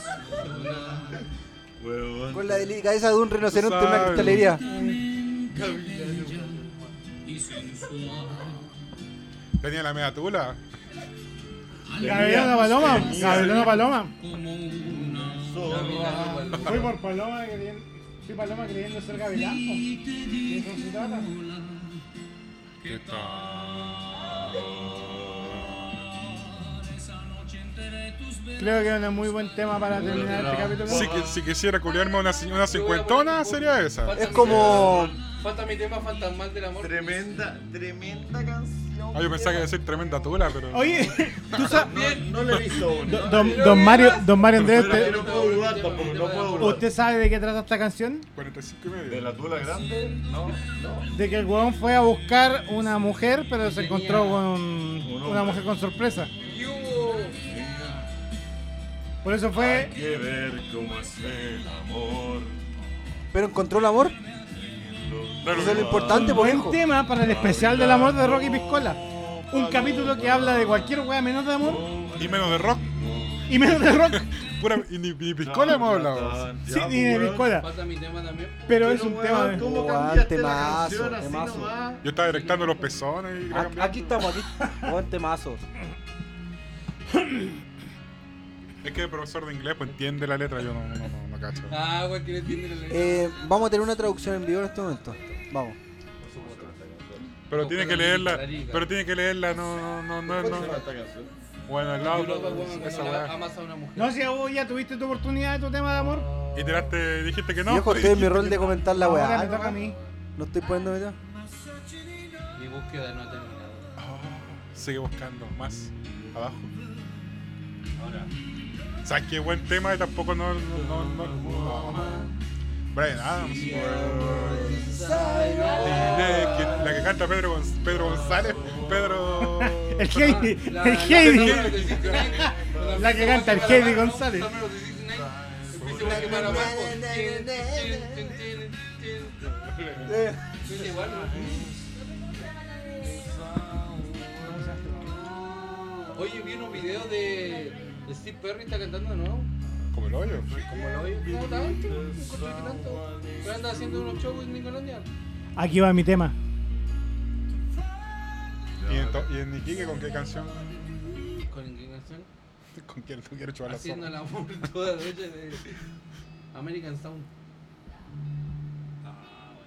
C: Weón.
E: Con la delicadeza de un rinoceronte en una
D: Sabes.
E: cristalería.
D: Tenía la media tula.
B: Gabriela Paloma. Gabriela Paloma.
A: Caminando por
B: Fui por Paloma creyendo, fui Paloma creyendo ser Gavilán. po. ¿De eso se trata?
D: Qué tal.
B: Creo que es un muy buen tema para terminar este capítulo.
D: Si, qui- si quisiera culiarme una, ci- una cincuentona, sería esa.
A: Falta
E: Es
A: mi
E: como-
A: tema- Falta mi tema fantasmal del amor.
C: Tremenda, tremenda canción.
D: Ah, yo pensaba que iba a decir tremenda tula, pero.
B: Oye, tú sabes.
C: No, no le he visto aún.
B: Don, don- don Mario, don Mario Andrés,
C: Pero
B: ¿te-
C: que no puedo dudar tampoco, no puedo dudar.
B: ¿usted sabe de qué trata esta canción?
D: 45 y medio.
C: ¿De la tula grande? No, no.
B: De que el huevón fue a buscar una mujer, pero se encontró con una mujer con sorpresa.
A: Y hubo.
B: Por eso fue.
C: Hay que ver cómo es el amor.
E: Pero encontró el amor.
C: Pues,
E: Eso es lo importante, pues, por
B: Buen tema para el especial del amor de Rocky Piscola. Un capítulo que habla de cualquier wea menos de amor
D: Y menos de rock.
B: y menos de rock.
D: Pura, y ni, ni piscola hemos hablado.
B: Sí, ni de Piscola.
A: Falta mi tema también.
B: Pero es un tema de.
C: ¿Cómo
E: Guau,
C: cambiaste la
E: temazo,
C: canción así
E: temazo.
C: nomás?
D: Yo estaba directando los pezones y
E: Aquí, aquí estamos, aquí. Buen temazo.
D: Es que el profesor de inglés pues, entiende la letra, yo no, no, no, no cacho.
A: Ah, güey, que no entiende la letra.
E: Eh, vamos a tener una traducción en vivo en este momento. Vamos.
D: Pero tiene que leerla,
A: Arica.
D: pero tiene que leerla, no, no, no, no. no.
C: Esta canción.
D: Bueno, el
A: You love a
D: lado,
A: woman,
D: esa
A: cuando la
D: weá.
A: amas a una mujer.
B: No sé, vos ya tuviste tu oportunidad de tu tema de amor.
D: Y tiraste, dijiste que no.
E: Viejo,
D: pero
E: estoy en mi
D: dijiste
E: rol
D: que
E: de
D: no.
E: comentar la
B: Ahora me
E: weá.
B: toca a mí.
E: No estoy poniendo video.
A: Mi búsqueda no ha terminado.
D: Oh, sigue buscando, más abajo. Ahora. ¿Sabes qué buen tema? Y tampoco no. no, no, no, no. Brian Adams, weón. Dile que la que canta Pedro, Gonz- Pedro González. Pedro.
B: El Heidi.
A: La-
B: El
A: la-
B: Heidi.
A: la- la-
B: La que canta el Heidi González.
A: Oye, vi unos videos de, de Steve Perry está cantando de nuevo.
D: Como el hoyo.
A: Como lo oye, ¿cómo está? ancho? No encontré que tanto. Pero anda haciendo unos shows en Nickelodeon.
B: Aquí va mi tema.
D: ¿Y en, to- y en Iquique con qué canción?
A: Con inclinación.
D: ¿Con quién tú quieres chupar la
A: Haciendo el
D: sopa?
A: amor toda la noche de American Sound. Ah,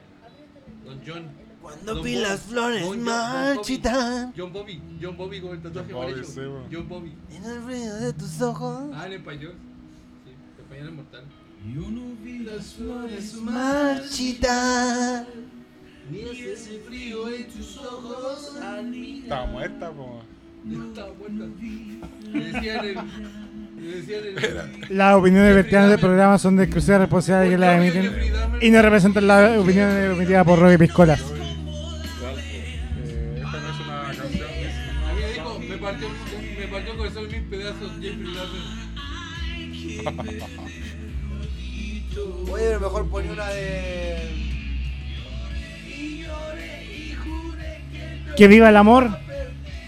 A: Don John.
E: Cuando
A: Don
E: vi
A: Bob-
E: las flores
A: Don John- Don Bobby.
E: marchitan
A: John Bobby, John Bobby con el tatuaje
D: John Bobby,
A: amarillo.
D: sí, weón.
A: John Bobby.
E: en el brillo de tus ojos
A: Ah, en español. Sí, en español es mortal.
E: marchitan.
A: Miras ese frío en tus ojos.
D: Estaba muerta, po.
A: Estaba muerta. Le decían el. Le decían el.
B: Las opiniones vertidas del programa son de exclusiva responsabilidad de que las emiten y no representan las opiniones emitidas por Rocky Piscola.
D: Eh, esta no es una canción. es-
A: A mí me dijo, me partió, me partió el corazón en mil pedazos Jeffrey Dahmer.
E: Oye, a lo mejor ponía una de.
B: Que viva el amor,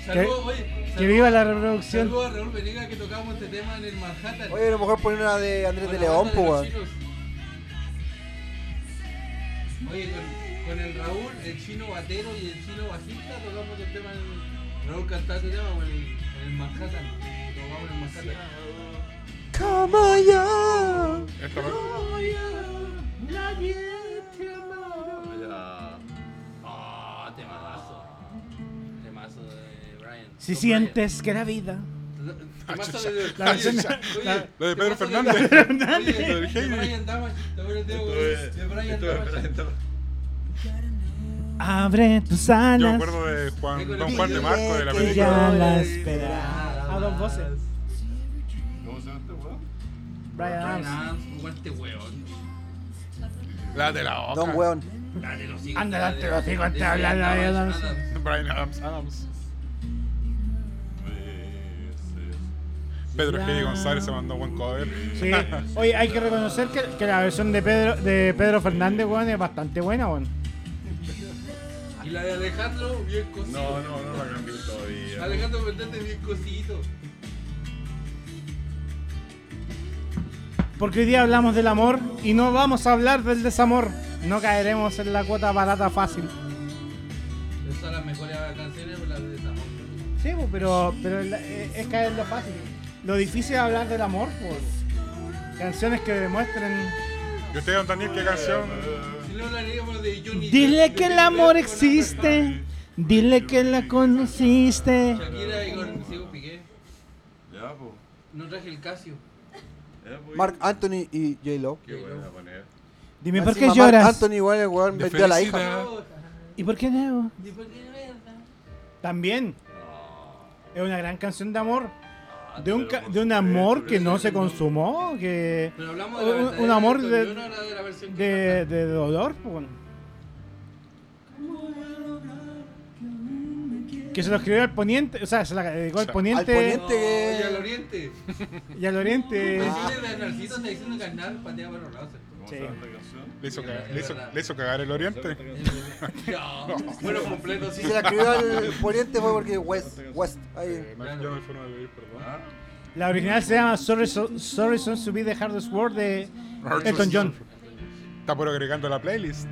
A: Saludos, oye.
B: que viva la reproducción.
A: Saludos a Raúl Venegas que tocamos este tema en el Manhattan.
E: Oye, a lo mejor ponía una de Andrés
A: Con
E: de
A: la
E: León,
A: banda
E: po,
A: de los
E: weón.
A: chinos. Oye, con, con el Raúl, el chino batero y el chino bajista tocamos el tema en Raúl cantaba ese tema weón, en el, en el Manhattan. Tocamos en el Manhattan.
E: Como yo.
D: Esta no-
A: Ya. Ah, temazo. Temazo de Brian.
B: Si
A: Don
B: sientes que la vida.
A: Brian. Temazo de
B: La versión- la-
D: Lo de Pedro
A: temazo
D: Fernández.
A: Oye,
D: Lo del
A: de
D: Heidi.
A: Brian Damage. Te voy a decir,
C: Esto
A: weón,
C: es-
A: De Brian
C: esto es-
A: Damage.
C: esto-
B: Abre tus
D: Yo me
B: alas.
D: acuerdo de Juan,
A: Dile
D: Don Juan de Marco de la
E: que
B: que
D: película.
B: ya la espera. A dos voces.
C: ¿Cómo se llama este weón?
B: Brian
A: Brian
B: Adams.
A: Adams, un guante weón.
D: La de la
E: Don
D: Oca.
E: weón.
A: Dale los hijos.
B: Anda, date los hijos,
A: dale,
B: te habla
A: dale,
B: Brian
A: dale,
B: Adams.
A: dale.
D: Brian Adams. Adams. Pedro G. González se mandó buen cover.
B: Sí. Oye, hay que reconocer que, que la versión de Pedro, de Pedro Fernández, weón, es bastante buena, weón.
A: Y la de Alejandro, bien cosito.
C: No, no, no la cambié todavía.
A: Alejandro Fernández, bien cosito.
B: Porque hoy día hablamos del amor y no vamos a hablar del desamor. No caeremos en la cuota barata fácil.
A: Esas son las mejores canciones, las de Desamor.
B: Sí, pues, pero, pero el- eh, es caer en lo fácil. Lo difícil es hablar del amor, pues. Canciones que demuestren.
D: ¿Y ustedes, don Daniel, qué canción?
A: Si no hablaríamos de Johnny
B: Dile
A: Depp,
B: que
A: de
B: el amor
A: Johnny Depp con
B: existe. Dile que la conociste.
A: Shakira y con Ciego Piqué.
C: Ya, po.
A: No traje el Casio.
C: Ya, po.
E: Mark Anthony y J-Lo.
C: Qué buena poner.
B: Dime por qué
E: Encima Marc
B: lloras.
E: Anthony igual el weón
D: De
E: vendió a la hija.
D: felicidad.
B: ¿Y por qué no?
A: ¿Y por qué Ah. no verdad?
B: También. Es una gran canción de amor.
A: Ah,
B: De un, ca- de un amor que no se consumó, que
A: Pero hablamos de la
B: Un- un
A: verdadera
B: amor
A: versión,
B: de-
A: yo no hablaba de la versión que
B: de,
A: canta.
B: de dolor. pues, bueno. Que se lo escribió al poniente, o sea, se la dedicó al
D: Al
B: poniente,
E: poniente.
A: No,
E: que-
A: y al oriente.
B: y al oriente.
A: pues, Canciones de Narciso está diciendo ganar, patea para los lados.
B: Sí.
D: Le hizo, cagar, le, hizo, le hizo cagar el oriente.
A: No. Bueno, completo, sí.
E: Si se la escribió al poniente fue porque West, West, ahí.
D: Yo me fueron a beber, perdón.
B: La original se llama Sorry, So- Sorry Sons to Be the Hardest Word de Elton John.
D: Está por agregando la playlist.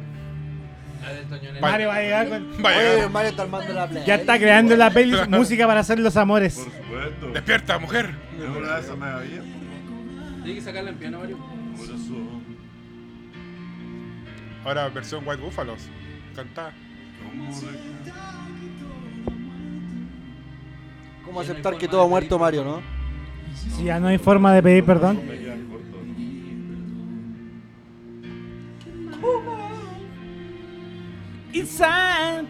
A: La del Toñón en-
B: Mario va a llegar con-
D: Vaya,
E: Oye, Mario está armando la play.
B: Ya está creando la peli música para hacer los amores.
C: Por supuesto.
D: despierta, mujer.
C: Es una de esas me había.
A: Tienes que sacarla en piano, Mario.
D: Ahora versión White Buffaloes. Cantá.
E: ¿Cómo aceptar que todo ha muerto Mario, no?
B: Si ya no hay forma de pedir perdón. It's sad.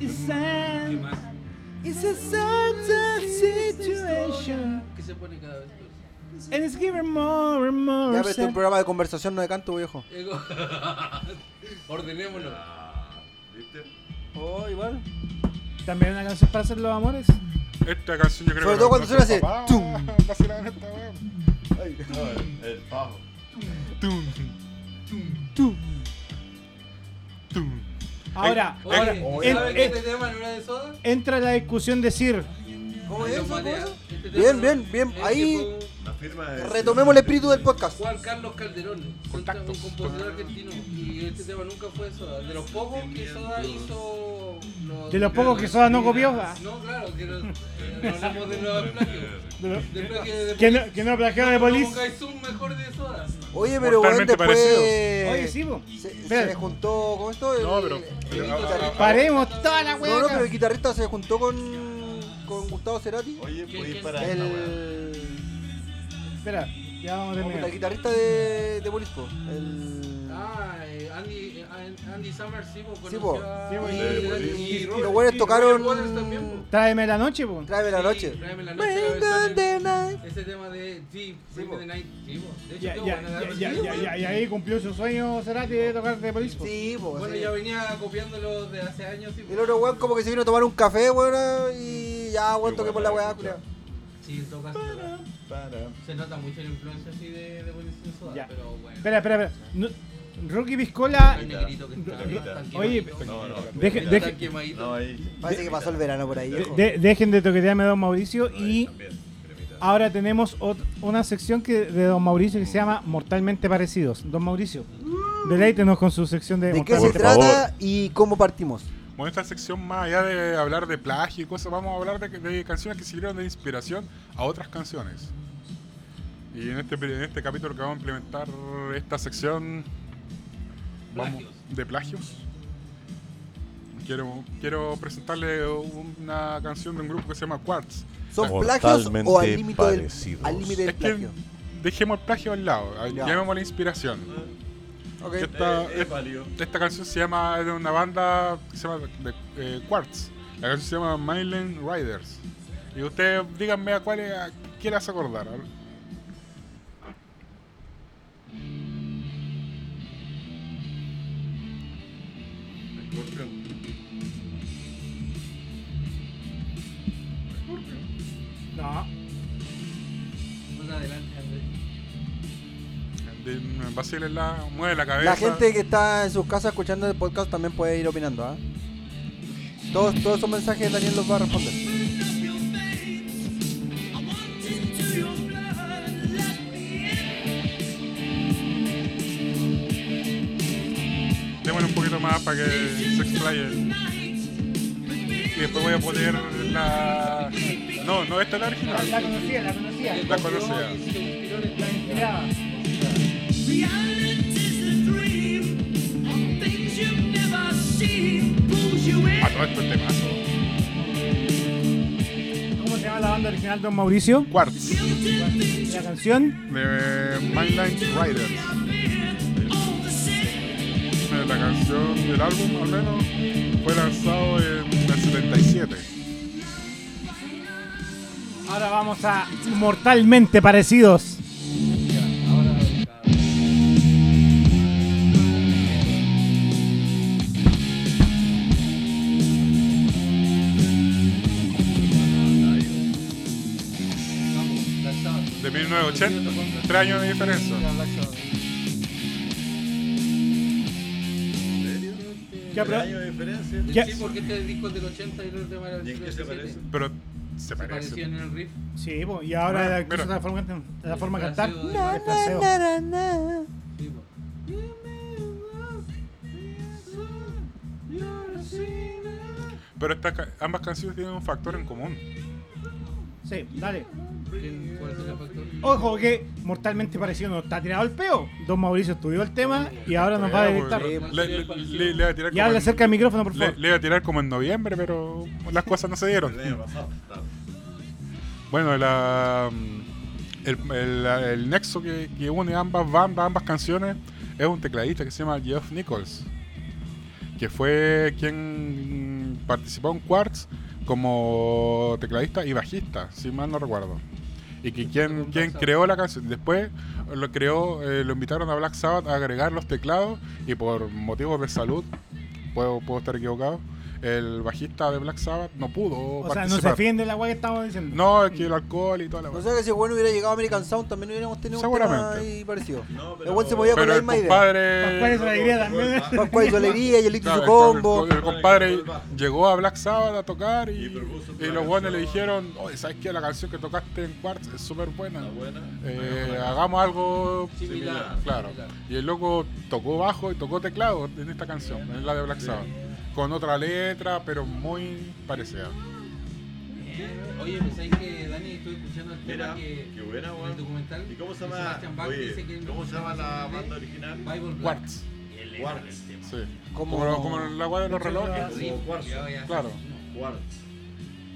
B: It's sad.
A: ¿Qué más?
B: It's a sad, sad situation.
A: ¿Qué se pone cada vez peor?
B: And it's getting more and more
E: Ya ves
B: sad.
E: un programa de conversación, no de canto, viejo.
A: Ego. Ordenémonos.
E: Oh, igual.
B: También una canción para hacer los amores.
D: Esta canción yo creo
E: Sobre
D: que.
E: todo cuando suena ese tum.
D: Vacilan esta weá.
C: No, el, el fajo.
D: Tum.
E: Tú.
D: Tum.
B: Ahora,
D: Oye,
B: ahora,
A: Oye,
B: en-
A: ¿sabes
B: en-
A: qué te tema en una de soda?
B: entra la discusión decir,
E: ¿Cómo
A: Lo
E: es eso? ¿Cómo
A: matea.
E: es eso?
A: Este tema
E: Bien,
A: no-
E: bien, bien.
A: es que
E: Ahí
A: fue
C: La firma de.
E: retomemos el espíritu del podcast.
A: Juan Carlos Calderón,
D: Contacto.
A: un compositor argentino. Y este tema nunca fue soda. De los pocos que soda hizo. los-
B: De los pocos que Soda no copió, ah.
A: No, claro, que no, eh, no hablamos de los plagios. De plagios de
B: que no, que no plagiaron de
A: Police.
B: polis.
A: No pongáis un mejor de soda.
E: Oye, pero bueno,
D: Mortalmente
E: después.
D: parecido.
B: Oye, sí, po.
E: Se,
B: Espera.
E: se juntó con esto. El,
D: No, pero-
E: el
D: pero-
E: guitarrista-
B: Paremos toda la
E: no, no, pero
B: hueá.
E: el guitarrista se juntó con, con Gustavo Cerati.
C: Oye,
A: ¿Qué-
C: voy
A: qué-
C: para esta weá.
E: El,
B: Espera, ya vamos a
E: no, puta,
B: terminar.
E: el guitarrista de, de Bolispo. El,
A: Ah, eh, Andy, eh, Andy Summers, sí, vos
E: Sí, po.
A: conoció a-
B: Sí, po.
A: y-
E: y,
A: y
E: y
A: Robert-
E: los güeyes
A: y Roger
E: tocaron.
A: Waters también, pues. po.
B: Tráeme la noche, po.
E: Tráeme la
A: Sí,
E: noche.
A: Tráeme la noche.
E: Bring
A: la
E: down
A: versión-
E: the night.
A: Ese tema de Deep, Bring Me the Night. Sí, po. De hecho,
B: Ya,
A: qué
B: ya,
A: buena la
B: ya,
A: versión.
B: ya, ya, ya, y ahí cumplió su sueño Cerati de tocar de pues. polis. po.
E: Sí, po,
A: Pues Bueno,
E: sí.
A: ya venía copiándolo de hace años. Sí, po.
E: El otro weón como que se vino a tomar un café, weón, y ya, weón, toqué por la weá, culiao.
A: Sí, en todo caso. claro.
C: Para.
A: Se nota mucho la influencia así de, de Policía Soda,
B: Ya.
A: pero bueno.
B: Espera, espera, espera. No, Rocky Piscola.
A: El negrito que está
C: Temita.
A: tan
B: Oye,
A: quemadito.
C: No, no.
B: Deje-
A: Está
C: no,
B: deje-
A: tan quemadito.
C: No, ahí.
E: Parece que pasó el verano por ahí,
B: de-
E: viejo.
B: de- dejen de toquetearme a don Mauricio
C: No, ahí
B: y
C: también, cremita.
B: ahora tenemos ot- una sección que, de don Mauricio que se llama Mortalmente Parecidos. Don Mauricio, deleítenos con su sección de...
E: ¿De qué se
B: Mortalmente
C: favor.
E: trata y cómo partimos?
D: Bueno, esta sección más allá de hablar de plagio y cosas, vamos a hablar de, de canciones que sirvieron de inspiración a otras canciones. Y en este, en este capítulo que vamos a implementar esta sección vamos- de plagios, quiero, quiero presentarle una canción de un grupo que se llama Quartz.
E: ¿Son plagios
C: Mortalmente
E: o al límite del,
C: parecidos.
E: al límite
D: Es
E: del
D: que
E: plagio?
D: dejemos el plagio al lado,
E: Ya.
D: llamemos la inspiración.
E: Ok.
D: Esta,
C: Eh, es válido.
D: Esta canción se llama, es de una banda que se llama de- eh, Quartz. La canción se llama Mainland Riders. Y ustedes díganme a cuál es- a qué las acordar. a-
B: No,
K: Pues
A: Más adelante, Andrés.
D: de- Vacílenla, mueve la cabeza.
E: La gente que está en sus casas escuchando el podcast también puede ir opinando, ¿ah? Todos, todos esos mensajes Daniel los va a responder.
D: Démosle un poquito más para que se explaye. Y después voy a poner la. No, no, esta es la
B: la
D: original.
B: conocía, la conocía.
D: La conocía.
K: eh,
D: A todo Ah, esto el temazo.
B: ¿Cómo se llama la banda original, don Mauricio?
D: Quartz
B: La canción.
D: de Mainland Riders. Eh, La canción del álbum, al menos, fue lanzado en el 77.
B: Ahora vamos a Mortalmente Parecidos.
D: De 1980, tres años de diferencia.
B: Que apro-
C: año de diferencia.
B: Ya.
K: Sí, porque este disco es del 80 y el otro era del 87.
D: Pero se
K: Se
D: parece.
K: parecían en el riff.
B: Sí, po, y
D: Ah,
B: ahora incluso la forma, la forma de cantar.
K: Desplaceo, desplaceo.
B: Desplaceo.
K: Sí, po.
D: Pero estas ca- ambas canciones tienen un factor en común.
B: Sí, dale.
K: ¿Quién- ¿Cuál será el factor?
B: Ojo que mortalmente parecido no está tirado al peo. Don Mauricio estudió el tema y ahora nos va a
D: Ya,
B: dictar.
D: pues, le, le- le- le va a tirar
B: Y
D: como
B: habla
D: en-
B: cerca del micrófono, por
D: le,
B: favor.
D: le iba a tirar como en noviembre, pero las cosas no se dieron. Bueno, la, mm, el, el- el nexo que, que une ambas bandas, ambas canciones, es un tecladista que se llama Geoff Nichols, que fue quien participó en Quartz como tecladista y bajista, si mal no recuerdo. Y que quien, quien creó la canción. Después lo creó, eh, lo invitaron a Black Sabbath a agregar los teclados y por motivos de salud, puedo, puedo estar equivocado, el bajista de Black Sabbath no pudo
B: O sea,
D: participar.
B: no se defiende la weá que estamos diciendo.
D: No, es que el alcohol y toda la
E: O
D: wea.
E: sea que si bueno hubiera llegado a American Sound también hubiéramos tenido un tema
D: Seguramente.
E: ahí parecido.
C: No,
E: el buen se movía con
D: Pero
E: la
D: el
E: misma idea.
B: Pascual es
D: compadre.
B: la alegría también.
E: Pascual y su alegría y el Ictus
D: Claro,
E: su
D: el-
E: combo.
D: El, el compadre llegó a Black Sabbath a tocar y,
C: Y propuso
D: y
C: una
D: los guanes le
C: canción.
D: dijeron: Oye, ¿sabes qué? La canción que tocaste en Quartz es súper buena.
C: Está buena.
D: Eh, hagamos algo
K: Similar,
D: similar. Claro.
K: similar.
D: Y el loco tocó bajo y tocó teclado en esta canción, en la de Black Sabbath. Con otra letra, pero muy parecida.
K: Oye, pues ahí que Dani estuve escuchando el tema
C: Mira,
K: que,
C: qué buena,
K: en
C: weón.
K: el documental.
C: ¿Y cómo se
K: de
C: llama?
K: Sebastian Bach dice que
C: Oye,
K: él
C: ¿cómo se llama la banda original?
K: Bible Black.
D: Quartz.
C: Quartz.
D: Sí.
E: Como-
D: Como, lo- como la wea de los relojes.
K: Sí,
C: Como cuarzo.
K: ya, ya.
D: Claro.
C: Quartz.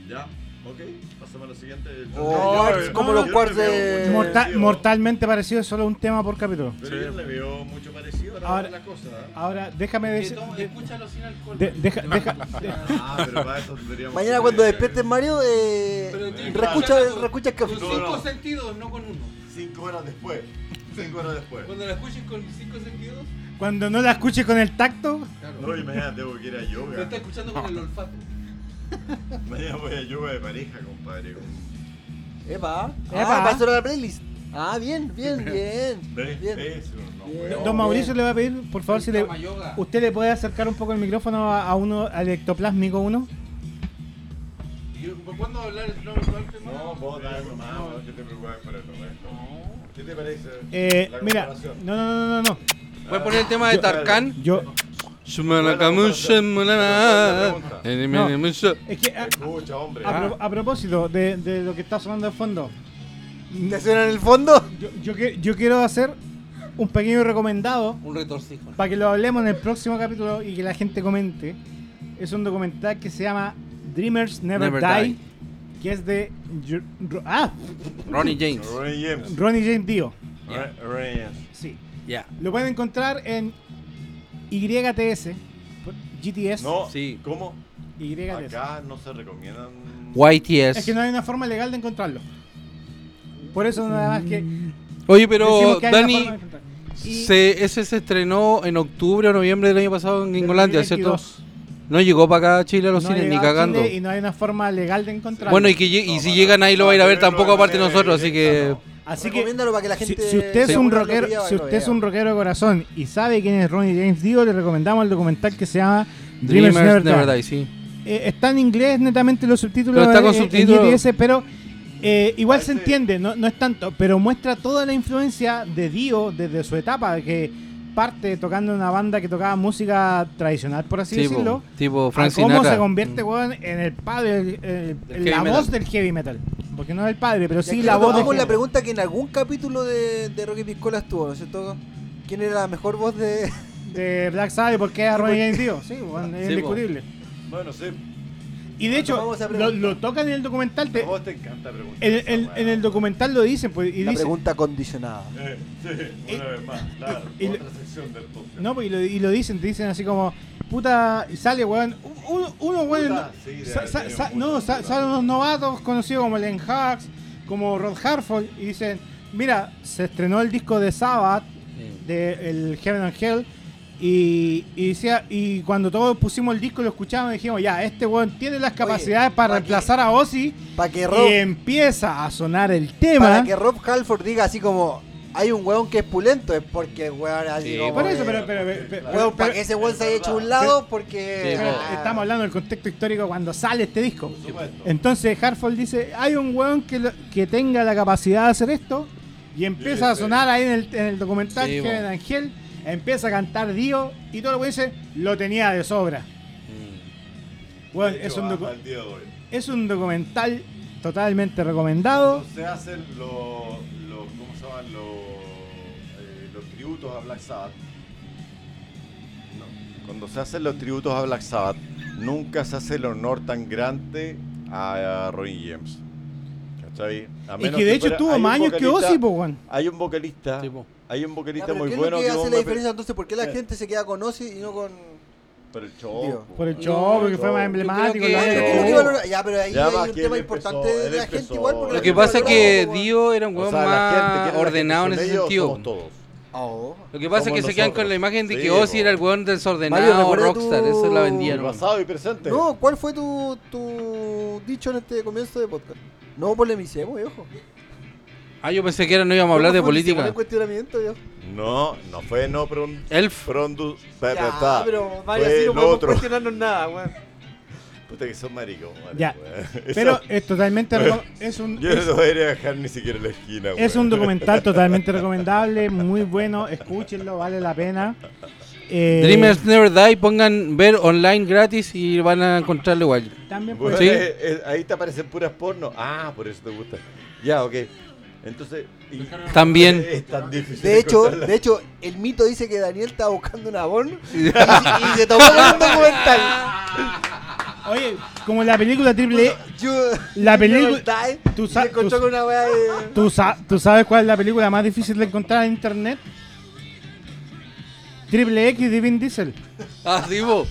C: ¿Ya? Ok, pasamos a lo siguiente. El-
E: Oh,
D: No,
E: Quartz,
D: eh,
E: como
B: no,
E: los
B: yo
E: Quartz
C: te
E: de.
C: veo.
B: Morta-
C: Sí, ¿no?
B: mortalmente parecido es solo un tema por capítulo.
C: Pero yo le veo mucho parecido a la,
B: Ahora-
C: la cosa. ¿eh?
B: Ahora, déjame
K: Que
B: decir.
K: todo- Escúchalo sin alcohol.
B: eh, de- deja- deja-
C: Ah, pero para eso tendríamos.
E: Mañana
C: que-
E: cuando despiertes Mario, eh,
K: Pero tiene que
E: reescucha,
K: escucharlo
E: reescucha el
K: Con
E: café.
K: cinco
C: No, no.
K: sentidos, no con uno.
C: Cinco horas después. Cinco horas después.
K: Cuando la escuches con cinco sentidos,
B: cuando no la escuches con el tacto,
K: claro.
C: No, y mañana tengo que ir a
K: Lo
C: yoga.
K: está escuchando con el olfato.
C: Mañana voy a yoga de pareja, compadre. con-
E: Epa,
B: Epa.
E: ah, para hacer la playlist. Ah, bien, bien, bien.
C: ¿Ves?
E: Bien.
C: ¿Ves? No,
E: Bien.
C: weón.
B: don Mauricio le va a pedir, por favor, si le,
K: Kama yoga.
B: usted le puede acercar un poco el micrófono a, a uno, al ectoplásmico uno.
K: Y yo, ¿por ¿Cuándo hablar el nombre del tema?
C: No, vos dale nomás, weón, que te preocupes por el momento. ¿Qué te parece?
B: Eh,
C: la
B: mira,
C: comparación?
B: no, no, no, no, no.
K: Voy a poner el tema de
C: Yo-
K: Tarkan.
B: Yo,
K: Shemulana.
B: es que a,
C: Escucha, hombre.
B: a pro- a propósito de, de lo que está sonando al fondo,
E: ¿Te suena en el fondo?
B: yo, yo que- yo quiero hacer un pequeño recomendado
K: Un retorcijo.
B: para que lo hablemos en el próximo capítulo y que la gente comente. Es un documental que se llama Dreamers Never,
K: Never
B: Die,
K: Die.
B: que es de J- Ro- ah,
K: Ronnie James.
C: Ronnie James.
B: Ronnie James Dio.
C: Ronnie James.
B: Sí.
K: Ya.
B: Lo pueden encontrar en YTS, GTS,
C: No,
K: Sí.
C: ¿cómo?
B: YTS.
C: Acá no se recomiendan.
B: Es
K: YTS.
B: que no hay una forma legal de encontrarlo. Por eso nada más que
K: Oye, pero
B: decimos que hay una
K: Dani,
B: forma de encontrar. Y-
K: se, ese se estrenó en octubre o noviembre del año pasado en
B: del
K: Gringolandia, ¿cierto?
B: 2022.
K: No llegó para acá a Chile a los
B: No ha
K: cines ni
B: llegado a
K: cagando.
B: Chile y no hay una forma legal de encontrarlo.
K: Bueno, y, que, lle- y si llegan ahí lo va a ir a ver tampoco aparte de nosotros, así que...
B: Así que
E: Recomiéndalo para que la
B: si,
E: gente.
B: si usted es
E: se
B: un
E: una
B: rockero,
E: lotería,
B: si
E: lo
B: usted es
E: vea.
B: un rockero de corazón y sabe quién es Ronnie James Dio, le recomendamos el documental que se llama Dreamers, Never, Die.
K: sí.
B: Eh, está en inglés netamente los subtítulos
K: Pero está con
B: en- en
K: subtítulos.
B: GTS, pero eh, igual se
C: Parece-
B: entiende, no, no es tanto, pero muestra toda la influencia de Dio desde su etapa, que parte tocando en una banda que tocaba música tradicional, por así
K: Tipo,
B: decirlo,
K: tipo
B: a
K: Frank
B: Ah, cómo
K: Sinatra. Mm.
B: se convierte weón, en el padre, el- el-
K: Del
B: la
K: heavy
B: voz
K: metal.
B: del heavy metal. Porque no es el padre, pero
E: Y
B: sí
E: aquí
B: la voz de
E: retomamos
B: heavy
E: la
B: metal.
E: pregunta que en algún capítulo de, de Rocky Piscola estuvo, ¿no es cierto? ¿Quién era la mejor voz de.?
B: de Black Sabbath, ¿por qué a Ronnie James Dio? Sí, weón, es
K: Sí, po.
B: indiscutible.
C: Bueno, sí.
B: Y de hecho,
E: Retomamos esa
B: lo,
E: pregunta.
B: lo tocan en el documental, te-
C: A vos te encanta preguntar.
B: en,
C: esa
B: en-
C: weá.
B: en el documental lo dicen, pues, y
E: la
B: dicen...
E: pregunta condicionada.
C: Eh, sí, una vez más. Claro,
B: y-
C: otra sección del podcast.
B: No, pues, y lo, y lo dicen, te dicen así como, puta, y sale, weón. Uno, uno weón.
C: Puta, sí,
B: sa-
C: de-
B: sa-
C: de-
B: sa-
C: puta,
B: no, sa-
C: puta.
B: salen unos novatos conocidos como Len Hacks, como Rod Hartford, y dicen, mira, se estrenó el disco de Sabbath, de el Heaven and Hell. Y, y decía, y cuando todos pusimos el disco y lo escuchamos, dijimos, ya, este weón tiene las capacidades para
E: pa' que-
B: reemplazar a Ozzy.
E: Para que
B: Y
E: Rob.
B: empieza a sonar el tema.
E: Para que Rob Halford diga así como. hay un weón que es pulento, es porque weón así
K: Sí,
E: como
B: Por eso,
E: que-
B: pero. pero, pero- pero-
E: Weón, para
B: pero-
E: que ese weón se haya hecho a un lado, porque.
B: pero
E: ah,
B: estamos hablando del contexto histórico cuando sale este disco. Entonces Hartford dice, hay un weón que, lo- que tenga la capacidad de hacer esto y empieza a sonar ahí en el, en el documental
K: Sí,
B: Heaven
K: po.
B: and Hell, empieza a cantar Dio y todo lo que dice, lo tenía de sobra. Weón, es, un docu-
C: Al día Mm. de hoy.
B: es un documental totalmente recomendado.
C: Se hacen los, los- ¿cómo se llaman? Los, eh, los tributos a Black Sabbath. No. Cuando se hacen los tributos a Black Sabbath, nunca se hace el honor tan grande a, a Ronnie James. ¿Cachai? A
B: Y
C: menos
B: que de hecho
C: fuera-
B: estuvo
C: hay un
B: más años que
C: vocalista-
B: Ozzy, po, weón.
C: Hay un vocalista, hay un
E: ya,
C: vocalista
E: pero
C: muy
E: ¿qué
C: bueno
E: es lo que hace
C: vos
E: la
C: me-
E: diferencia entonces? ¿Por qué la
C: Eh.
E: gente se queda con Ozzy y no con.?
C: Por el show.
E: Tío.
B: Por el
C: po.
B: show, porque fue
C: Yo
B: más
C: creo
B: emblemático.
K: que-
B: la-
E: Pero ¿qué es lo que valora? Ya, pero ahí
C: Ya,
E: hay
C: va,
E: un
C: que él
E: tema
C: empezó,
E: importante de
C: él
E: la
C: empezó,
E: gente igual. porque
C: él
K: Lo
E: la
K: que
E: gente
K: pasa es
E: valora
K: que
E: como-
K: Dio era un
C: O
K: weón
C: sea, la gente- ¿quién
K: más
C: es la
K: ordenado en
C: gente? Son
K: ese
C: ellos,
K: sentido.
C: somos todos.
E: Oh.
K: Lo que pasa es que
C: Somos
K: se quedan
C: nosotros.
K: con la imagen de que
C: Sí,
K: Ozzy
C: po.
K: era el weón
E: Mario,
K: desordenado,
E: ¿recuerdas
K: rockstar,
E: tu-
K: eso la vendía.
C: El pasado y presente.
E: No, ¿cuál fue tu, tu dicho en este comienzo de podcast? No polemicemos, viejo.
K: Ah, yo pensé que era no íbamos a hablar de política.
E: cuestionamiento, viejo.
C: No, no fue no pron-
K: Elf.
C: prondu- pe- pe-
E: Ya,
C: ta.
E: pero
C: Fue
E: vaya, así no
C: el
E: podemos
C: otro.
E: cuestionarnos nada, weón.
C: Puta que son maricón, vale,
B: Ya.
C: weón.
B: Pero
C: Eso-
B: es totalmente. reco- Es un,
C: yo
B: es-
C: no lo voy a dejar ni siquiera en la esquina,
B: Es un
C: weón.
B: documental totalmente recomendable, muy bueno, escúchenlo, vale la pena. Eh,
K: Dreamers Never Die, pongan ver online gratis y van a encontrarlo igual.
B: También
C: Weón,
B: puede
K: Sí.
C: eh, eh, ahí te aparecen puras porno. Ah, por eso te gusta. Ya, ok. Entonces, y-
K: También.
C: es tan difícil.
E: De hecho,
C: encontrarla.
E: de hecho, el mito dice que Daniel estaba buscando una bon y, y se tomó un documental.
B: Oye, como la película triple E,
E: Eh, Yo,
B: La película- tú
E: Tú
B: sa-
E: sabes. Se encontró
B: tú-
E: con una weá de.
B: ¿tú, sa- tú sabes cuál es la película más difícil de encontrar en internet? Triple X de Vin Diesel.
K: Ah, sí, po.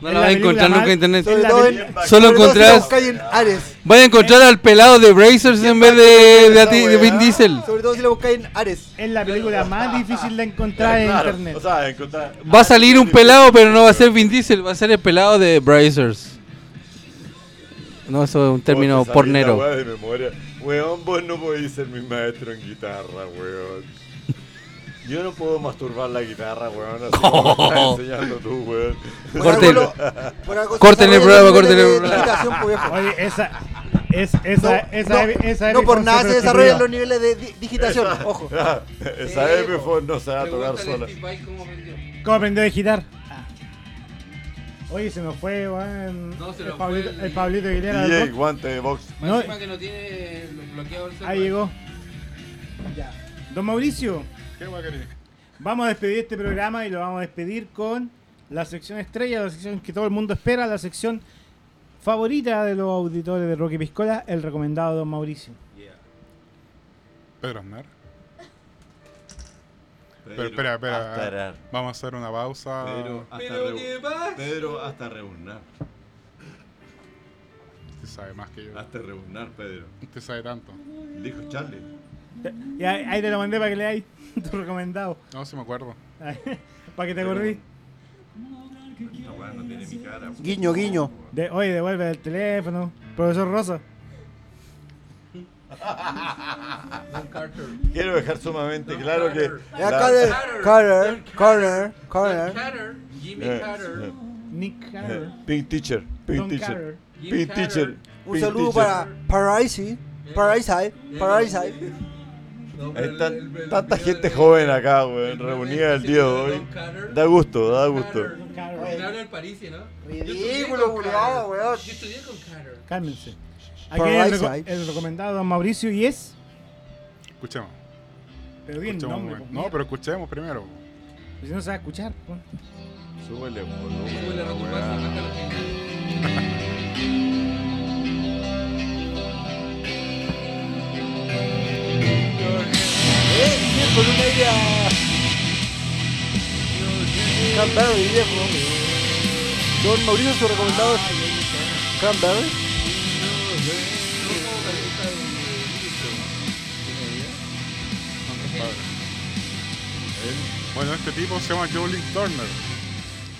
K: No la
B: Es la
K: vas a encontrar
B: película
K: nunca
B: más-
K: en internet.
E: Sobre
B: la
E: todo
B: peli-
E: en.
K: Solo
E: sobre todo si la
K: encontrás-
E: buscáis en Ares.
K: Van a encontrar al pelado de Brazers en vez de, de, a ti- de Vin Diesel.
E: Sobre todo si la buscáis en Ares.
B: Es la película más difícil de encontrar en
C: Claro,
B: internet.
C: O sea, encontrar.
K: Va a salir un pelado, pero no va a ser Vin Diesel, va a ser el pelado de Brazers. No, eso es un término
C: Puta, sabía esta
K: pornero.
C: weá de memoria. Weón, vos no podéis ser mi maestro en guitarra, weón. Yo no puedo masturbar la guitarra, weón. Así como me estás enseñando tú, weón.
K: Corten.
E: Por algo- por algo se
K: Corten el programa,
E: desarrolla niveles
K: corten el
E: de
K: programa.
E: digitación, pues, viejo.
B: Oye, esa. Es, esa,
E: No,
B: esa,
E: no,
B: esa
E: no
B: Epic
E: por
B: Fox
E: nada se
B: prostituida.
E: desarrollan los niveles de di- digitación, ojo.
C: Esa
E: Sí,
C: Epiphone no se va a tocar sola.
B: ¿Cómo aprendió a girar? Oye, se nos fue, weón.
K: No, se
B: el,
K: nos
B: Pablito,
K: fue el-
B: el Pablito Aguilera del
C: DJ,
B: rock.
C: guante de box.
B: No,
K: no tiene bloqueado
B: Ahí llegó. Don Mauricio,
D: ¿Qué va a querer?
B: vamos a despedir este programa y lo vamos a despedir con la sección estrella, la sección que todo el mundo espera, la sección favorita de los auditores de Rocky Piscola, el recomendado Don Mauricio.
D: Pedro Aznar. Pero espera, espera. Vamos a hacer una pausa.
C: hasta reunir. Pedro hasta reunir.
D: Usted sabe más que yo.
C: Hasta reunir, Pedro.
D: Usted sabe tanto.
C: Dijo Charlie.
B: Y ahí ahí te lo mandé para que leáis tu recomendado.
D: No, si me acuerdo.
B: para que te acordís.
C: Esta weá no tiene mi cara.
E: Guiño, guiño.
B: De, oye, devuelve el teléfono. Profesor Rosa.
C: Quiero dejar sumamente claro que.
E: Ya,
C: la-
E: Carter, Carter, Carter, Carter.
C: Eh, eh.
B: Nick Carter.
C: Pink Teacher, Pink
B: Don
C: Teacher,
B: Carter.
C: Pink Teacher.
E: Un
C: Pink
E: saludo
C: Teacher.
E: para Paradise, Paradise, Paradise.
C: Hay tan- tanta gente joven acá, weón, reunida el día de hoy. Da gusto, da gusto.
E: Ridículo, culiado, weón.
B: Cálmense. Aquí el, reco-
E: Paradise.
B: el recomendado Don Mauricio y es.
D: Escuchemos.
B: Pero di el
D: escuchemos un
B: nombre.
D: momento.
B: po,
D: no, pero escuchemos primero.
B: Pues Si no se va a escuchar. po.
C: Súbele, volumen.
E: Eh, con una idea. Cranberry, viejo. Don Mauricio, su recomendado es Cranberry.
D: Bueno, este tipo se llama Jolin Turner,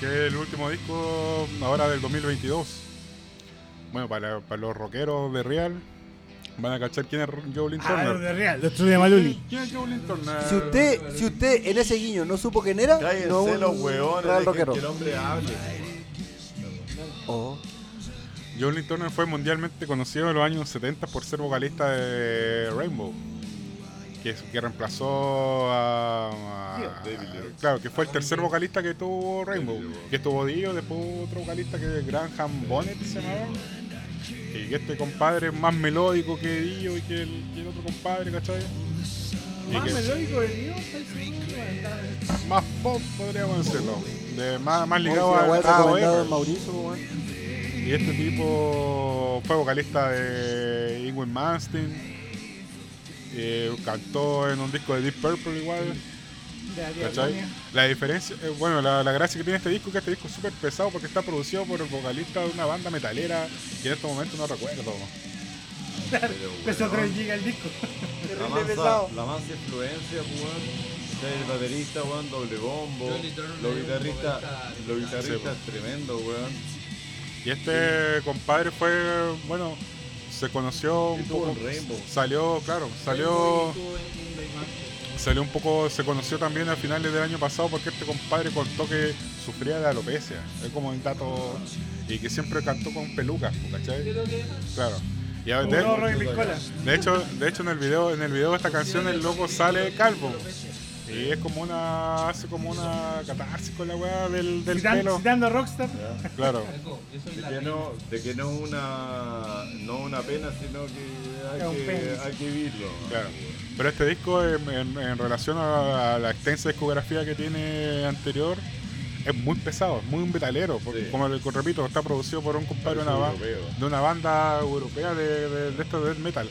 D: que es el último disco ahora del 2022. Bueno, para, para los rockeros de Real, Van a cachar quién es Joe
B: Ah, de
D: Turner.
B: real, lo estudia Maluli.
D: ¿Quién es Joe Turner?
E: Si usted, si usted en ese guiño no supo quién era,
C: Cállense
E: no es
C: los
E: un
C: hueones,
E: real
C: dejen
E: rockero.
C: que el hombre hable.
E: Oh.
D: Joe Turner fue mundialmente conocido en los años 70 por ser vocalista de Rainbow. Que, que reemplazó a, a-
C: David Lee Roth.
D: Claro, que fue el tercer vocalista que tuvo Rainbow. Que estuvo Dio, después hubo otro vocalista que es Graham Bonnet se llamaba. Y que este compadre es más melódico que Dio y que el, que el otro compadre, ¿cachai? Y
B: Más
D: que-
B: melódico de Dios.
D: más pop podríamos decirlo. De, más, más
E: Oh,
D: ligado
E: si la
D: a,
E: weá
D: a
E: recomendado
D: Weber.
E: de Mauricio, weón.
D: Y este tipo fue vocalista de Ingwen Manstein. eh, cantó en un disco de Deep Purple igual. ¿Cachai? La diferencia, eh, bueno, la, la gracia que tiene este disco es que este disco es súper pesado porque está producido por el vocalista de una banda metalera que en estos momentos no recuerdo.
B: Pesó 3 gigas el disco.
C: La
E: Terrible pesado.
C: mansa, la mansa influencia, weón. Ser el baterista, weón, doble bombo.
A: Johnny Turner,
C: Los guitarristas,
A: vocalista.
C: los guitarristas tremendo, weón.
D: Y este compadre fue, bueno, se conoció un
C: Estuvo
D: poco.
C: en Rainbow.
D: Salió, claro, salió. salió un poco, se conoció también a finales del año pasado porque este compadre contó que sufría de alopecia, es como un dato, y que siempre cantó con pelucas, ¿cachai? Claro. Y a- de,
B: No, Roy Lincola.
D: de hecho, de hecho en el video, en el video de esta canción el loco sale calvo. Y es como una, hace como una catarsis con la weá del, del
B: Citando
D: pelo.
B: citando a Rockstar.
D: Claro.
C: De que no, de que no una, no una pena, sino que
B: Es un
C: hay que,
B: pene.
C: hay que vivirlo.
D: Claro. Pero este disco, en, en- en relación a, a la extensa discografía que tiene anterior, es muy pesado, es muy metalero. Porque,
C: Sí.
D: como le- como repito, está producido por un compadre de
C: Parece
D: una, ba-
C: europeo.
D: de una banda europea de, de, de esto de death metal.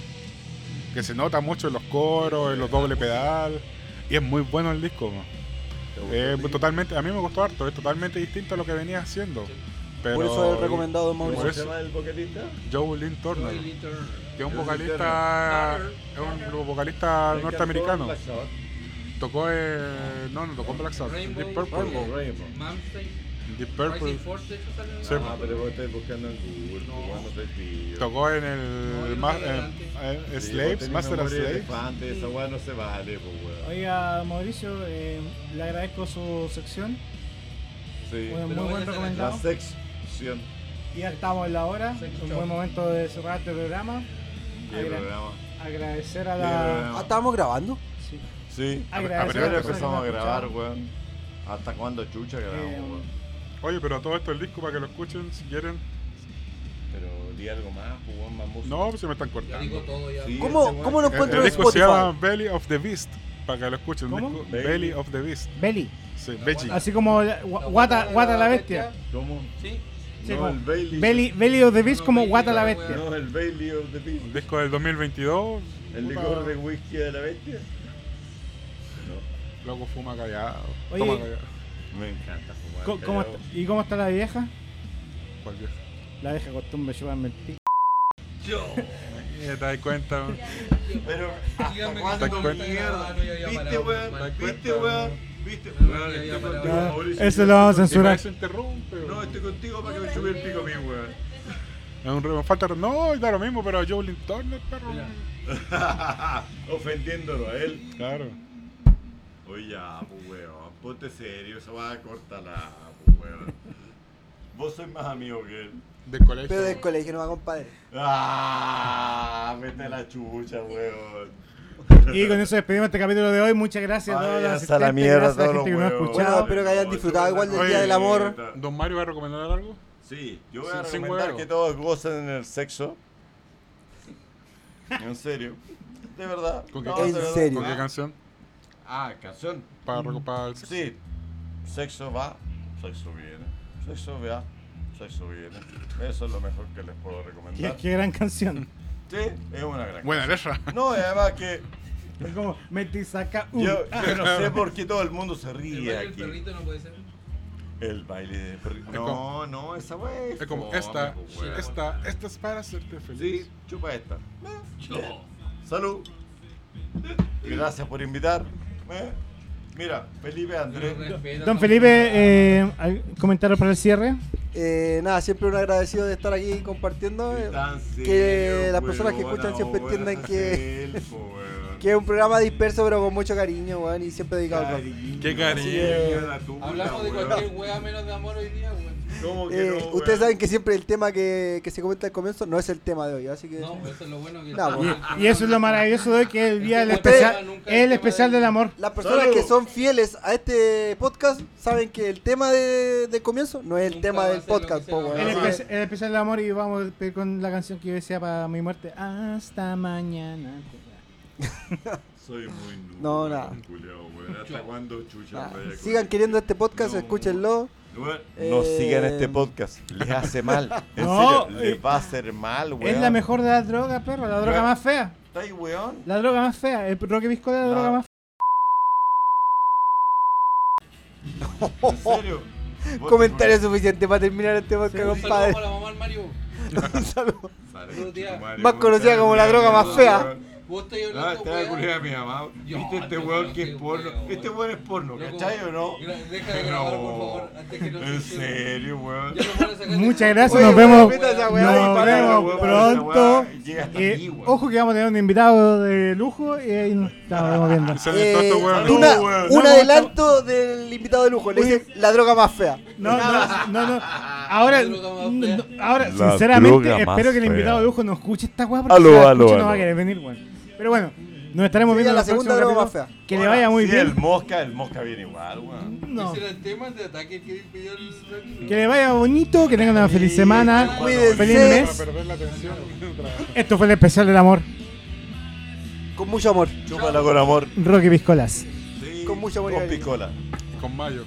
D: Que se nota mucho en los coros, en los doble pedal. Y es muy bueno el disco. ¿no? Eh, totalmente, a mí me gustó harto, es totalmente distinto a lo que venía haciendo. Pero,
E: Por eso es el recomendado de
D: Por
E: Mauricio.
C: ¿Cómo se
D: eso-
C: llama el vocalista?
D: Joe Lynn Turner, que es un
C: Joe Lynn
D: vocalista, es un vocalista ah, norteamericano.
C: Black Sabbath.
D: Tocó eh, no, no tocó Black Sabbath,
A: Rainbow,
D: Deep Purple,
C: Rainbow, Rainbow.
D: Deep Purple. Sí.
C: Ah, pero vos estás buscando en Google, weón, no te pillo.
D: Tocó en el
A: No,
D: ma-
A: yo no
D: eh,
A: adelante.
D: eh,
C: Sí, vos
D: Slaves,
C: tenés
D: Master of
C: memoria de
D: Slaves.
C: elefante, Esa weá no se vale, pues, weón.
B: Oiga, Mauricio, eh, le agradezco su sección.
C: Sí.
B: Un muy
A: Pero vaya
B: buen
A: a ser
C: La
B: recomendado.
C: sección
B: Y Ya estamos en la hora.
A: Sección.
B: Un buen momento de cerrar este programa.
C: del
B: Agra-
C: programa.
B: agradecer a
C: Del
B: la.
C: programa.
E: Ah, estábamos grabando.
B: sí.
C: Sí.
B: Agradecer
D: a
C: Apenas
D: ver,
B: las personas
C: empezamos a
B: que nos
C: grabar,
B: escucharon.
C: weón. ¿Hasta cuándo chucha grabamos,
B: Eh,
C: weón?
D: Oye, pero a todo esto el disco para que lo escuchen si quieren.
C: Pero di algo más, pues, weón, más música.
D: No, pues se me están
A: Ya digo
D: cortando.
A: todo ya.
C: Sí,
E: ¿Cómo-
C: ese weón-
E: cómo lo
D: El, el
E: encuentro en
D: disco se
E: Spotify?
D: llama Belly of the Beast, para que lo escuchen.
B: ¿Cómo?
D: disco-
C: Belly.
D: Belly of the Beast.
B: Belly.
D: Sí, Belly.
B: Así como la- gua- Guata, guata la bestia.
C: ¿Cómo?
A: Sí.
B: Sí,
C: No,
B: como-
C: el Bailey.
B: Belly, Belly of the Beast
A: No,
B: como
A: Belly,
B: Guata la
A: la
B: bestia.
C: No, el Bailey of the Beast.
D: El disco del 2022.
C: El
D: puta,
C: licor de whisky de la bestia. No,
D: Loco fuma callado.
B: Oye.
D: Toma callado.
C: me encanta pues, fumar.
B: Co- ¿Cómo
C: callado.
B: está- ¿Y cómo está la vieja?
D: Por Dios.
B: La vieja costumbre llevarme el pico.
D: Eh, ¿Te das cuenta?
C: Pero, ¿hasta
A: Dígame
D: que
C: cuándo
D: está
C: mierda?
A: grabado, yo ya
C: ¿Viste,
A: parado,
C: weón?
A: Manuel.
C: ¿Viste, weón? ¿Viste?
A: Manuel,
C: Weón,
A: ya, ya
C: estoy
A: parado.
C: contigo,
A: Ya,
C: Mauricio.
B: Eso lo vamos a
D: Y para
B: censurar.
D: eso interrumpe.
C: No,
D: weón.
C: estoy contigo para que me chupe el pico a mí, weón.
D: Es un re- falta. No, da lo mismo, pero a Jolin Turner, perro.
A: Ya.
C: Ofendiéndolo a él.
D: Claro.
C: Oye, ya, pues, weón. Ponte serio, esa va a cortarla, pues, weón. Vos sois más amigo que él.
D: Del colegio.
E: Pero del colegio no va, compadre.
C: ¡Ah! Vete a la chucha, weón.
B: Y con eso despedimos este capítulo de hoy. Muchas gracias a todos los
C: Vaya hasta
B: asistentes.
C: la mierda,
B: gracias a la
C: todos
B: gente que
C: los
B: nos ha
C: huevos.
B: escuchado.
E: Bueno, espero que hayan disfrutado igual del
D: Oye,
E: Día del Amor.
D: Don Mario va a recomendar algo.
C: Sí, yo voy a
D: Sin- sin
C: recomendar
D: huevo.
C: que todos gocen en el sexo. En serio. De verdad.
D: ¿Con qué
C: No,
D: can-
E: En
C: de verdad.
E: serio. Mm.
D: ¿Con qué canción?
C: Ah, canción.
D: Para recopar el
C: Sí. Sexo va, sexo viene. Sexo va, sexo viene. Eso es lo mejor que les puedo
B: Qué,
C: recomendar.
B: qué gran canción.
C: Sí, es una gran
D: Buena letra.
C: canción. No, y además que
B: Es como Ah, mete y saca
D: Uh.
B: un.
C: yo, yo no sé por qué todo el mundo se
A: El
C: ríe
A: baile del
C: aquí.
A: perrito no puede ser.
C: El baile de perrito.
D: Es como-
C: No, no, esa wey.
D: Es como esta,
C: pues, weón.
D: esta, esta es para hacerte feliz.
C: Sí, chupa esta. Eh, Salud. Gracias por invitar. Eh, Mira, Felipe Andrés.
A: Respeta,
B: Don Felipe, eh, ¿al- ¿comentarios para el cierre?
E: Eh, nada, siempre un agradecido de estar aquí compartiendo. eh,
C: eh,
E: que las personas que escuchan siempre entiendan que, que es un programa disperso pero con mucho cariño, weón, y siempre dedicado al rock.
D: Qué
E: Así
D: cariño.
E: que,
K: Hablamos de cualquier weá menos de amor hoy día, weón.
E: eh, ustedes saben que siempre el tema que, que se comenta al comienzo no es el tema de hoy, así que...
K: No, pues. pero eso es lo bueno que
E: No,
K: está-
E: weón.
B: Y eso es lo maravilloso de hoy, que es el día del especial, el especial del amor.
E: Las personas que son fieles a este podcast saben que el tema de, del comienzo no es el
K: Nunca
E: tema
K: va a
E: del
K: ser lo
E: podcast,
K: que
E: po,
K: sea.
E: weón.
B: El,
E: Así
B: espe- el especial del amor y vamos a ir con la canción que yo decía para mi muerte. Hasta mañana.
C: Soy muy nulo.
E: No, nada.
C: culiao, weón. ¿Hasta cuándo
E: que,
C: chucha
E: nada,
C: me voy a
E: sigan queriendo este podcast, escúchenlo.
C: Weón, No
E: Eh,
C: sigan este podcast, les hace mal. En
B: No,
C: serio,
B: eh,
C: les va a hacer mal, weón.
B: Es la mejor de las drogas, perro. La droga
C: Weón.
B: más fea.
C: ¿Estáis, weón?
B: La droga más fea. El rock pisco es la
C: No.
B: droga más
C: ¿En serio? Vos-
E: Comentario suficiente para terminar este podcast,
K: Un saludo
E: compadre.
K: para la mamá del Mario.
E: Un saludo.
C: Sale,
K: Buenos días.
C: conchetumare,
E: Más
C: weón.
E: conocida como la droga más fea.
K: Vos estás
C: Ah,
K: hablando,
C: te voy a
K: weá.
C: culiar a mi mamá.
K: Yo, ah,
C: ¿Viste este
K: yo
C: weón
K: no
C: que es
K: soy
C: porno?
K: weón.
C: Este weón es porno,
K: Loco,
C: ¿cachai o no?
K: gra- Deja de grabar, por favor, antes que nos
C: En
K: censuren.
C: serio, weón.
K: Ya nos van a sacar de-
B: Muchas gracias,
E: Oye,
B: nos
E: weón,
B: vemos.
E: vete a esa weá,
B: Nos
E: dispara,
B: vemos
C: weón,
B: pronto.
C: esa weá llega hasta aquí,
B: Y,
C: weón.
B: ojo que vamos a tener un invitado de lujo y ahí nos estamos viendo.
D: Salen todos
E: Eh,
D: estos weones.
E: una-
C: No, weón.
E: un
B: No,
E: adelanto del invitado de lujo, le dicen la droga más fea.
B: No, no, no, no. Ahora,
K: La droga más
B: no,
K: fea.
B: no, ahora
C: La
B: sinceramente,
C: droga más
B: espero que el invitado
C: fea.
B: de lujo no escuche esta weá porque
C: Aló,
B: si la
C: aló,
B: escucha no
C: aló.
B: va a querer venir, weón. Pero bueno, nos estaremos viendo
E: Sí, a
B: en
E: la
B: el próximo
E: segunda droga
B: capítulo.
E: más fea.
B: Que le vaya muy
C: Sí,
B: bien.
C: el mosca, el mosca viene igual, weón.
B: No.
K: Ese era el tema de ataque que pidió el
B: Que le vaya bonito, que tengan una feliz semana,
E: Cuídense.
B: feliz
D: Para
B: mes.
D: perder la atención.
B: Esto fue el especial del amor,
E: Con mucho amor.
C: Chúpala con amor.
B: Rocky Piscolas.
C: Sí,
E: Con mucho amor y
C: Con
E: cariño.
C: picola.
D: Con Mayo.